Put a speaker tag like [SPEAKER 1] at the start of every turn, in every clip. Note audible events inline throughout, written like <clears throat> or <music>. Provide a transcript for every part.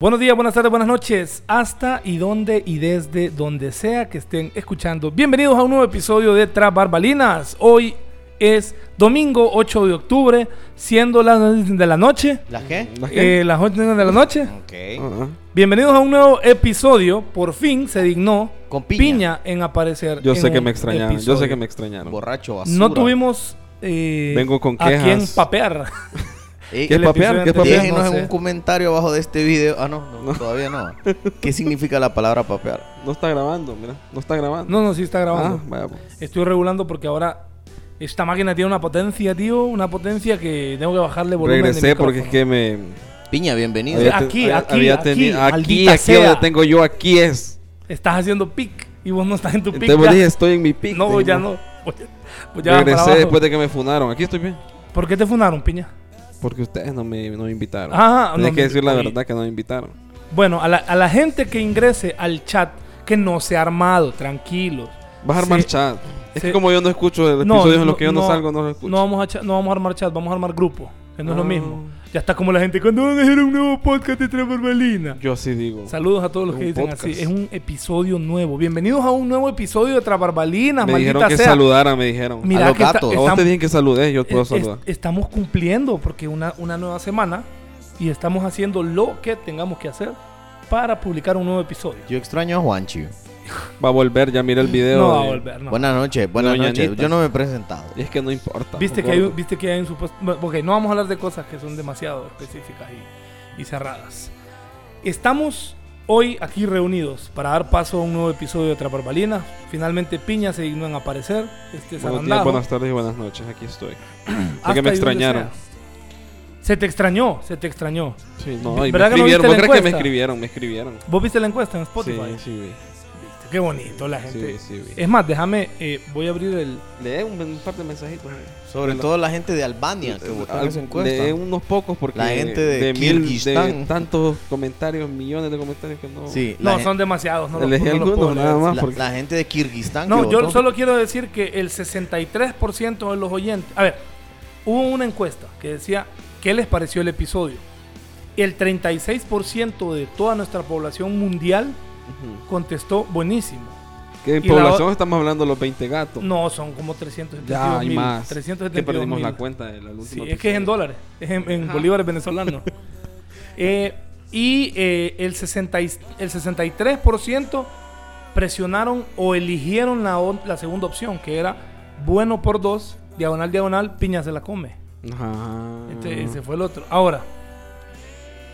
[SPEAKER 1] Buenos días, buenas tardes, buenas noches, hasta y donde y desde donde sea que estén escuchando. Bienvenidos a un nuevo episodio de Tras Barbalinas. Hoy es domingo 8 de octubre, siendo las 11 de la noche.
[SPEAKER 2] ¿Las qué?
[SPEAKER 1] Eh, las 8 de la noche. ¿eh?
[SPEAKER 2] Ok.
[SPEAKER 3] ah,
[SPEAKER 1] Bienvenidos a un nuevo episodio. Por fin se dignó
[SPEAKER 2] Con
[SPEAKER 1] piña,
[SPEAKER 2] piña.
[SPEAKER 1] en aparecer.
[SPEAKER 3] Yo
[SPEAKER 1] en
[SPEAKER 3] sé que
[SPEAKER 1] un
[SPEAKER 3] me extrañaron, yo sé
[SPEAKER 1] episodio.
[SPEAKER 3] que me extrañaron.
[SPEAKER 2] Borracho, basura.
[SPEAKER 1] No tuvimos eh,
[SPEAKER 3] Vengo con
[SPEAKER 1] a quién
[SPEAKER 3] quejas.
[SPEAKER 1] papear.
[SPEAKER 2] Eh,
[SPEAKER 3] ¿Qué
[SPEAKER 1] El
[SPEAKER 3] es papear?
[SPEAKER 1] episodio
[SPEAKER 3] ¿Qué es papear?
[SPEAKER 1] anterior,
[SPEAKER 2] Déjenos
[SPEAKER 1] no
[SPEAKER 2] en
[SPEAKER 1] sé.
[SPEAKER 2] un comentario abajo de este video. Ah, no, no, todavía no. ¿Qué significa la palabra papear?
[SPEAKER 3] No está grabando, mira, no está grabando.
[SPEAKER 1] No, no, sí está
[SPEAKER 3] Ah,
[SPEAKER 1] grabando.
[SPEAKER 3] vaya, pues.
[SPEAKER 1] Estoy regulando porque ahora esta máquina tiene una potencia, tío, una potencia que tengo que bajarle volumen. de
[SPEAKER 3] Regresé porque es
[SPEAKER 1] micrófono.
[SPEAKER 3] que me
[SPEAKER 2] Piña, bienvenido.
[SPEAKER 1] Oye,
[SPEAKER 3] había te-
[SPEAKER 1] aquí,
[SPEAKER 3] había-
[SPEAKER 1] aquí,
[SPEAKER 3] había
[SPEAKER 1] aquí,
[SPEAKER 3] tenido- aquí,
[SPEAKER 1] maldita
[SPEAKER 3] aquí donde
[SPEAKER 1] sea.
[SPEAKER 3] tengo yo aquí es.
[SPEAKER 1] estás haciendo pic y vos no estás en tu pic.
[SPEAKER 3] Entonces vos dije, estoy en mi pick.
[SPEAKER 1] no, vos
[SPEAKER 3] dije,
[SPEAKER 1] ya
[SPEAKER 3] ¿no?
[SPEAKER 1] no. Vos ya- vos ya vas para
[SPEAKER 3] Regresé
[SPEAKER 1] abajo.
[SPEAKER 3] después de que me funaron. Aquí estoy bien.
[SPEAKER 1] ¿Por qué te funaron, piña?
[SPEAKER 3] Porque ustedes no me, no me invitaron.
[SPEAKER 1] Ah,
[SPEAKER 3] Tienes
[SPEAKER 1] no
[SPEAKER 3] que
[SPEAKER 1] me-
[SPEAKER 3] decir la
[SPEAKER 1] oye.
[SPEAKER 3] verdad que no me invitaron.
[SPEAKER 1] Bueno, a la, a la gente que ingrese al chat que no se ha armado, tranquilos.
[SPEAKER 3] Vas a
[SPEAKER 1] Sí.
[SPEAKER 3] armar chat. Es
[SPEAKER 1] Sí.
[SPEAKER 3] que como yo no escucho los episodios en los que yo no, salgo, no los escucho.
[SPEAKER 1] No vamos, a cha- no vamos a armar chat, vamos a armar grupo. Que no es lo
[SPEAKER 3] Ah.
[SPEAKER 1] mismo. Ya está como la gente, cuando van a hacer un nuevo podcast de Trevor Berlina?
[SPEAKER 3] Yo así digo.
[SPEAKER 1] Saludos a todos los
[SPEAKER 3] Es
[SPEAKER 1] que
[SPEAKER 3] un
[SPEAKER 1] dicen
[SPEAKER 3] podcast.
[SPEAKER 1] así. Es un episodio nuevo. Bienvenidos a un nuevo episodio de Trabarbalinas,
[SPEAKER 3] me
[SPEAKER 1] maldita
[SPEAKER 3] dijeron que
[SPEAKER 1] sea.
[SPEAKER 3] saludara, me dijeron.
[SPEAKER 1] Mira
[SPEAKER 2] A los
[SPEAKER 1] que esta-
[SPEAKER 2] gatos.
[SPEAKER 3] a vos
[SPEAKER 1] estamos,
[SPEAKER 3] te dije que saludé, yo puedo
[SPEAKER 1] es- es-
[SPEAKER 3] saludar.
[SPEAKER 1] estamos cumpliendo porque una, una nueva semana y estamos haciendo lo que tengamos que hacer para publicar un nuevo episodio.
[SPEAKER 2] Yo extraño a Juanchi.
[SPEAKER 3] Va a volver, ya mira el video.
[SPEAKER 1] no va a
[SPEAKER 3] de-
[SPEAKER 1] volver, no.
[SPEAKER 2] Buenas noches, buenas
[SPEAKER 3] Doña
[SPEAKER 2] noches.
[SPEAKER 3] Anita.
[SPEAKER 2] Yo no me he presentado.
[SPEAKER 3] Y es que no importa.
[SPEAKER 1] Viste que,
[SPEAKER 3] gordo.
[SPEAKER 1] hay, un- viste que hay un supuesto... bueno, Ok, no vamos a hablar de cosas que son demasiado específicas y, y cerradas. Estamos hoy aquí reunidos para dar paso a un nuevo episodio de Traparbalina. Finalmente Piña se dignó en aparecer. Este
[SPEAKER 3] Buenos días,
[SPEAKER 1] zarandajo.
[SPEAKER 3] buenas tardes y buenas noches, aquí estoy.
[SPEAKER 1] Hasta
[SPEAKER 3] que me
[SPEAKER 1] ahí donde
[SPEAKER 3] extrañaron.
[SPEAKER 1] sea. Se te extrañó, se te extrañó.
[SPEAKER 3] Sí, no, y me
[SPEAKER 1] ¿Verdad que no viste
[SPEAKER 3] escribieron.
[SPEAKER 1] la
[SPEAKER 3] ¿Vos crees que me
[SPEAKER 1] encuesta?
[SPEAKER 3] escribieron? Me escribieron.
[SPEAKER 1] ¿Vos viste la encuesta en
[SPEAKER 3] Sí,
[SPEAKER 1] Spotify?
[SPEAKER 3] sí, vi.
[SPEAKER 1] Viste, Qué bonito la gente.
[SPEAKER 3] Sí, sí, vi.
[SPEAKER 1] Es más, déjame, eh, voy a abrir el...
[SPEAKER 3] Lee un, un par de mensajitos. eh. ahí.
[SPEAKER 2] Sobre
[SPEAKER 3] Hola.
[SPEAKER 2] todo la gente de Albania que votó en
[SPEAKER 3] Al-
[SPEAKER 2] esa encuesta.
[SPEAKER 3] Lee unos pocos porque
[SPEAKER 2] La gente de
[SPEAKER 3] mil de
[SPEAKER 2] Kirguistán.
[SPEAKER 3] tantos comentarios, millones de comentarios que no.
[SPEAKER 2] Sí, la,
[SPEAKER 1] No,
[SPEAKER 2] gen-
[SPEAKER 1] son demasiados. No los-
[SPEAKER 3] Elegí
[SPEAKER 1] no los puedo
[SPEAKER 3] algunos
[SPEAKER 1] leer.
[SPEAKER 3] nada más
[SPEAKER 2] la-
[SPEAKER 3] porque
[SPEAKER 2] la gente de Kirguistán.
[SPEAKER 1] No,
[SPEAKER 2] que
[SPEAKER 1] yo
[SPEAKER 2] votó.
[SPEAKER 1] solo quiero decir que el 63% de los oyentes... A ver, hubo una encuesta que decía, ¿qué les pareció el episodio? El 36% de toda nuestra población mundial
[SPEAKER 3] Ujú.
[SPEAKER 1] contestó buenísimo.
[SPEAKER 3] que en
[SPEAKER 1] y la
[SPEAKER 3] población
[SPEAKER 1] o-
[SPEAKER 3] estamos hablando de los 20 gatos.
[SPEAKER 1] No, son como 372
[SPEAKER 3] ya hay
[SPEAKER 1] mil,
[SPEAKER 3] más.
[SPEAKER 1] 372
[SPEAKER 3] que perdimos la
[SPEAKER 1] mil.
[SPEAKER 3] cuenta del último
[SPEAKER 1] Sí, es que es en
[SPEAKER 3] episodio.
[SPEAKER 1] dólares, es en, en bolívares venezolanos. Eh, y eh, el, 60 y- el 63% presionaron o eligieron la, on- la segunda opción, que era bueno por dos, diagonal, diagonal, piña se la come.
[SPEAKER 3] Ajá.
[SPEAKER 1] Este, ese fue el otro. Ahora,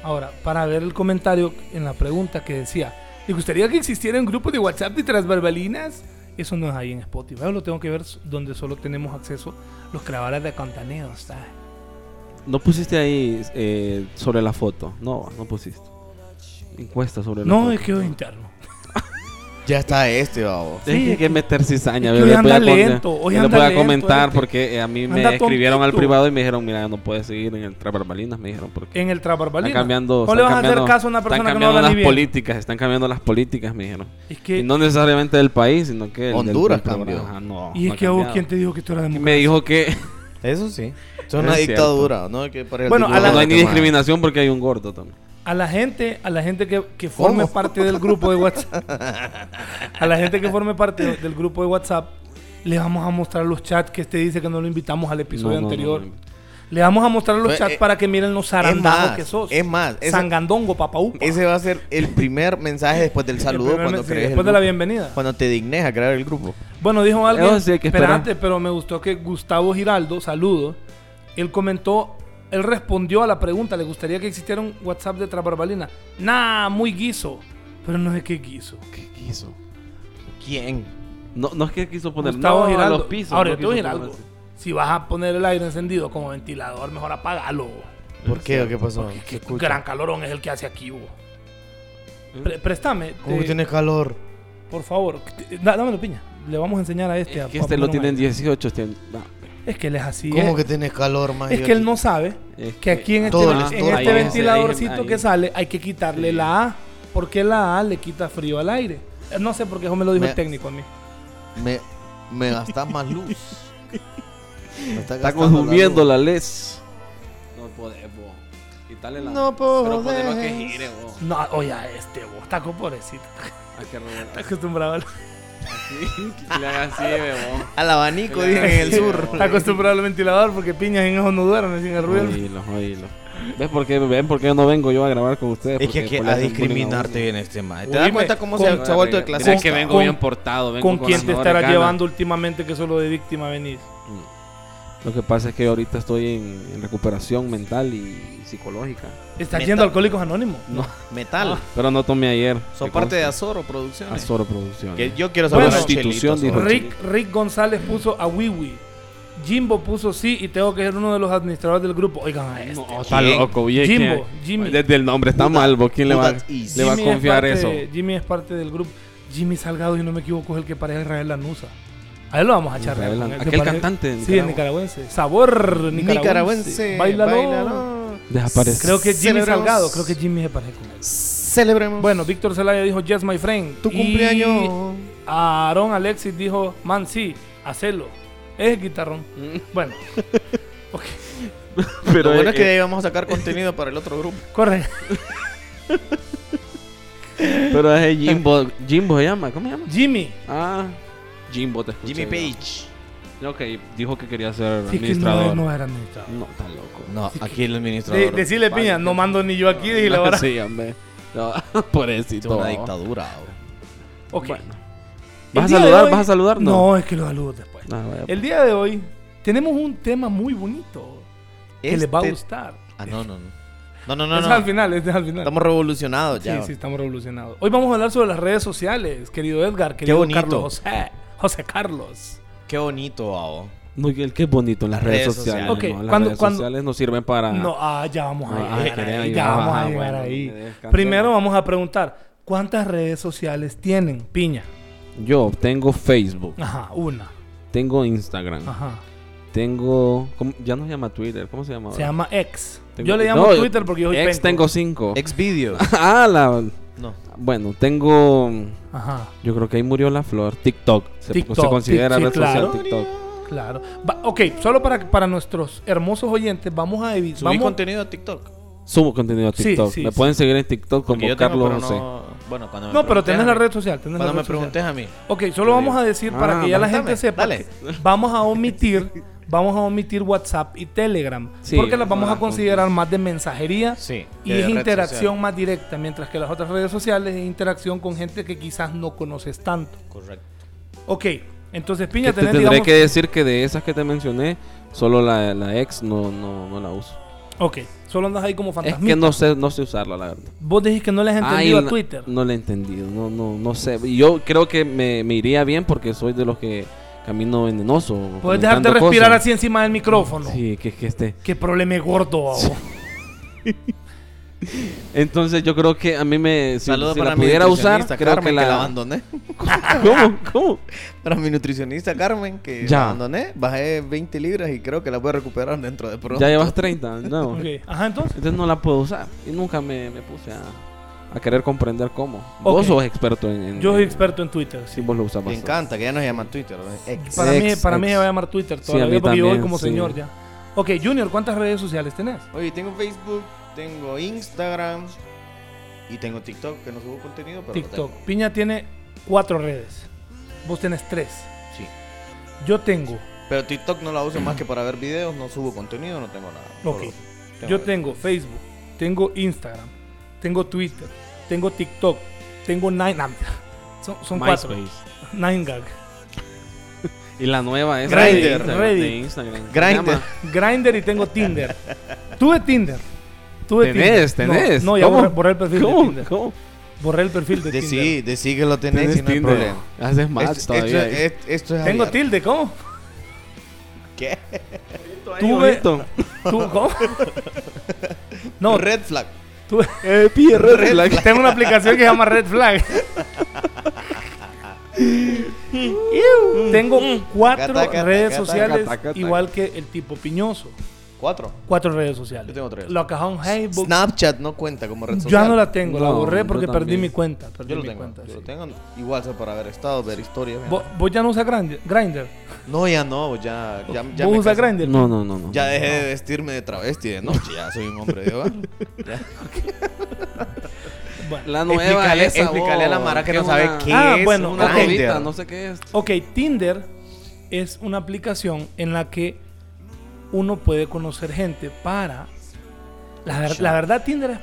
[SPEAKER 1] ahora, para ver el comentario en la pregunta que decía, ¿le gustaría que existiera un grupo de WhatsApp de transverbalinas? Eso no es ahí en Spotify, lo tengo que ver s- donde solo tenemos acceso los creadores de contenidos, ¿sabes?
[SPEAKER 3] No pusiste ahí eh, sobre la foto. No, no pusiste. Encuesta sobre la foto.
[SPEAKER 1] No, es que es interno.
[SPEAKER 2] Ya está este, babo.
[SPEAKER 3] Es que hay que meter cizaña.
[SPEAKER 1] es que
[SPEAKER 3] yo
[SPEAKER 1] hoy
[SPEAKER 3] les voy a
[SPEAKER 1] anda
[SPEAKER 3] con-
[SPEAKER 1] lento, hoy
[SPEAKER 3] yo les
[SPEAKER 1] anda
[SPEAKER 3] voy a
[SPEAKER 1] lento,
[SPEAKER 3] comentar
[SPEAKER 1] este.
[SPEAKER 3] porque eh, a mí me
[SPEAKER 1] Anda
[SPEAKER 3] escribieron al
[SPEAKER 1] tontito.
[SPEAKER 3] privado y me dijeron, mira, no puedes seguir en el Trabarbalinas. Me dijeron, porque
[SPEAKER 1] En el Trabarbalino.
[SPEAKER 3] están cambiando.
[SPEAKER 1] Eh, ¿Cómo le
[SPEAKER 3] están
[SPEAKER 1] vas a hacer
[SPEAKER 3] cambiando-
[SPEAKER 1] caso a una persona
[SPEAKER 3] Están
[SPEAKER 1] que no
[SPEAKER 3] cambiando
[SPEAKER 1] habla ni
[SPEAKER 3] las
[SPEAKER 1] bien?
[SPEAKER 3] políticas, están cambiando las políticas, me dijeron.
[SPEAKER 1] Es que,
[SPEAKER 3] Y no necesariamente del país, sino que. el del-
[SPEAKER 2] Honduras
[SPEAKER 3] del programa.
[SPEAKER 2] cambió.
[SPEAKER 3] Ajá, no,
[SPEAKER 1] y
[SPEAKER 3] no
[SPEAKER 1] es
[SPEAKER 3] ha
[SPEAKER 1] que a vos,
[SPEAKER 3] cambiado.
[SPEAKER 1] ¿quién te dijo que tú eras
[SPEAKER 3] Y me
[SPEAKER 1] demócrata?
[SPEAKER 3] dijo que
[SPEAKER 2] Eso sí. Son
[SPEAKER 3] Es
[SPEAKER 2] una
[SPEAKER 3] cierto.
[SPEAKER 2] dictadura, ¿no? Que para el
[SPEAKER 1] Bueno,
[SPEAKER 2] artículo
[SPEAKER 1] a la-
[SPEAKER 3] no hay ni
[SPEAKER 2] 20 más.
[SPEAKER 3] discriminación porque hay un gordo también.
[SPEAKER 1] A la gente, a la gente que, que forme
[SPEAKER 2] ¿Cómo?
[SPEAKER 1] parte del grupo de
[SPEAKER 3] <laughs>
[SPEAKER 1] WhatsApp. a la gente que forme parte de- del grupo de WhatsApp, le vamos a mostrar los chats que este dice que no lo invitamos al episodio
[SPEAKER 3] No, no, no,
[SPEAKER 1] anterior.
[SPEAKER 3] no.
[SPEAKER 1] Le vamos a mostrar los
[SPEAKER 2] Pues,
[SPEAKER 1] chats
[SPEAKER 2] eh,
[SPEAKER 1] para que miren los zarandajos
[SPEAKER 2] más,
[SPEAKER 1] que sos.
[SPEAKER 2] es más, ese-
[SPEAKER 1] Sangandongo, papaú.
[SPEAKER 2] Ese va a ser el primer mensaje después del saludo cuando crees el
[SPEAKER 1] Después de la
[SPEAKER 2] grupo.
[SPEAKER 1] bienvenida.
[SPEAKER 2] Cuando te dignes a crear el grupo.
[SPEAKER 1] Bueno, dijo alguien,
[SPEAKER 3] Eso sí hay que esperar.
[SPEAKER 1] esperante, pero me gustó que Gustavo Giraldo, saludo, él comentó, él respondió a la pregunta, ¿le gustaría que existiera un WhatsApp de Trabarbalina? Nah, muy guiso. Pero no sé qué guiso.
[SPEAKER 2] ¿Qué quiso? ¿Quién?
[SPEAKER 3] No, no es que quiso poner
[SPEAKER 1] Gustavo
[SPEAKER 3] no, a
[SPEAKER 1] Giraldo.
[SPEAKER 3] los pisos.
[SPEAKER 1] Ahora,
[SPEAKER 3] no
[SPEAKER 1] yo te voy a
[SPEAKER 3] quiso
[SPEAKER 1] decir algo.
[SPEAKER 3] ponerse.
[SPEAKER 1] Si vas a poner el aire encendido como ventilador, mejor apagalo.
[SPEAKER 2] ¿Por qué? ¿O ¿Qué pasó?
[SPEAKER 1] Que gran calorón es el que hace aquí, vos. Pre- préstame,
[SPEAKER 2] ¿Cómo
[SPEAKER 1] te-
[SPEAKER 2] que tienes calor?
[SPEAKER 1] por favor. Te- da- dámelo, piña. Le vamos a enseñar a este.
[SPEAKER 3] Es
[SPEAKER 1] a-
[SPEAKER 3] que
[SPEAKER 1] a
[SPEAKER 3] este lo
[SPEAKER 1] poner un
[SPEAKER 3] tienen
[SPEAKER 1] aire.
[SPEAKER 3] 18. tienen- no,
[SPEAKER 1] Es que él es así.
[SPEAKER 2] ¿Cómo
[SPEAKER 1] es-
[SPEAKER 2] que tienes calor, más
[SPEAKER 1] Es que él no sabe
[SPEAKER 3] Es
[SPEAKER 1] que aquí en este,
[SPEAKER 2] Todo,
[SPEAKER 1] en
[SPEAKER 2] ah,
[SPEAKER 1] este
[SPEAKER 2] todo, ahí,
[SPEAKER 1] ventiladorcito
[SPEAKER 3] ahí, ahí.
[SPEAKER 1] que sale hay que quitarle
[SPEAKER 3] Sí.
[SPEAKER 1] la A, porque la A le quita frío al aire. Eh, No sé por qué eso me lo dijo
[SPEAKER 2] Me-
[SPEAKER 1] el técnico a mí.
[SPEAKER 2] Me, me gastas más <laughs> luz. Me
[SPEAKER 3] Está
[SPEAKER 2] gastando
[SPEAKER 3] consumiendo
[SPEAKER 2] luz.
[SPEAKER 3] la les. No podemos. Quítale la.
[SPEAKER 2] No
[SPEAKER 4] Pero ponerlo a que
[SPEAKER 2] podés.
[SPEAKER 4] gire, vos.
[SPEAKER 1] No, oye, a este vos, taco pobrecito. <laughs>
[SPEAKER 3] Hay que
[SPEAKER 1] Está
[SPEAKER 3] revolver.
[SPEAKER 1] acostumbrado, al-
[SPEAKER 4] Así, que <laughs> le haga así, ve, vos.
[SPEAKER 2] Al abanico,
[SPEAKER 4] Claro.
[SPEAKER 2] dicen en el
[SPEAKER 4] Sí,
[SPEAKER 2] sur.
[SPEAKER 4] no.
[SPEAKER 1] <laughs> está acostumbrado al ventilador porque piñas en eso no duermen sin el ruido.
[SPEAKER 3] Oílo, oílo. ¿Ves por qué, ven por qué yo no vengo yo a grabar con
[SPEAKER 2] Es
[SPEAKER 3] ustedes?
[SPEAKER 2] que
[SPEAKER 3] Porque
[SPEAKER 2] aquí
[SPEAKER 3] después le
[SPEAKER 2] a
[SPEAKER 3] hacen bullying
[SPEAKER 2] discriminarte
[SPEAKER 3] uno.
[SPEAKER 2] viene este mae. ¿Te
[SPEAKER 1] Oíme,
[SPEAKER 2] das cuenta cómo se
[SPEAKER 1] con-
[SPEAKER 2] ha, se ha vuelto de
[SPEAKER 4] Mira
[SPEAKER 2] clase?
[SPEAKER 4] que vengo
[SPEAKER 1] Con-
[SPEAKER 4] bien portado, vengo
[SPEAKER 1] ¿Con
[SPEAKER 4] con,
[SPEAKER 1] quién
[SPEAKER 4] las
[SPEAKER 1] te
[SPEAKER 4] mejores
[SPEAKER 1] estarás
[SPEAKER 4] ganas.
[SPEAKER 1] llevando últimamente que solo de víctima venís?
[SPEAKER 3] Mm. Lo que pasa es que ahorita estoy en, en recuperación mental y psicológica.
[SPEAKER 1] ¿Estás
[SPEAKER 2] Neta.
[SPEAKER 1] yendo a Alcohólicos Anónimos?
[SPEAKER 3] No,
[SPEAKER 2] Metal.
[SPEAKER 1] Ah.
[SPEAKER 3] pero no tomé ayer.
[SPEAKER 2] Son
[SPEAKER 3] que
[SPEAKER 2] parte de
[SPEAKER 3] conste.
[SPEAKER 2] Azoro Producciones.
[SPEAKER 3] Azoro Producciones.
[SPEAKER 2] Que yo quiero
[SPEAKER 1] Bueno,
[SPEAKER 2] saber
[SPEAKER 3] institución, dijo. Con
[SPEAKER 1] Rick,
[SPEAKER 3] Chilito.
[SPEAKER 1] Rick González puso a Wiwi. Jimbo puso sí y tengo que ser uno de los administradores del grupo. Oigan a este.
[SPEAKER 3] No, está
[SPEAKER 2] ¿Quién?
[SPEAKER 3] loco, oye,
[SPEAKER 1] Jimbo,
[SPEAKER 3] que-
[SPEAKER 1] Jimmy.
[SPEAKER 3] Desde el nombre está
[SPEAKER 2] Buda-
[SPEAKER 3] mal, ¿vo? ¿quién le va,
[SPEAKER 2] Buda is-
[SPEAKER 3] le va a
[SPEAKER 1] Jimmy es
[SPEAKER 3] confiar
[SPEAKER 1] parte
[SPEAKER 3] eso?
[SPEAKER 1] de- Jimmy es parte del grupo. Jimmy Salgado, si no me equivoco, es el que pareja Israel Lanusa. A él lo vamos a echar.
[SPEAKER 3] Israel
[SPEAKER 1] ¿no?
[SPEAKER 3] Lan-
[SPEAKER 1] Que
[SPEAKER 3] aquel
[SPEAKER 1] parece-
[SPEAKER 3] cantante de
[SPEAKER 1] Sí, el
[SPEAKER 3] Nicaragua.
[SPEAKER 1] nicaragüense. Sabor nicaragüense.
[SPEAKER 2] Nicaragüense.
[SPEAKER 1] Bailalo.
[SPEAKER 2] bailalo.
[SPEAKER 3] Desaparece.
[SPEAKER 1] Creo que Jimmy
[SPEAKER 2] Celebremos-
[SPEAKER 1] Salgado. Creo que Jimmy es pareja con él.
[SPEAKER 2] Celebremos.
[SPEAKER 1] Bueno, Víctor Celaya dijo Yes, my friend.
[SPEAKER 2] tu
[SPEAKER 1] Y
[SPEAKER 2] cumpleaños.
[SPEAKER 1] Aaron Alexis dijo Man, sí, hacelo. Es el guitarrón.
[SPEAKER 3] Mm.
[SPEAKER 1] Bueno,
[SPEAKER 3] <laughs> Pero
[SPEAKER 2] Lo bueno es que de
[SPEAKER 3] eh,
[SPEAKER 2] ahí vamos a sacar contenido para el otro grupo.
[SPEAKER 1] corre.
[SPEAKER 3] pero es Jimbo, Jimbo se llama, ¿cómo se llama?
[SPEAKER 1] Jimmy.
[SPEAKER 3] Ah, Jimbo te escuché
[SPEAKER 2] Jimmy
[SPEAKER 3] yo.
[SPEAKER 2] Page.
[SPEAKER 3] Ok, dijo que quería ser
[SPEAKER 1] Sí, que no,
[SPEAKER 3] administrador.
[SPEAKER 1] no era administrador.
[SPEAKER 3] No, está loco.
[SPEAKER 2] No, aquí el
[SPEAKER 1] De-
[SPEAKER 2] administrador.
[SPEAKER 1] decirle
[SPEAKER 3] Vale,
[SPEAKER 1] piña,
[SPEAKER 3] que-
[SPEAKER 1] no mando ni yo aquí, dije la
[SPEAKER 3] No,
[SPEAKER 1] verdad.
[SPEAKER 3] <laughs> Sí, hombre. No, <laughs>
[SPEAKER 2] Es
[SPEAKER 3] pobrecito.
[SPEAKER 2] una dictadura. bro.
[SPEAKER 1] Ok.
[SPEAKER 3] Bueno.
[SPEAKER 1] El
[SPEAKER 3] ¿Vas a
[SPEAKER 1] día de
[SPEAKER 3] saludar?
[SPEAKER 1] hoy-
[SPEAKER 3] ¿Vas a saludar?
[SPEAKER 1] No. es que lo saludo después.
[SPEAKER 3] Ah, vaya.
[SPEAKER 1] El día de hoy tenemos un tema muy bonito que les va a
[SPEAKER 2] Este-
[SPEAKER 1] gustar.
[SPEAKER 2] Ah, no, no, no. No, no, no.
[SPEAKER 1] es
[SPEAKER 2] no.
[SPEAKER 1] al final, es al final.
[SPEAKER 2] Estamos revolucionados
[SPEAKER 1] sí,
[SPEAKER 2] ya.
[SPEAKER 1] sí, estamos revolucionados. Hoy vamos a hablar sobre las redes sociales, querido Edgar, querido
[SPEAKER 2] bonito.
[SPEAKER 1] Carlos José, José Carlos.
[SPEAKER 2] Qué bonito, babo.
[SPEAKER 3] No, y el que es bonito, las
[SPEAKER 2] Las
[SPEAKER 3] redes
[SPEAKER 2] redes
[SPEAKER 3] sociales.
[SPEAKER 1] sociales.
[SPEAKER 3] ¿no?
[SPEAKER 1] Ok,
[SPEAKER 3] Las
[SPEAKER 1] cuando-
[SPEAKER 3] redes
[SPEAKER 1] cuando-
[SPEAKER 3] sociales nos sirven para.
[SPEAKER 1] No, ah, ya vamos a
[SPEAKER 3] Ah,
[SPEAKER 1] llegar
[SPEAKER 3] ah,
[SPEAKER 1] ahí,
[SPEAKER 3] quería
[SPEAKER 1] ya
[SPEAKER 3] llegar,
[SPEAKER 1] vamos a
[SPEAKER 3] ajá,
[SPEAKER 1] llegar
[SPEAKER 3] bueno,
[SPEAKER 1] ahí.
[SPEAKER 3] me descansé.
[SPEAKER 1] Primero vamos a preguntar, ¿cuántas redes sociales tienen, piña?
[SPEAKER 3] Yo tengo Facebook,
[SPEAKER 1] Ajá, una.
[SPEAKER 3] tengo Instagram,
[SPEAKER 1] Ajá.
[SPEAKER 3] tengo. ¿cómo? Ya nos llama Twitter, ¿cómo se llama?
[SPEAKER 1] Se
[SPEAKER 3] ahora?
[SPEAKER 1] llama X.
[SPEAKER 3] Tengo-
[SPEAKER 1] Yo le llamo
[SPEAKER 3] No,
[SPEAKER 1] Twitter porque yo soy
[SPEAKER 3] Ex
[SPEAKER 1] penco.
[SPEAKER 3] tengo cinco.
[SPEAKER 2] Exvideos.
[SPEAKER 3] <laughs> ah, la.
[SPEAKER 2] <laughs> No.
[SPEAKER 3] Bueno, tengo.
[SPEAKER 1] Ajá.
[SPEAKER 3] Yo creo que ahí murió la flor. TikTok. Se,
[SPEAKER 1] TikTok,
[SPEAKER 3] se considera
[SPEAKER 1] sí,
[SPEAKER 3] red
[SPEAKER 1] claro.
[SPEAKER 3] social TikTok.
[SPEAKER 1] Claro. Va- ok, solo para, para nuestros hermosos oyentes, vamos a
[SPEAKER 2] Subí
[SPEAKER 1] evitar.
[SPEAKER 2] contenido a TikTok.
[SPEAKER 3] Subo contenido a
[SPEAKER 1] Sí,
[SPEAKER 3] TikTok.
[SPEAKER 1] sí,
[SPEAKER 3] Me
[SPEAKER 1] sí.
[SPEAKER 3] pueden seguir en TikTok como
[SPEAKER 2] Porque yo tengo,
[SPEAKER 3] Carlos
[SPEAKER 2] pero
[SPEAKER 3] José.
[SPEAKER 2] no- Bueno, cuando me
[SPEAKER 1] No, pero
[SPEAKER 2] preguntes
[SPEAKER 1] tenés
[SPEAKER 2] a
[SPEAKER 1] la
[SPEAKER 2] mí-
[SPEAKER 1] red social. Tenés la
[SPEAKER 2] Cuando
[SPEAKER 1] red
[SPEAKER 2] me
[SPEAKER 1] social.
[SPEAKER 2] preguntes a mí.
[SPEAKER 1] Ok, solo vamos a decir para
[SPEAKER 3] Ah,
[SPEAKER 1] que ya la
[SPEAKER 2] mándame,
[SPEAKER 1] gente sepa.
[SPEAKER 2] dale.
[SPEAKER 1] que Vamos a omitir, vamos a omitir WhatsApp y Telegram.
[SPEAKER 3] Sí,
[SPEAKER 1] porque las vamos
[SPEAKER 3] ah,
[SPEAKER 1] a considerar más de mensajería
[SPEAKER 2] Sí.
[SPEAKER 1] y
[SPEAKER 2] de
[SPEAKER 1] es
[SPEAKER 2] red
[SPEAKER 1] interacción
[SPEAKER 2] social.
[SPEAKER 1] más directa, mientras que las otras redes sociales es interacción con gente que quizás no conoces tanto.
[SPEAKER 2] Correcto.
[SPEAKER 1] Ok, entonces
[SPEAKER 3] Que
[SPEAKER 1] piña
[SPEAKER 3] te
[SPEAKER 1] tenés,
[SPEAKER 3] tendré
[SPEAKER 1] digamos.
[SPEAKER 3] que decir que de esas que te mencioné, solo la, la ex no, no, no la uso.
[SPEAKER 1] Ok, solo andas ahí como
[SPEAKER 3] Es
[SPEAKER 1] fantasmita.
[SPEAKER 3] que no sé, no sé usarla, la verdad.
[SPEAKER 1] Vos decís que no les has
[SPEAKER 3] Ay,
[SPEAKER 1] entendido
[SPEAKER 3] no-
[SPEAKER 1] a Twitter.
[SPEAKER 3] No la he entendido, no, no, no sé. Y Yo creo que me, me iría bien porque soy de los que camino venenoso.
[SPEAKER 1] Puedes
[SPEAKER 3] comentando
[SPEAKER 1] dejarte respirar
[SPEAKER 3] cosas.
[SPEAKER 1] así encima del micrófono.
[SPEAKER 3] Sí, que, que este.
[SPEAKER 1] Qué problema es gordo, babo.
[SPEAKER 3] Entonces yo creo que a mí me. Si,
[SPEAKER 2] Saludos
[SPEAKER 3] si
[SPEAKER 2] para
[SPEAKER 3] la
[SPEAKER 2] mi
[SPEAKER 3] pudiera usar,
[SPEAKER 2] nutricionista
[SPEAKER 3] creo que
[SPEAKER 2] Carmen,
[SPEAKER 3] la.
[SPEAKER 2] abandoné.
[SPEAKER 3] <laughs> ¿Cómo? ¿Cómo?
[SPEAKER 2] <laughs> Para mi nutricionista Carmen, que
[SPEAKER 3] Ya.
[SPEAKER 2] la abandoné, bajé 20 libras y creo que la voy a recuperar dentro de pronto.
[SPEAKER 3] Ya llevas 30, no.
[SPEAKER 1] Ok, Ajá, entonces.
[SPEAKER 3] Entonces no la puedo usar. Y nunca me, me puse a, a querer comprender cómo.
[SPEAKER 1] Ok.
[SPEAKER 3] Vos sos experto en. en-
[SPEAKER 1] Yo soy
[SPEAKER 3] en-
[SPEAKER 1] experto en Twitter.
[SPEAKER 3] Sí,
[SPEAKER 1] sí.
[SPEAKER 3] vos lo usas
[SPEAKER 2] Me
[SPEAKER 3] bastante.
[SPEAKER 2] encanta, que ya nos llaman Twitter. ¿no? X.
[SPEAKER 1] Para, mí,
[SPEAKER 3] Ex,
[SPEAKER 1] para mí
[SPEAKER 3] ex.
[SPEAKER 1] se va a llamar Twitter
[SPEAKER 3] Sí,
[SPEAKER 1] todavía
[SPEAKER 3] a mí
[SPEAKER 1] porque yo voy
[SPEAKER 3] también,
[SPEAKER 1] como
[SPEAKER 3] sí.
[SPEAKER 1] señor ya. Ok, Junior, ¿cuántas redes sociales tenés?
[SPEAKER 2] Oye, tengo Facebook, tengo Instagram y tengo TikTok, que no subo contenido, pero lo
[SPEAKER 1] TikTok.
[SPEAKER 2] tengo.
[SPEAKER 1] Piña tiene cuatro redes. Vos tenés tres.
[SPEAKER 2] Sí.
[SPEAKER 1] Yo tengo.
[SPEAKER 2] Pero TikTok no la uso más que para ver videos, no subo contenido, no tengo nada.
[SPEAKER 1] Ok.
[SPEAKER 2] Solo
[SPEAKER 1] Yo tengo Facebook, tengo Instagram, tengo Twitter, tengo TikTok, tengo Nine. ah, mira, son son cuatro.
[SPEAKER 3] MySpace.
[SPEAKER 1] Nine Gag.
[SPEAKER 3] Y la nueva es
[SPEAKER 1] Grindr,
[SPEAKER 3] de Instagram. de
[SPEAKER 1] Reddit.
[SPEAKER 3] Instagram. ¿Cómo se
[SPEAKER 2] Grindr.
[SPEAKER 3] llama?
[SPEAKER 1] Grinder y tengo Tinder. Tuve Tinder. Tuve
[SPEAKER 3] Tenés,
[SPEAKER 1] Tinder. No,
[SPEAKER 3] tenés.
[SPEAKER 1] No, ya
[SPEAKER 3] ¿Cómo?
[SPEAKER 1] borré, borré el perfil de
[SPEAKER 3] ¿Cómo?
[SPEAKER 1] Tinder.
[SPEAKER 3] ¿Cómo?
[SPEAKER 1] Borré el perfil de Tinder.
[SPEAKER 2] Decí, decí que lo tenés, y no hay
[SPEAKER 3] Tinder.
[SPEAKER 2] problema.
[SPEAKER 3] Haces match
[SPEAKER 2] Esto- esto,
[SPEAKER 3] todavía.
[SPEAKER 2] es- esto, es
[SPEAKER 1] Tengo
[SPEAKER 2] abierto.
[SPEAKER 1] tilde, ¿cómo?
[SPEAKER 2] ¿Qué?
[SPEAKER 1] Tuve.
[SPEAKER 2] <laughs>
[SPEAKER 1] tu- ¿Cómo? No,
[SPEAKER 2] Red flag.
[SPEAKER 1] tuve-
[SPEAKER 3] Eh, pie, red flag.
[SPEAKER 1] tengo una aplicación que se llama Red
[SPEAKER 2] <laughs>
[SPEAKER 1] Flag. Iu. tengo cuatro
[SPEAKER 2] Cata, cata,
[SPEAKER 1] redes
[SPEAKER 2] cata,
[SPEAKER 1] sociales
[SPEAKER 3] cata, cata.
[SPEAKER 1] igual que el tipo piñoso.
[SPEAKER 2] ¿Cuatro?
[SPEAKER 1] Cuatro redes sociales.
[SPEAKER 2] Yo tengo tres.
[SPEAKER 1] Lo acajón Facebook.
[SPEAKER 2] Snapchat no cuenta como red social.
[SPEAKER 1] Yo no la tengo, la
[SPEAKER 3] No,
[SPEAKER 1] borré
[SPEAKER 3] yo
[SPEAKER 1] porque perdí
[SPEAKER 3] también.
[SPEAKER 1] mi cuenta. Perdí
[SPEAKER 2] Yo lo
[SPEAKER 1] mi
[SPEAKER 2] tengo.
[SPEAKER 1] cuenta, sí.
[SPEAKER 2] yo lo tengo. Igual sea por haber estado, ver historias. mira.
[SPEAKER 1] ¿Vos, vos ya no usas Grindr? Grindr?
[SPEAKER 2] No, ya no, ya. ya, ya
[SPEAKER 1] ¿Vos
[SPEAKER 2] me
[SPEAKER 1] usas
[SPEAKER 2] casé.
[SPEAKER 1] Grindr?
[SPEAKER 3] No, no, no, no.
[SPEAKER 2] Ya dejé de vestirme de travesti de noche, ya soy un hombre de hogar. Ya.
[SPEAKER 1] Bueno.
[SPEAKER 3] La
[SPEAKER 2] nueva
[SPEAKER 3] nueva
[SPEAKER 2] esa, vos, que es una-
[SPEAKER 1] qué Ah, es bueno, una
[SPEAKER 3] una
[SPEAKER 1] ok.
[SPEAKER 2] novita, no
[SPEAKER 3] no sé qué es.
[SPEAKER 1] Ok, Tinder es una aplicación en la que uno puede conocer gente para... La, ver- la verdad, Tinder es...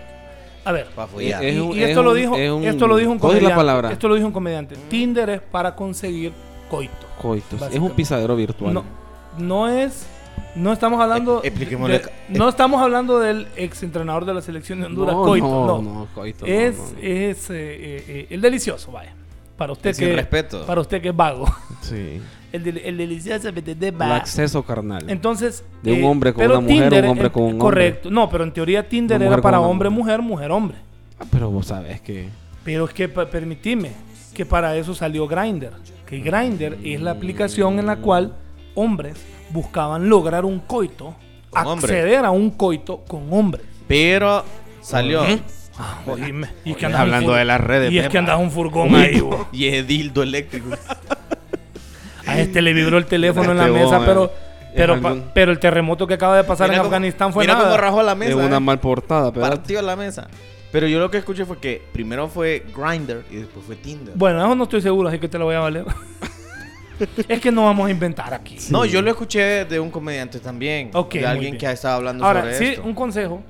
[SPEAKER 1] A ver,
[SPEAKER 2] Pa'
[SPEAKER 1] y,
[SPEAKER 2] follar.
[SPEAKER 3] Es un-
[SPEAKER 1] y
[SPEAKER 3] es
[SPEAKER 1] esto, lo
[SPEAKER 3] un-
[SPEAKER 1] dijo,
[SPEAKER 3] es un-
[SPEAKER 1] esto lo dijo un
[SPEAKER 3] ¿cuál es
[SPEAKER 1] comediante.
[SPEAKER 3] la palabra?
[SPEAKER 1] Esto lo dijo un comediante. Tinder es para conseguir coito.
[SPEAKER 3] Coitos. Es un
[SPEAKER 1] Básicamente.
[SPEAKER 3] pisadero virtual.
[SPEAKER 1] No, no es... No estamos hablando...
[SPEAKER 2] E- expliquémosle
[SPEAKER 1] de-
[SPEAKER 2] ca-
[SPEAKER 1] no estamos hablando del ex entrenador de la selección de Honduras,
[SPEAKER 3] no,
[SPEAKER 1] coito.
[SPEAKER 3] No,
[SPEAKER 1] No,
[SPEAKER 3] no, coito. no,
[SPEAKER 1] Es,
[SPEAKER 3] no.
[SPEAKER 1] es eh, eh, eh, el delicioso, vaya. Para usted
[SPEAKER 2] Es sin
[SPEAKER 1] que...
[SPEAKER 2] respeto.
[SPEAKER 1] Para usted que es vago. <laughs>
[SPEAKER 3] Sí.
[SPEAKER 1] El, del- el delicioso me entendés,
[SPEAKER 3] El
[SPEAKER 1] va.
[SPEAKER 3] acceso carnal.
[SPEAKER 1] Entonces. eh,
[SPEAKER 3] De un hombre con
[SPEAKER 1] pero
[SPEAKER 3] una mujer, un hombre
[SPEAKER 1] eh,
[SPEAKER 3] con un hombre.
[SPEAKER 1] Correcto. No, pero en teoría Tinder
[SPEAKER 3] Una
[SPEAKER 1] era
[SPEAKER 3] mujer
[SPEAKER 1] para
[SPEAKER 3] con una
[SPEAKER 1] hombre,
[SPEAKER 3] mujer.
[SPEAKER 1] mujer, mujer, hombre.
[SPEAKER 3] Ah, pero vos sabes que.
[SPEAKER 1] Pero es que pa- permitime que para eso salió Grindr. Que Grindr es la aplicación en la cual hombres buscaban lograr un coito,
[SPEAKER 2] Con hombres.
[SPEAKER 1] acceder a un coito con hombres.
[SPEAKER 2] Pero salió.
[SPEAKER 1] Ah, dime. Y es que
[SPEAKER 2] Oye,
[SPEAKER 1] andas un
[SPEAKER 2] hablando
[SPEAKER 1] fur-
[SPEAKER 2] de las redes,
[SPEAKER 1] Y es que
[SPEAKER 2] Pepa.
[SPEAKER 1] andas un furgón ahí, vos.
[SPEAKER 2] <laughs> Y es dildo eléctrico.
[SPEAKER 1] A este le vibró el teléfono en la
[SPEAKER 2] Este
[SPEAKER 1] mesa,
[SPEAKER 2] vos,
[SPEAKER 1] pero,
[SPEAKER 2] eh.
[SPEAKER 1] pero,
[SPEAKER 3] Es
[SPEAKER 1] pa-
[SPEAKER 3] algún-
[SPEAKER 1] pero el terremoto que acaba de pasar en
[SPEAKER 2] cómo-
[SPEAKER 1] Afganistán fue
[SPEAKER 2] mira
[SPEAKER 1] nada.
[SPEAKER 2] cómo rajó la mesa.
[SPEAKER 3] es una
[SPEAKER 2] eh.
[SPEAKER 3] mal portada, pero.
[SPEAKER 2] Partió la mesa. Pero yo lo que escuché fue que primero fue Grindr y después fue Tinder.
[SPEAKER 1] Bueno, eso no estoy seguro, así que te lo voy a valer. <laughs> es que no vamos a inventar aquí.
[SPEAKER 2] No, yo lo escuché de un comediante también.
[SPEAKER 1] Ok,
[SPEAKER 2] de
[SPEAKER 1] muy
[SPEAKER 2] alguien
[SPEAKER 1] bien.
[SPEAKER 2] que estaba hablando
[SPEAKER 1] Ahora,
[SPEAKER 2] sobre
[SPEAKER 1] sí,
[SPEAKER 2] esto.
[SPEAKER 1] un consejo.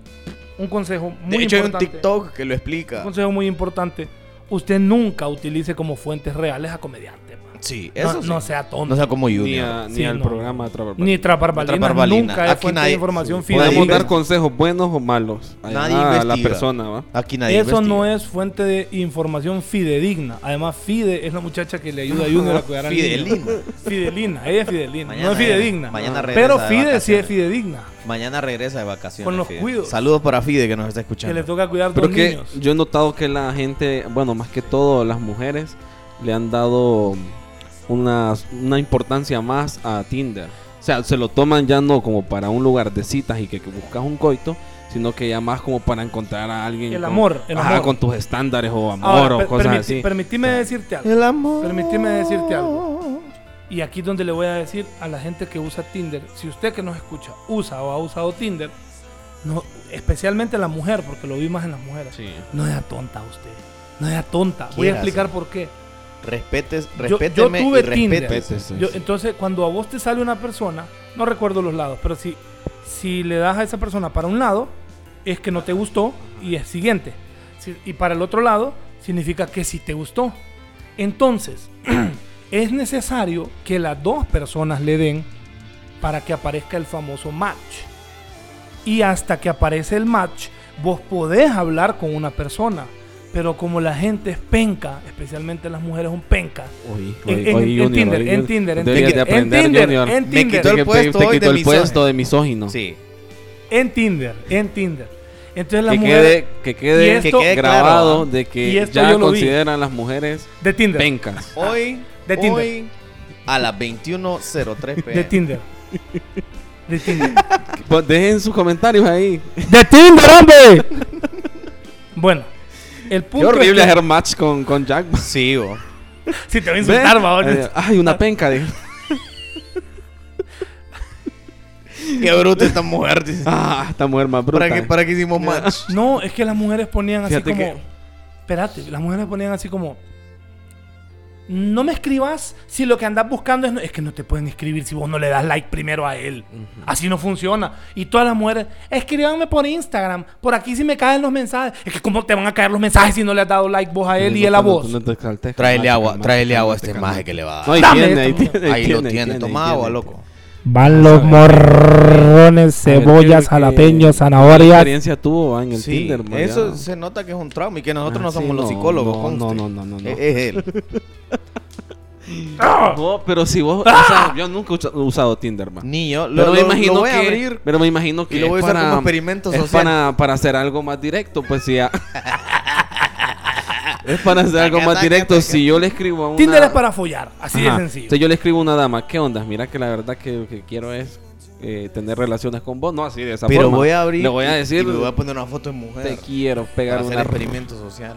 [SPEAKER 1] Un consejo muy
[SPEAKER 2] de hecho, hay un
[SPEAKER 1] importante.
[SPEAKER 2] TikTok que lo
[SPEAKER 1] Un
[SPEAKER 2] explica.
[SPEAKER 1] consejo muy importante. Usted nunca utilice como fuentes reales a comediantes. man.
[SPEAKER 2] Sí,
[SPEAKER 1] No,
[SPEAKER 2] eso sí.
[SPEAKER 1] no sea tonto.
[SPEAKER 2] No sea como
[SPEAKER 3] Ni,
[SPEAKER 2] Junior.
[SPEAKER 3] a,
[SPEAKER 1] Sí,
[SPEAKER 3] ni al
[SPEAKER 1] no.
[SPEAKER 3] programa de Trapper
[SPEAKER 1] Ni traparbalina,
[SPEAKER 2] Ni traparbalina.
[SPEAKER 1] nunca es
[SPEAKER 2] Aquí
[SPEAKER 1] fuente de
[SPEAKER 2] nadie-
[SPEAKER 1] información
[SPEAKER 2] sí.
[SPEAKER 1] fidedigna.
[SPEAKER 3] Podemos
[SPEAKER 2] Nadie
[SPEAKER 3] dar consejos buenos o malos. Ahí
[SPEAKER 2] Nadie
[SPEAKER 3] va a ah, la
[SPEAKER 2] investiga.
[SPEAKER 3] persona, ¿va?
[SPEAKER 2] Aquí nadie
[SPEAKER 1] Eso
[SPEAKER 2] investiga.
[SPEAKER 1] no es fuente de información fidedigna. Además, Fide es la muchacha que le ayuda a Junior a cuidar al niño.
[SPEAKER 2] Fidelina.
[SPEAKER 1] Fidelina, ella es fidelina. no
[SPEAKER 2] Mañana
[SPEAKER 1] es fidedigna.
[SPEAKER 2] es- mañana regresa
[SPEAKER 1] Pero
[SPEAKER 2] de
[SPEAKER 1] Fide sí es
[SPEAKER 2] vacaciones.
[SPEAKER 1] fidedigna.
[SPEAKER 2] Mañana regresa de vacaciones.
[SPEAKER 1] Con los
[SPEAKER 2] Fide.
[SPEAKER 1] cuidos.
[SPEAKER 2] Saludos para Fide que nos está
[SPEAKER 1] Que le
[SPEAKER 2] escuchando.
[SPEAKER 1] toca cuidar
[SPEAKER 3] Pero
[SPEAKER 1] dos
[SPEAKER 3] que
[SPEAKER 1] niños.
[SPEAKER 3] yo he notado que la gente, bueno, más que todo las mujeres, le han dado una, una importancia más a Tinder. O sea, se lo toman ya no como para un lugar de citas y que, que buscas un coito, sino que ya más como para encontrar a alguien.
[SPEAKER 1] El
[SPEAKER 3] con-
[SPEAKER 1] amor, el
[SPEAKER 3] Ajá,
[SPEAKER 1] amor.
[SPEAKER 3] con tus estándares o amor
[SPEAKER 1] Ahora,
[SPEAKER 3] o
[SPEAKER 1] per-
[SPEAKER 3] cosas
[SPEAKER 1] permiti-
[SPEAKER 3] así.
[SPEAKER 1] Permitime decirte algo.
[SPEAKER 2] El amor.
[SPEAKER 1] Permíteme decirte algo. Y aquí es donde le voy a decir a la gente que usa Tinder, si usted que nos escucha usa o ha usado Tinder, no, especialmente la mujer, porque lo vi más en las mujeres,
[SPEAKER 3] Sí.
[SPEAKER 1] no sea tonta usted, no sea tonta. Voy a
[SPEAKER 2] Quiérase.
[SPEAKER 1] explicar por qué.
[SPEAKER 2] Respetes,
[SPEAKER 1] Yo- yo
[SPEAKER 2] respéteme
[SPEAKER 1] tuve
[SPEAKER 2] y respete.
[SPEAKER 1] Tinder. Yo, entonces, cuando a vos te sale una persona, no recuerdo los lados, pero si, si le das a esa persona para un lado, es que no te gustó y es siguiente. Si- y para el otro lado, significa que sí te gustó. Entonces, <clears throat> es necesario que las dos personas le den para que aparezca el famoso match. Y hasta que aparece el match, vos podés hablar con una persona. Pero como la gente es penca, especialmente las mujeres son pencas,
[SPEAKER 3] Oye,
[SPEAKER 1] En-
[SPEAKER 3] oye,
[SPEAKER 1] en-
[SPEAKER 3] oye,
[SPEAKER 1] en Tinder,
[SPEAKER 3] Junior, oye,
[SPEAKER 1] en
[SPEAKER 3] Junior,
[SPEAKER 1] Tinder, en
[SPEAKER 3] deberías
[SPEAKER 1] Tinder,
[SPEAKER 3] de
[SPEAKER 1] en
[SPEAKER 3] aprender,
[SPEAKER 1] Tinder,
[SPEAKER 3] Junior.
[SPEAKER 1] en
[SPEAKER 3] Te-
[SPEAKER 2] Me
[SPEAKER 1] Tinder.
[SPEAKER 2] quitó el
[SPEAKER 3] te-
[SPEAKER 2] puesto
[SPEAKER 3] te
[SPEAKER 2] hoy
[SPEAKER 3] quitó
[SPEAKER 2] de
[SPEAKER 3] el puesto
[SPEAKER 2] misógino.
[SPEAKER 3] de misógino.
[SPEAKER 2] Sí.
[SPEAKER 1] En Tinder, en Tinder. Entonces las
[SPEAKER 3] que
[SPEAKER 1] mujeres
[SPEAKER 3] quede, que quede,
[SPEAKER 1] Y esto-
[SPEAKER 2] que quede
[SPEAKER 3] grabado
[SPEAKER 2] claro,
[SPEAKER 3] de
[SPEAKER 1] Y
[SPEAKER 3] que
[SPEAKER 1] esto yo
[SPEAKER 3] ya
[SPEAKER 1] lo vi.
[SPEAKER 3] consideran las mujeres
[SPEAKER 1] de Tinder,
[SPEAKER 3] pencas.
[SPEAKER 2] Hoy,
[SPEAKER 1] Ah, De Tinder.
[SPEAKER 2] hoy a las 21.03
[SPEAKER 1] de
[SPEAKER 2] pm.
[SPEAKER 1] Tinder. De
[SPEAKER 3] <laughs>
[SPEAKER 1] Tinder.
[SPEAKER 3] Pues dejen sus comentarios ahí.
[SPEAKER 1] ¡De Tinder, hombre! bueno, el
[SPEAKER 3] <laughs> Qué
[SPEAKER 1] punto es
[SPEAKER 3] horrible
[SPEAKER 1] que-
[SPEAKER 3] hacer match con, con Jack.
[SPEAKER 2] Sí, vos.
[SPEAKER 1] Si te voy a <laughs> insultar,
[SPEAKER 3] Ve,
[SPEAKER 1] babón.
[SPEAKER 3] eh, Ay, una
[SPEAKER 1] <laughs>
[SPEAKER 3] penca. dije.
[SPEAKER 2] Qué bruta esta mujer. dice.
[SPEAKER 3] Ah, esta mujer más bruta.
[SPEAKER 2] ¿Para qué, ¿Para qué hicimos match?
[SPEAKER 1] No, es que las mujeres ponían así
[SPEAKER 3] Fíjate
[SPEAKER 1] como.
[SPEAKER 3] que-
[SPEAKER 1] Espérate, las mujeres ponían así como. No me escribas si lo que andas buscando es. no-". Es que no te pueden escribir si vos no le das like primero a él. Así no funciona. Y todas las mujeres, escríbanme por Instagram. Por aquí si me caen los mensajes. Es que, ¿cómo te van a caer los mensajes si no le has dado like vos a él y él a
[SPEAKER 3] No, no,
[SPEAKER 1] vos?
[SPEAKER 3] no te exaltes,
[SPEAKER 2] Tráele
[SPEAKER 3] calmate,
[SPEAKER 2] agua,
[SPEAKER 3] calmate,
[SPEAKER 2] tráele agua a
[SPEAKER 3] calmate,
[SPEAKER 2] este
[SPEAKER 3] calmate.
[SPEAKER 2] maje que le va a
[SPEAKER 3] No,
[SPEAKER 2] dar.
[SPEAKER 3] ahí
[SPEAKER 1] Dame esto,
[SPEAKER 3] tiene, ahí
[SPEAKER 1] mamá.
[SPEAKER 3] tiene.
[SPEAKER 2] Ahí lo tiene,
[SPEAKER 3] ahí
[SPEAKER 2] toma agua,
[SPEAKER 3] tiene.
[SPEAKER 2] loco.
[SPEAKER 1] Van los morrones,
[SPEAKER 3] A ver, creo que ¿Qué experiencia tuvo va, en el
[SPEAKER 2] Sí,
[SPEAKER 3] Tinder? man,
[SPEAKER 2] eso
[SPEAKER 3] ya?
[SPEAKER 2] se nota que es un trauma y que nosotros
[SPEAKER 3] Ah,
[SPEAKER 2] no
[SPEAKER 3] sí,
[SPEAKER 2] somos los
[SPEAKER 3] no,
[SPEAKER 2] psicólogos.
[SPEAKER 3] no,
[SPEAKER 2] conste. Eh,
[SPEAKER 3] no, no, no, no.
[SPEAKER 2] Es, es él.
[SPEAKER 3] No, pero si vos... o
[SPEAKER 1] Ah.
[SPEAKER 3] sea, yo nunca he usa- usado Tinder, man.
[SPEAKER 2] Niño, lo,
[SPEAKER 3] Pero me
[SPEAKER 2] lo- lo
[SPEAKER 3] imagino
[SPEAKER 2] voy
[SPEAKER 3] que,
[SPEAKER 2] a abrir.
[SPEAKER 3] pero me imagino que
[SPEAKER 2] y lo voy a
[SPEAKER 3] es
[SPEAKER 2] usar
[SPEAKER 3] para-
[SPEAKER 2] como experimento
[SPEAKER 3] es
[SPEAKER 2] social.
[SPEAKER 3] para, para hacer algo más directo, pues sí. ya. <laughs> Es para hacer algo más
[SPEAKER 2] Taca, taca,
[SPEAKER 3] directo.
[SPEAKER 2] taca.
[SPEAKER 3] Si yo le escribo a una.
[SPEAKER 1] Tinder es para follar, así
[SPEAKER 3] Ajá.
[SPEAKER 1] de sencillo.
[SPEAKER 3] Entonces yo le escribo a una dama, ¿qué onda? Mira que la verdad que lo que quiero es eh, tener relaciones con vos. No así de esa
[SPEAKER 2] Pero
[SPEAKER 3] forma.
[SPEAKER 2] voy a abrir.
[SPEAKER 3] Le voy a
[SPEAKER 2] y-
[SPEAKER 3] decir.
[SPEAKER 2] Y me voy a poner una foto de mujer.
[SPEAKER 3] Te quiero
[SPEAKER 2] para
[SPEAKER 3] pegar
[SPEAKER 2] hacer
[SPEAKER 3] una
[SPEAKER 2] experimento social.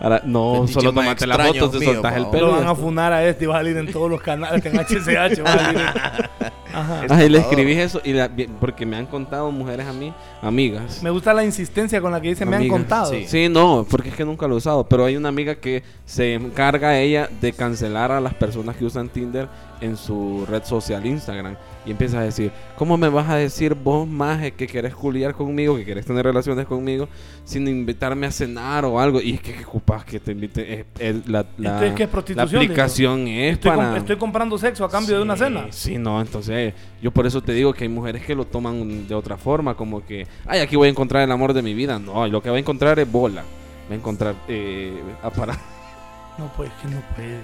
[SPEAKER 3] Ahora, no,
[SPEAKER 2] Fetiche
[SPEAKER 3] solo
[SPEAKER 2] más
[SPEAKER 3] tomate la
[SPEAKER 2] extraño
[SPEAKER 3] foto, te
[SPEAKER 2] mío,
[SPEAKER 3] soltás el
[SPEAKER 2] pa'
[SPEAKER 3] pelo.
[SPEAKER 1] Lo
[SPEAKER 3] y
[SPEAKER 1] van
[SPEAKER 3] ya
[SPEAKER 1] a
[SPEAKER 3] está.
[SPEAKER 1] funar a este, va a salir en todos los canales, en HCH, va a salir en- Ajá.
[SPEAKER 3] Ah, y le
[SPEAKER 2] Estafador.
[SPEAKER 3] escribís eso y la- bien, porque me han contado mujeres a mí, amigas.
[SPEAKER 1] Me gusta la insistencia con la que dice, me han
[SPEAKER 3] Amigas,
[SPEAKER 1] contado.
[SPEAKER 3] Sí. Sí, no, porque es que nunca lo he usado. Pero hay una amiga que se encarga ella de cancelar a las personas que usan Tinder en su red social Instagram. Y empieza a decir, ¿cómo me vas a decir vos, maje, que querés culiar conmigo, que querés tener relaciones conmigo, sin invitarme a cenar o algo? Y es que, que capaz que te invite. es- es la, la-
[SPEAKER 1] Entonces, ¿qué es
[SPEAKER 3] la
[SPEAKER 1] prostitución,
[SPEAKER 3] aplicación es
[SPEAKER 1] Estoy,
[SPEAKER 3] para...
[SPEAKER 1] comp- estoy comprando sexo a cambio de una
[SPEAKER 3] Sí,
[SPEAKER 1] cena.
[SPEAKER 3] Sí, no, entonces yo por eso te digo que hay mujeres que lo toman de otra forma, como que, ay, aquí voy a encontrar el amor de mi vida. No, lo que va a encontrar es bola. Va a encontrar eh, apara- <laughs>
[SPEAKER 1] No pues, que no puede.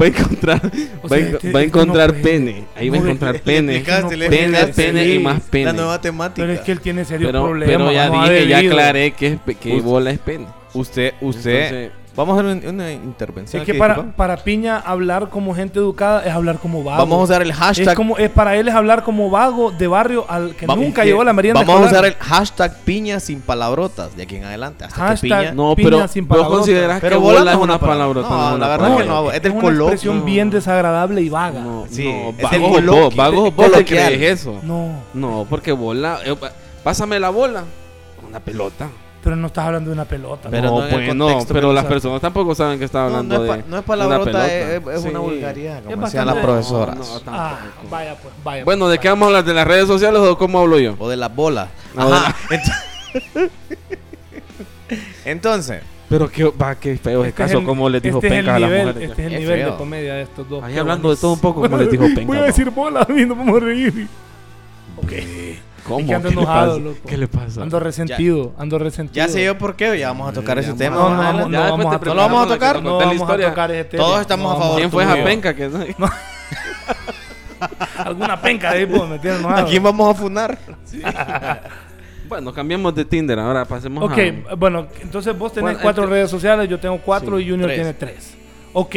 [SPEAKER 3] Va a encontrar,
[SPEAKER 1] O
[SPEAKER 3] va,
[SPEAKER 1] sea,
[SPEAKER 3] a enco-
[SPEAKER 1] este-
[SPEAKER 3] va a
[SPEAKER 1] esto no
[SPEAKER 3] encontrar
[SPEAKER 1] puede.
[SPEAKER 3] pene. Ahí va a
[SPEAKER 1] No,
[SPEAKER 3] encontrar
[SPEAKER 1] le-
[SPEAKER 3] pene.
[SPEAKER 2] explicaste, le
[SPEAKER 3] Pene,
[SPEAKER 2] explicaste.
[SPEAKER 3] pene y más
[SPEAKER 2] La
[SPEAKER 3] pene.
[SPEAKER 2] nueva temática.
[SPEAKER 1] Pero es que él tiene serios
[SPEAKER 3] Pero,
[SPEAKER 1] problemas.
[SPEAKER 3] pero ya
[SPEAKER 1] no ha
[SPEAKER 3] dije, ya
[SPEAKER 1] bebido.
[SPEAKER 3] aclaré que, es pe- que
[SPEAKER 2] Justo.
[SPEAKER 3] bola es pene.
[SPEAKER 2] Usted, usted.
[SPEAKER 3] Entonces,
[SPEAKER 2] Vamos a hacer un- una
[SPEAKER 1] Es
[SPEAKER 2] intervención.
[SPEAKER 1] que
[SPEAKER 2] aquí,
[SPEAKER 1] para,
[SPEAKER 2] disculpa.
[SPEAKER 1] para Piña hablar como gente educada es hablar como vago.
[SPEAKER 2] Vamos a usar el hashtag.
[SPEAKER 1] Ah, Es como es para él es hablar como vago de barrio al que
[SPEAKER 2] Va-
[SPEAKER 1] nunca
[SPEAKER 2] es que
[SPEAKER 1] llegó a la merienda.
[SPEAKER 2] Vamos a usar
[SPEAKER 1] escolar.
[SPEAKER 2] el hashtag piña sin palabrotas de aquí en adelante. Hasta
[SPEAKER 1] Hashtag-
[SPEAKER 2] que piña.
[SPEAKER 3] no,
[SPEAKER 1] Piña
[SPEAKER 3] pero
[SPEAKER 1] sin
[SPEAKER 3] vos
[SPEAKER 1] palabrota.
[SPEAKER 3] considerás que
[SPEAKER 2] Pero bola
[SPEAKER 3] Ah, bola es
[SPEAKER 2] no es
[SPEAKER 3] una
[SPEAKER 2] una palabra.
[SPEAKER 3] palabra.
[SPEAKER 2] No, la verdad que no, es del
[SPEAKER 1] una
[SPEAKER 2] color.
[SPEAKER 1] expresión
[SPEAKER 2] No.
[SPEAKER 1] bien desagradable y vaga. No.
[SPEAKER 3] No,
[SPEAKER 2] Sí,
[SPEAKER 3] no,
[SPEAKER 2] es del
[SPEAKER 3] vago, vos,
[SPEAKER 2] coloquio,
[SPEAKER 3] vago,
[SPEAKER 2] del
[SPEAKER 3] vos le
[SPEAKER 2] coloquial.
[SPEAKER 3] crees eso. No, porque bola. eh, pa- pásame la bola. Una pelota.
[SPEAKER 1] pero no estás hablando de una pelota.
[SPEAKER 2] Pero
[SPEAKER 3] no,
[SPEAKER 2] no en el
[SPEAKER 3] pues no,
[SPEAKER 2] contexto,
[SPEAKER 3] pero
[SPEAKER 2] pero
[SPEAKER 3] las
[SPEAKER 2] sa-
[SPEAKER 3] personas tampoco saben que está
[SPEAKER 2] No,
[SPEAKER 3] hablando
[SPEAKER 2] no es, pa-
[SPEAKER 3] de.
[SPEAKER 2] no es
[SPEAKER 3] una
[SPEAKER 2] palabrota,
[SPEAKER 3] pelota.
[SPEAKER 2] es, eh, es una
[SPEAKER 3] Sí.
[SPEAKER 2] vulgaridad, como
[SPEAKER 1] Es
[SPEAKER 2] decían
[SPEAKER 1] bastante-
[SPEAKER 2] las profesoras.
[SPEAKER 3] No, no, tampoco.
[SPEAKER 1] Ah, vaya pues, vaya.
[SPEAKER 3] Bueno, ¿de
[SPEAKER 1] pues,
[SPEAKER 3] qué vamos a hablar? ¿De las redes sociales o cómo hablo yo?
[SPEAKER 2] O de las bolas.
[SPEAKER 3] No, de
[SPEAKER 2] Ajá. <laughs> Entonces, Entonces,
[SPEAKER 3] Pero qué, va, qué feo
[SPEAKER 1] vaya.
[SPEAKER 3] es caso,
[SPEAKER 1] el-
[SPEAKER 3] como les dijo
[SPEAKER 1] este es el
[SPEAKER 3] Penca a las
[SPEAKER 1] nivel-
[SPEAKER 3] mujeres.
[SPEAKER 1] Este es el
[SPEAKER 2] Es
[SPEAKER 1] nivel de
[SPEAKER 2] feo.
[SPEAKER 1] comedia de estos dos.
[SPEAKER 3] Ahí
[SPEAKER 1] Qué
[SPEAKER 3] hablando de
[SPEAKER 1] bonito.
[SPEAKER 3] todo un poco, como
[SPEAKER 1] <laughs>
[SPEAKER 3] les dijo Penca.
[SPEAKER 1] Voy a
[SPEAKER 3] ¿no?
[SPEAKER 1] decir bola, a mí no podemos reír. Ok.
[SPEAKER 3] ¿Cómo?
[SPEAKER 1] Es que ando
[SPEAKER 3] ¿Qué le
[SPEAKER 1] enojado,
[SPEAKER 3] pasa?
[SPEAKER 1] loco.
[SPEAKER 3] ¿Qué le pasa?
[SPEAKER 1] Ando resentido, ando resentido.
[SPEAKER 2] ya sé yo por qué, ya vamos a tocar ese
[SPEAKER 3] Ya,
[SPEAKER 2] tema.
[SPEAKER 1] No,
[SPEAKER 2] más
[SPEAKER 1] no,
[SPEAKER 2] adelante.
[SPEAKER 1] no,
[SPEAKER 3] Ya,
[SPEAKER 1] vamos
[SPEAKER 3] después
[SPEAKER 1] a
[SPEAKER 3] te
[SPEAKER 1] tocar.
[SPEAKER 2] No lo vamos a
[SPEAKER 3] preguntamos
[SPEAKER 2] tocar.
[SPEAKER 3] que
[SPEAKER 1] No
[SPEAKER 3] nos conté
[SPEAKER 1] vamos a
[SPEAKER 3] la historia.
[SPEAKER 1] tocar ese tema.
[SPEAKER 2] Todos estamos
[SPEAKER 1] No
[SPEAKER 2] a
[SPEAKER 1] vamos
[SPEAKER 2] favor
[SPEAKER 3] ¿Quién fue
[SPEAKER 2] tuyo.
[SPEAKER 3] a Penca? Que no?
[SPEAKER 1] Alguna penca de ahí, pues, me tienen enojado.
[SPEAKER 2] ¿A quién vamos a funar?
[SPEAKER 3] Bueno, cambiamos de Tinder. Ahora pasemos
[SPEAKER 1] Ok,
[SPEAKER 3] a.
[SPEAKER 1] bueno, entonces vos tenés
[SPEAKER 3] Bueno,
[SPEAKER 1] cuatro
[SPEAKER 3] este-
[SPEAKER 1] redes sociales, yo tengo cuatro
[SPEAKER 3] Sí,
[SPEAKER 1] y Junior
[SPEAKER 2] tres.
[SPEAKER 1] tiene tres. Ok.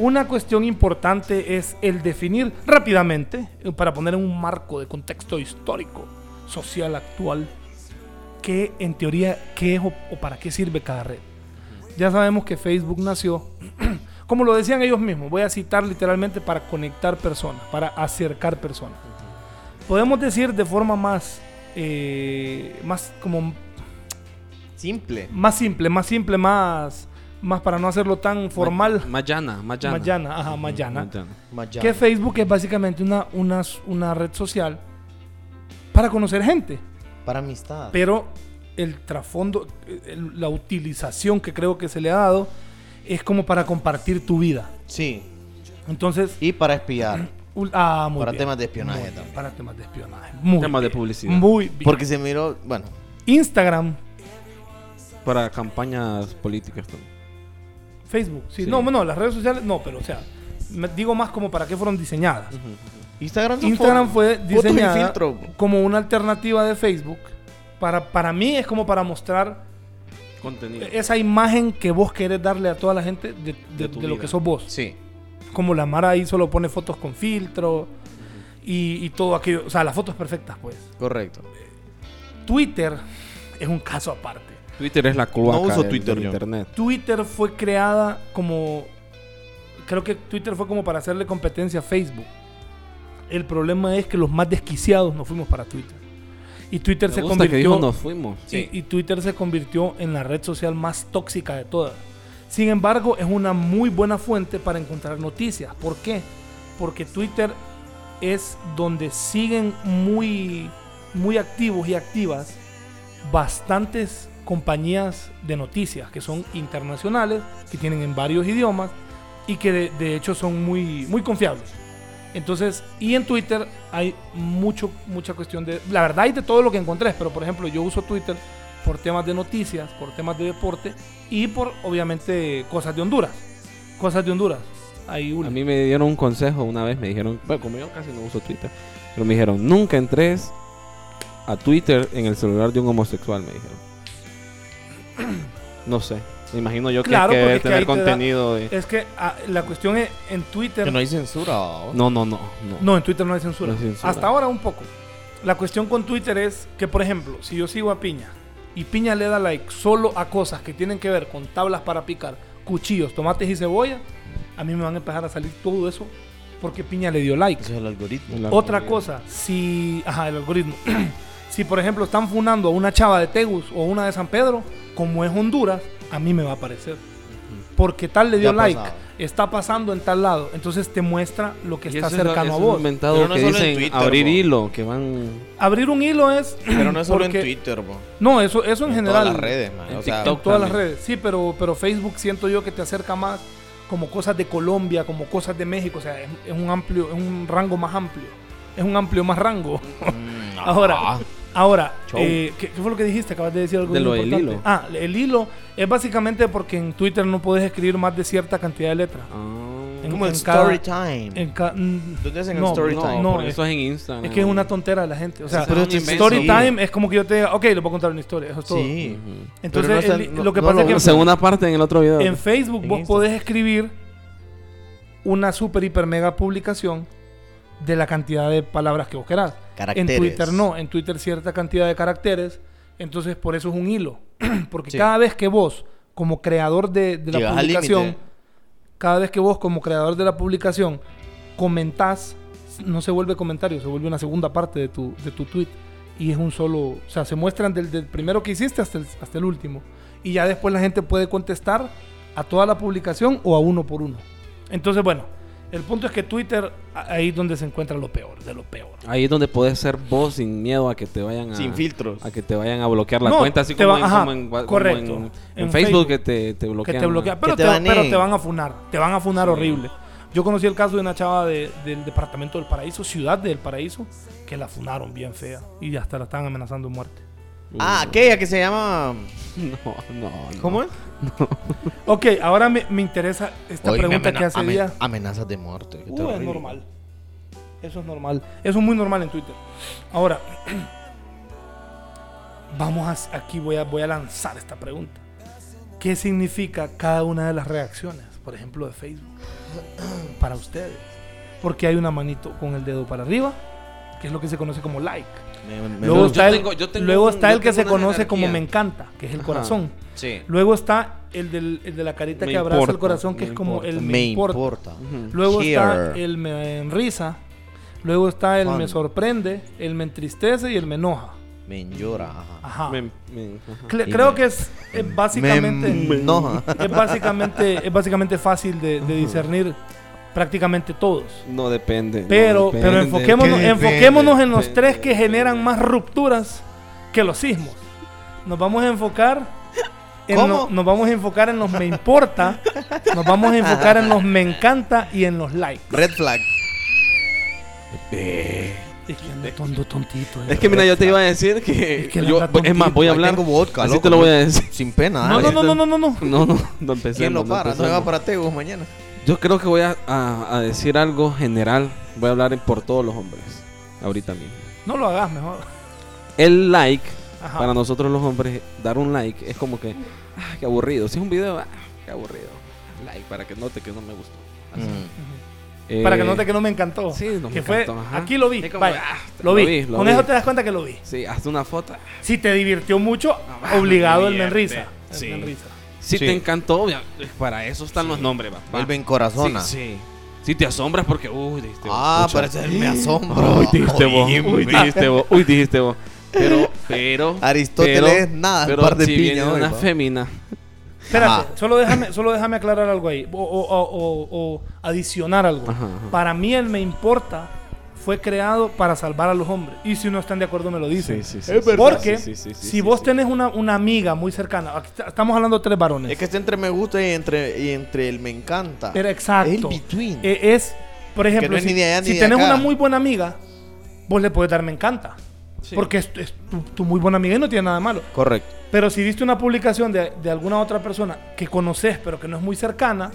[SPEAKER 1] Una cuestión importante es el definir rápidamente, eh, para poner en un marco de contexto histórico, social, actual, qué en teoría, qué es o, o para qué sirve cada red. Ya sabemos que Facebook nació, <clears throat> como lo decían ellos mismos, voy a citar literalmente para conectar personas, para acercar personas podemos decir de forma más eh, más como
[SPEAKER 2] Simple.
[SPEAKER 1] más simple más simple más más para no hacerlo tan formal
[SPEAKER 3] Ma- Mayana, Mayana.
[SPEAKER 1] Mayana, ajá, Mayana.
[SPEAKER 3] Mayana.
[SPEAKER 2] Mayana.
[SPEAKER 1] que Facebook es básicamente una, una, una red social para conocer gente
[SPEAKER 2] Para amistad.
[SPEAKER 1] pero el trasfondo eh, el- la utilización que creo que se le ha dado es como para compartir tu vida
[SPEAKER 2] Sí.
[SPEAKER 1] entonces
[SPEAKER 2] Y para espiar.
[SPEAKER 1] ul- ah, muy
[SPEAKER 2] Para
[SPEAKER 1] bien.
[SPEAKER 2] temas de espionaje
[SPEAKER 1] Muy bien,
[SPEAKER 2] también.
[SPEAKER 1] para temas de espionaje muy
[SPEAKER 3] Temas de
[SPEAKER 1] bien.
[SPEAKER 3] publicidad.
[SPEAKER 1] muy bien.
[SPEAKER 2] Porque se miró, bueno,
[SPEAKER 1] Instagram
[SPEAKER 3] Para campañas políticas también.
[SPEAKER 1] Facebook, sí.
[SPEAKER 3] Sí.
[SPEAKER 1] No, no, las redes sociales no, pero o sea, me- digo más como para qué fueron diseñadas.
[SPEAKER 2] Instagram son
[SPEAKER 1] Instagram
[SPEAKER 2] fo-
[SPEAKER 1] fue
[SPEAKER 2] fotos y
[SPEAKER 1] diseñada
[SPEAKER 2] filtro.
[SPEAKER 1] como una alternativa de Facebook. Para, para mí es como para mostrar
[SPEAKER 3] Contenido.
[SPEAKER 1] esa imagen que vos querés darle a toda la gente de, de-
[SPEAKER 3] tu
[SPEAKER 1] de lo
[SPEAKER 3] vida.
[SPEAKER 1] que sos vos.
[SPEAKER 2] Sí.
[SPEAKER 1] Como la Mara ahí solo pone fotos con filtro y, y todo aquello. O sea, las fotos perfectas, pues.
[SPEAKER 2] Correcto.
[SPEAKER 1] Twitter es un caso aparte.
[SPEAKER 3] Twitter es la cloaca
[SPEAKER 2] No uso
[SPEAKER 3] del-
[SPEAKER 2] Twitter
[SPEAKER 3] del
[SPEAKER 2] yo.
[SPEAKER 3] internet.
[SPEAKER 1] Twitter fue creada como. Creo que Twitter fue como para hacerle competencia a Facebook. El problema es que los más desquiciados nos fuimos para Twitter. Y Twitter
[SPEAKER 3] Me
[SPEAKER 1] se
[SPEAKER 3] gusta que
[SPEAKER 1] convirtió.
[SPEAKER 3] dijo nos fuimos.
[SPEAKER 1] y- y, Twitter se convirtió en la red social más tóxica de todas. Sin embargo, es una muy buena fuente para encontrar noticias. ¿Por qué? Porque Twitter es donde siguen muy, muy activos y activas bastantes compañías de noticias que son internacionales, que tienen en varios idiomas y que de, de hecho son muy, muy confiables. Entonces, y en Twitter hay mucho, mucha cuestión de... La verdad hay de todo lo que encontré, pero por ejemplo yo uso Twitter por temas de noticias, por temas de deporte y por obviamente cosas de Honduras. Cosas de Honduras. Hay una.
[SPEAKER 3] A mí me dieron un consejo una vez, me dijeron, bueno, como yo casi no uso Twitter, pero me dijeron, nunca entres a Twitter en el celular de un homosexual, me dijeron. No sé. Me imagino yo que
[SPEAKER 1] Claro,
[SPEAKER 3] hay que
[SPEAKER 1] porque es que
[SPEAKER 3] tener
[SPEAKER 1] ahí te da-
[SPEAKER 3] contenido de.
[SPEAKER 1] Es que ah, la cuestión es en Twitter.
[SPEAKER 2] Que no
[SPEAKER 1] No,
[SPEAKER 2] hay censura. ¿o?
[SPEAKER 3] No, no, no. No.
[SPEAKER 1] en Twitter no hay censura.
[SPEAKER 3] No hay censura.
[SPEAKER 1] Hasta ahora un poco. La cuestión con Twitter es que, por ejemplo, si yo sigo a Piña y Piña le da like solo a cosas que tienen que ver con tablas para picar, cuchillos, tomates y cebolla, a mí me van a empezar a salir todo eso porque Piña le dio like.
[SPEAKER 2] Ese es el algoritmo.
[SPEAKER 3] El
[SPEAKER 1] Otra
[SPEAKER 3] algoritmo.
[SPEAKER 1] cosa, si. Ajá, el algoritmo. <clears throat> si, por ejemplo, están funando a una chava de Tegus o una de San Pedro, como es Honduras, a mí me va a aparecer. Porque tal le dio
[SPEAKER 2] Ya ha
[SPEAKER 1] like,
[SPEAKER 2] pasado.
[SPEAKER 1] está pasando en tal lado. Entonces te muestra lo que
[SPEAKER 3] Y
[SPEAKER 1] está
[SPEAKER 3] eso es lo-
[SPEAKER 1] cercano a
[SPEAKER 3] eso Es
[SPEAKER 1] vos.
[SPEAKER 3] inventado
[SPEAKER 2] Pero no
[SPEAKER 3] que
[SPEAKER 2] solo en
[SPEAKER 3] dicen
[SPEAKER 2] Twitter,
[SPEAKER 3] abrir
[SPEAKER 2] bo.
[SPEAKER 3] hilo, que van.
[SPEAKER 1] Abrir un hilo es.
[SPEAKER 2] Pero no es solo
[SPEAKER 1] porque-
[SPEAKER 2] en Twitter, bo.
[SPEAKER 1] No, eso, eso en,
[SPEAKER 2] En
[SPEAKER 1] general.
[SPEAKER 2] todas las redes, man.
[SPEAKER 3] en
[SPEAKER 2] o sea,
[SPEAKER 1] En
[SPEAKER 3] TikTok.
[SPEAKER 1] todas las
[SPEAKER 3] También.
[SPEAKER 1] redes. Sí, pero, pero Facebook siento yo que te acerca más como cosas de Colombia, como cosas de México. O sea, es, es un amplio, es un rango más amplio. Es un amplio más rango.
[SPEAKER 2] mm,
[SPEAKER 1] <laughs>
[SPEAKER 2] no.
[SPEAKER 1] Ahora, ahora
[SPEAKER 3] Show.
[SPEAKER 1] eh, ¿qué, qué fue lo que dijiste? Acabas de decir algo
[SPEAKER 3] De
[SPEAKER 1] muy
[SPEAKER 3] lo del
[SPEAKER 1] importante.
[SPEAKER 3] hilo.
[SPEAKER 1] Ah, el hilo es básicamente porque en Twitter no puedes escribir más de cierta cantidad de letras.
[SPEAKER 3] Ah,
[SPEAKER 1] En-
[SPEAKER 2] como el
[SPEAKER 1] en cada-
[SPEAKER 2] story time.
[SPEAKER 1] En ca- mm,
[SPEAKER 2] ¿Dónde hacen el
[SPEAKER 1] no,
[SPEAKER 2] story
[SPEAKER 1] no,
[SPEAKER 2] time?
[SPEAKER 1] No,
[SPEAKER 3] porque
[SPEAKER 1] es,
[SPEAKER 3] eso es en Instagram.
[SPEAKER 1] es que es una tontera de la gente. O sea,
[SPEAKER 3] Pero
[SPEAKER 1] el
[SPEAKER 3] es un
[SPEAKER 1] story
[SPEAKER 3] invento.
[SPEAKER 1] time es como que yo te diga, ok, les voy a contar una historia. Eso es todo.
[SPEAKER 2] Sí.
[SPEAKER 3] Ujú.
[SPEAKER 1] Entonces,
[SPEAKER 2] Pero no
[SPEAKER 1] el-
[SPEAKER 2] está- no-
[SPEAKER 1] lo que
[SPEAKER 2] no
[SPEAKER 1] pasa
[SPEAKER 2] lo
[SPEAKER 1] es que en-
[SPEAKER 2] usan.
[SPEAKER 3] Segunda parte en el otro video.
[SPEAKER 1] en Facebook
[SPEAKER 2] En
[SPEAKER 1] vos
[SPEAKER 2] Instagram.
[SPEAKER 1] podés escribir una super, hiper, mega publicación de la cantidad de palabras que vos querás.
[SPEAKER 2] Caracteres.
[SPEAKER 1] En Twitter no, en Twitter cierta cantidad de caracteres, entonces por eso es un hilo. <clears throat> Porque
[SPEAKER 2] Sí.
[SPEAKER 1] cada vez que vos, como creador de, de la
[SPEAKER 2] Llegas al
[SPEAKER 1] publicación,
[SPEAKER 2] límite.
[SPEAKER 1] cada vez que vos, como creador de la publicación, comentás, no se vuelve comentario, se vuelve una segunda parte de tu, de tu tweet. Y es un solo, o sea, se muestran del, del primero que hiciste hasta el, hasta el último. Y ya después la gente puede contestar a toda la publicación o a uno por uno. Entonces, bueno, el punto es que Twitter, a- ahí es donde se encuentra lo peor, de lo peor.
[SPEAKER 3] Ahí es donde puedes ser vos sin miedo a que te vayan a.
[SPEAKER 2] Sin filtros.
[SPEAKER 3] A que te vayan a bloquear la
[SPEAKER 1] No,
[SPEAKER 3] cuenta, así
[SPEAKER 1] te
[SPEAKER 3] como,
[SPEAKER 1] va-
[SPEAKER 3] en,
[SPEAKER 1] ajá,
[SPEAKER 3] como en- como
[SPEAKER 1] correcto.
[SPEAKER 3] en- en
[SPEAKER 1] En
[SPEAKER 3] Facebook
[SPEAKER 1] Facebook.
[SPEAKER 3] que te, te bloquean.
[SPEAKER 1] que te bloquean.
[SPEAKER 3] ¿no?
[SPEAKER 1] Pero
[SPEAKER 2] Que
[SPEAKER 1] te,
[SPEAKER 2] te baneen.
[SPEAKER 1] pero te van a funar. Te van a funar horrible. Yo conocí el caso de una chava de- del departamento del Paraíso, ciudad del Paraíso, que la funaron bien fea. Y hasta la estaban amenazando de muerte.
[SPEAKER 2] Ah, aquella que se llama.
[SPEAKER 3] Mm, <laughs> No, no. no.
[SPEAKER 2] ¿Cómo es?
[SPEAKER 1] Ok, ahora me, me interesa esta
[SPEAKER 2] Oye, me
[SPEAKER 1] pregunta
[SPEAKER 2] amena-
[SPEAKER 1] que hace
[SPEAKER 2] amen-
[SPEAKER 1] día.
[SPEAKER 2] Amenazas de muerte. qué
[SPEAKER 1] Uh, es
[SPEAKER 2] terrible.
[SPEAKER 1] normal. Eso es normal. Eso es muy normal en Twitter. Ahora, <clears throat> vamos a, aquí voy a, voy a lanzar esta pregunta. ¿Qué significa cada una de las reacciones, por ejemplo, de Facebook, <clears throat> para ustedes? Porque hay una manito con el dedo para arriba, que es lo que se conoce como like.
[SPEAKER 2] Me- me-
[SPEAKER 1] Luego
[SPEAKER 3] yo
[SPEAKER 1] está el,
[SPEAKER 3] tengo- yo tengo
[SPEAKER 1] luego
[SPEAKER 3] un-
[SPEAKER 1] está
[SPEAKER 3] yo
[SPEAKER 1] el que
[SPEAKER 3] tengo
[SPEAKER 1] se
[SPEAKER 3] una
[SPEAKER 1] conoce como
[SPEAKER 3] jerarquía.
[SPEAKER 1] me encanta, que es el
[SPEAKER 3] Ajá.
[SPEAKER 1] corazón.
[SPEAKER 2] sí.
[SPEAKER 1] Luego está el, del- el de la carita
[SPEAKER 3] Me
[SPEAKER 1] que abraza el
[SPEAKER 3] importa,
[SPEAKER 1] corazón, que
[SPEAKER 3] me
[SPEAKER 1] es como el
[SPEAKER 3] importa.
[SPEAKER 1] me,
[SPEAKER 2] Me
[SPEAKER 1] importa.
[SPEAKER 2] importa.
[SPEAKER 3] Ujú.
[SPEAKER 1] Luego está
[SPEAKER 2] Here.
[SPEAKER 1] el me enrisa. Luego está el me
[SPEAKER 2] Fun.
[SPEAKER 1] sorprende, el me entristece y el me enoja.
[SPEAKER 2] Me llora. ajá.
[SPEAKER 1] Ajá.
[SPEAKER 3] Me- me- ajá.
[SPEAKER 1] Cle-
[SPEAKER 2] Y
[SPEAKER 1] creo
[SPEAKER 2] me-
[SPEAKER 1] que es, es básicamente.
[SPEAKER 2] Me enoja.
[SPEAKER 1] Es básicamente, es básicamente fácil de, de discernir prácticamente todos.
[SPEAKER 3] No depende. no
[SPEAKER 1] Pero,
[SPEAKER 3] depende.
[SPEAKER 1] pero enfoquémonos,
[SPEAKER 2] depende,
[SPEAKER 1] enfoquémonos en los
[SPEAKER 3] depende,
[SPEAKER 1] tres que generan más rupturas que los sismos. Nos vamos a enfocar. En
[SPEAKER 2] ¿Cómo?
[SPEAKER 1] lo- nos vamos a enfocar en los me importa, nos vamos a enfocar en los me encanta y en los likes.
[SPEAKER 2] Red flag.
[SPEAKER 1] Es que ando tondo tontito. eh.
[SPEAKER 3] Es que mira, yo te iba a decir que.
[SPEAKER 1] Es que la
[SPEAKER 3] yo-
[SPEAKER 1] gato
[SPEAKER 3] es más, voy a
[SPEAKER 2] Ahí
[SPEAKER 3] hablar.
[SPEAKER 2] tengo vodka,
[SPEAKER 3] así
[SPEAKER 2] loco,
[SPEAKER 3] te lo
[SPEAKER 2] no-
[SPEAKER 3] voy a decir. <laughs>
[SPEAKER 2] Sin pena.
[SPEAKER 1] No,
[SPEAKER 2] dale.
[SPEAKER 1] no, no, no, no, no, no.
[SPEAKER 3] No, no, no empecemos.
[SPEAKER 2] ¿Quién lo
[SPEAKER 3] no
[SPEAKER 2] para? No se va
[SPEAKER 3] empecemos.
[SPEAKER 2] para Tegos mañana.
[SPEAKER 3] Yo creo que voy a, a- a decir algo general. Voy a hablar en- por todos los hombres. Ahorita mismo.
[SPEAKER 1] No lo hagas mejor.
[SPEAKER 3] El like,
[SPEAKER 1] Ajá.
[SPEAKER 3] para nosotros los hombres, dar un like es como que. Ah, qué aburrido. Si es un video, ah, qué aburrido. Like, para que note que no me gustó. Así.
[SPEAKER 2] Mm.
[SPEAKER 1] Ujú.
[SPEAKER 3] Eh,
[SPEAKER 1] Para que no te que no me encantó.
[SPEAKER 3] Sí, no me
[SPEAKER 1] que
[SPEAKER 3] encantó,
[SPEAKER 1] fue,
[SPEAKER 3] ajá.
[SPEAKER 1] aquí lo vi.
[SPEAKER 3] Es como,
[SPEAKER 1] vaya,
[SPEAKER 3] ah,
[SPEAKER 1] lo
[SPEAKER 3] lo
[SPEAKER 1] vi.
[SPEAKER 3] vi, lo
[SPEAKER 1] Con
[SPEAKER 3] vi.
[SPEAKER 1] eso te das cuenta que lo vi.
[SPEAKER 3] Sí, hazte una foto. Ah,
[SPEAKER 1] Si te divirtió mucho, obligado el Menrisa. El
[SPEAKER 3] Sí.
[SPEAKER 1] Menrisa.
[SPEAKER 3] Si
[SPEAKER 2] Sí.
[SPEAKER 3] te encantó, obvia- para eso están los nombres, va.
[SPEAKER 2] Vuelve en
[SPEAKER 3] Sí,
[SPEAKER 2] corazona.
[SPEAKER 3] sí. Si te asombras porque, uy, dijiste.
[SPEAKER 2] Ah, <laughs>
[SPEAKER 3] pucha.
[SPEAKER 2] pero ese me asombro.
[SPEAKER 3] Uy, dijiste vos.
[SPEAKER 2] Oye,
[SPEAKER 3] Uy,
[SPEAKER 2] me-
[SPEAKER 3] dijiste vos. Uy, dijiste vos. Pero, pero.
[SPEAKER 2] Aristóteles, nada,
[SPEAKER 3] Pero
[SPEAKER 2] par de
[SPEAKER 3] si
[SPEAKER 2] piña
[SPEAKER 3] viene
[SPEAKER 2] hoy,
[SPEAKER 3] una
[SPEAKER 2] va.
[SPEAKER 3] femina.
[SPEAKER 1] Espérate,
[SPEAKER 2] Ajá.
[SPEAKER 1] solo déjame, solo déjame aclarar algo ahí. O, o- o- o- o adicionar algo.
[SPEAKER 3] Ajá, ajá.
[SPEAKER 1] Para mí el me importa fue creado para salvar a los hombres. Y si no están de acuerdo me lo dicen. Porque
[SPEAKER 3] Sí, sí, sí, sí,
[SPEAKER 1] si
[SPEAKER 3] sí,
[SPEAKER 1] vos
[SPEAKER 3] sí.
[SPEAKER 1] tenés una, una amiga muy cercana, aquí está- estamos hablando de tres varones.
[SPEAKER 2] Es que está entre me gusta y entre, y entre el me encanta.
[SPEAKER 1] Pero exacto.
[SPEAKER 2] Es el between.
[SPEAKER 1] E- es, por ejemplo,
[SPEAKER 2] no es
[SPEAKER 1] si,
[SPEAKER 2] ni de allá
[SPEAKER 1] si
[SPEAKER 2] ni de
[SPEAKER 1] tenés
[SPEAKER 2] acá.
[SPEAKER 1] una muy buena amiga, vos le puedes dar me encanta. Porque es, es tu, tu muy buena amiga y no tiene nada de malo.
[SPEAKER 2] Correcto.
[SPEAKER 1] Pero si viste una publicación de, de alguna otra persona que conoces pero que no es muy cercana,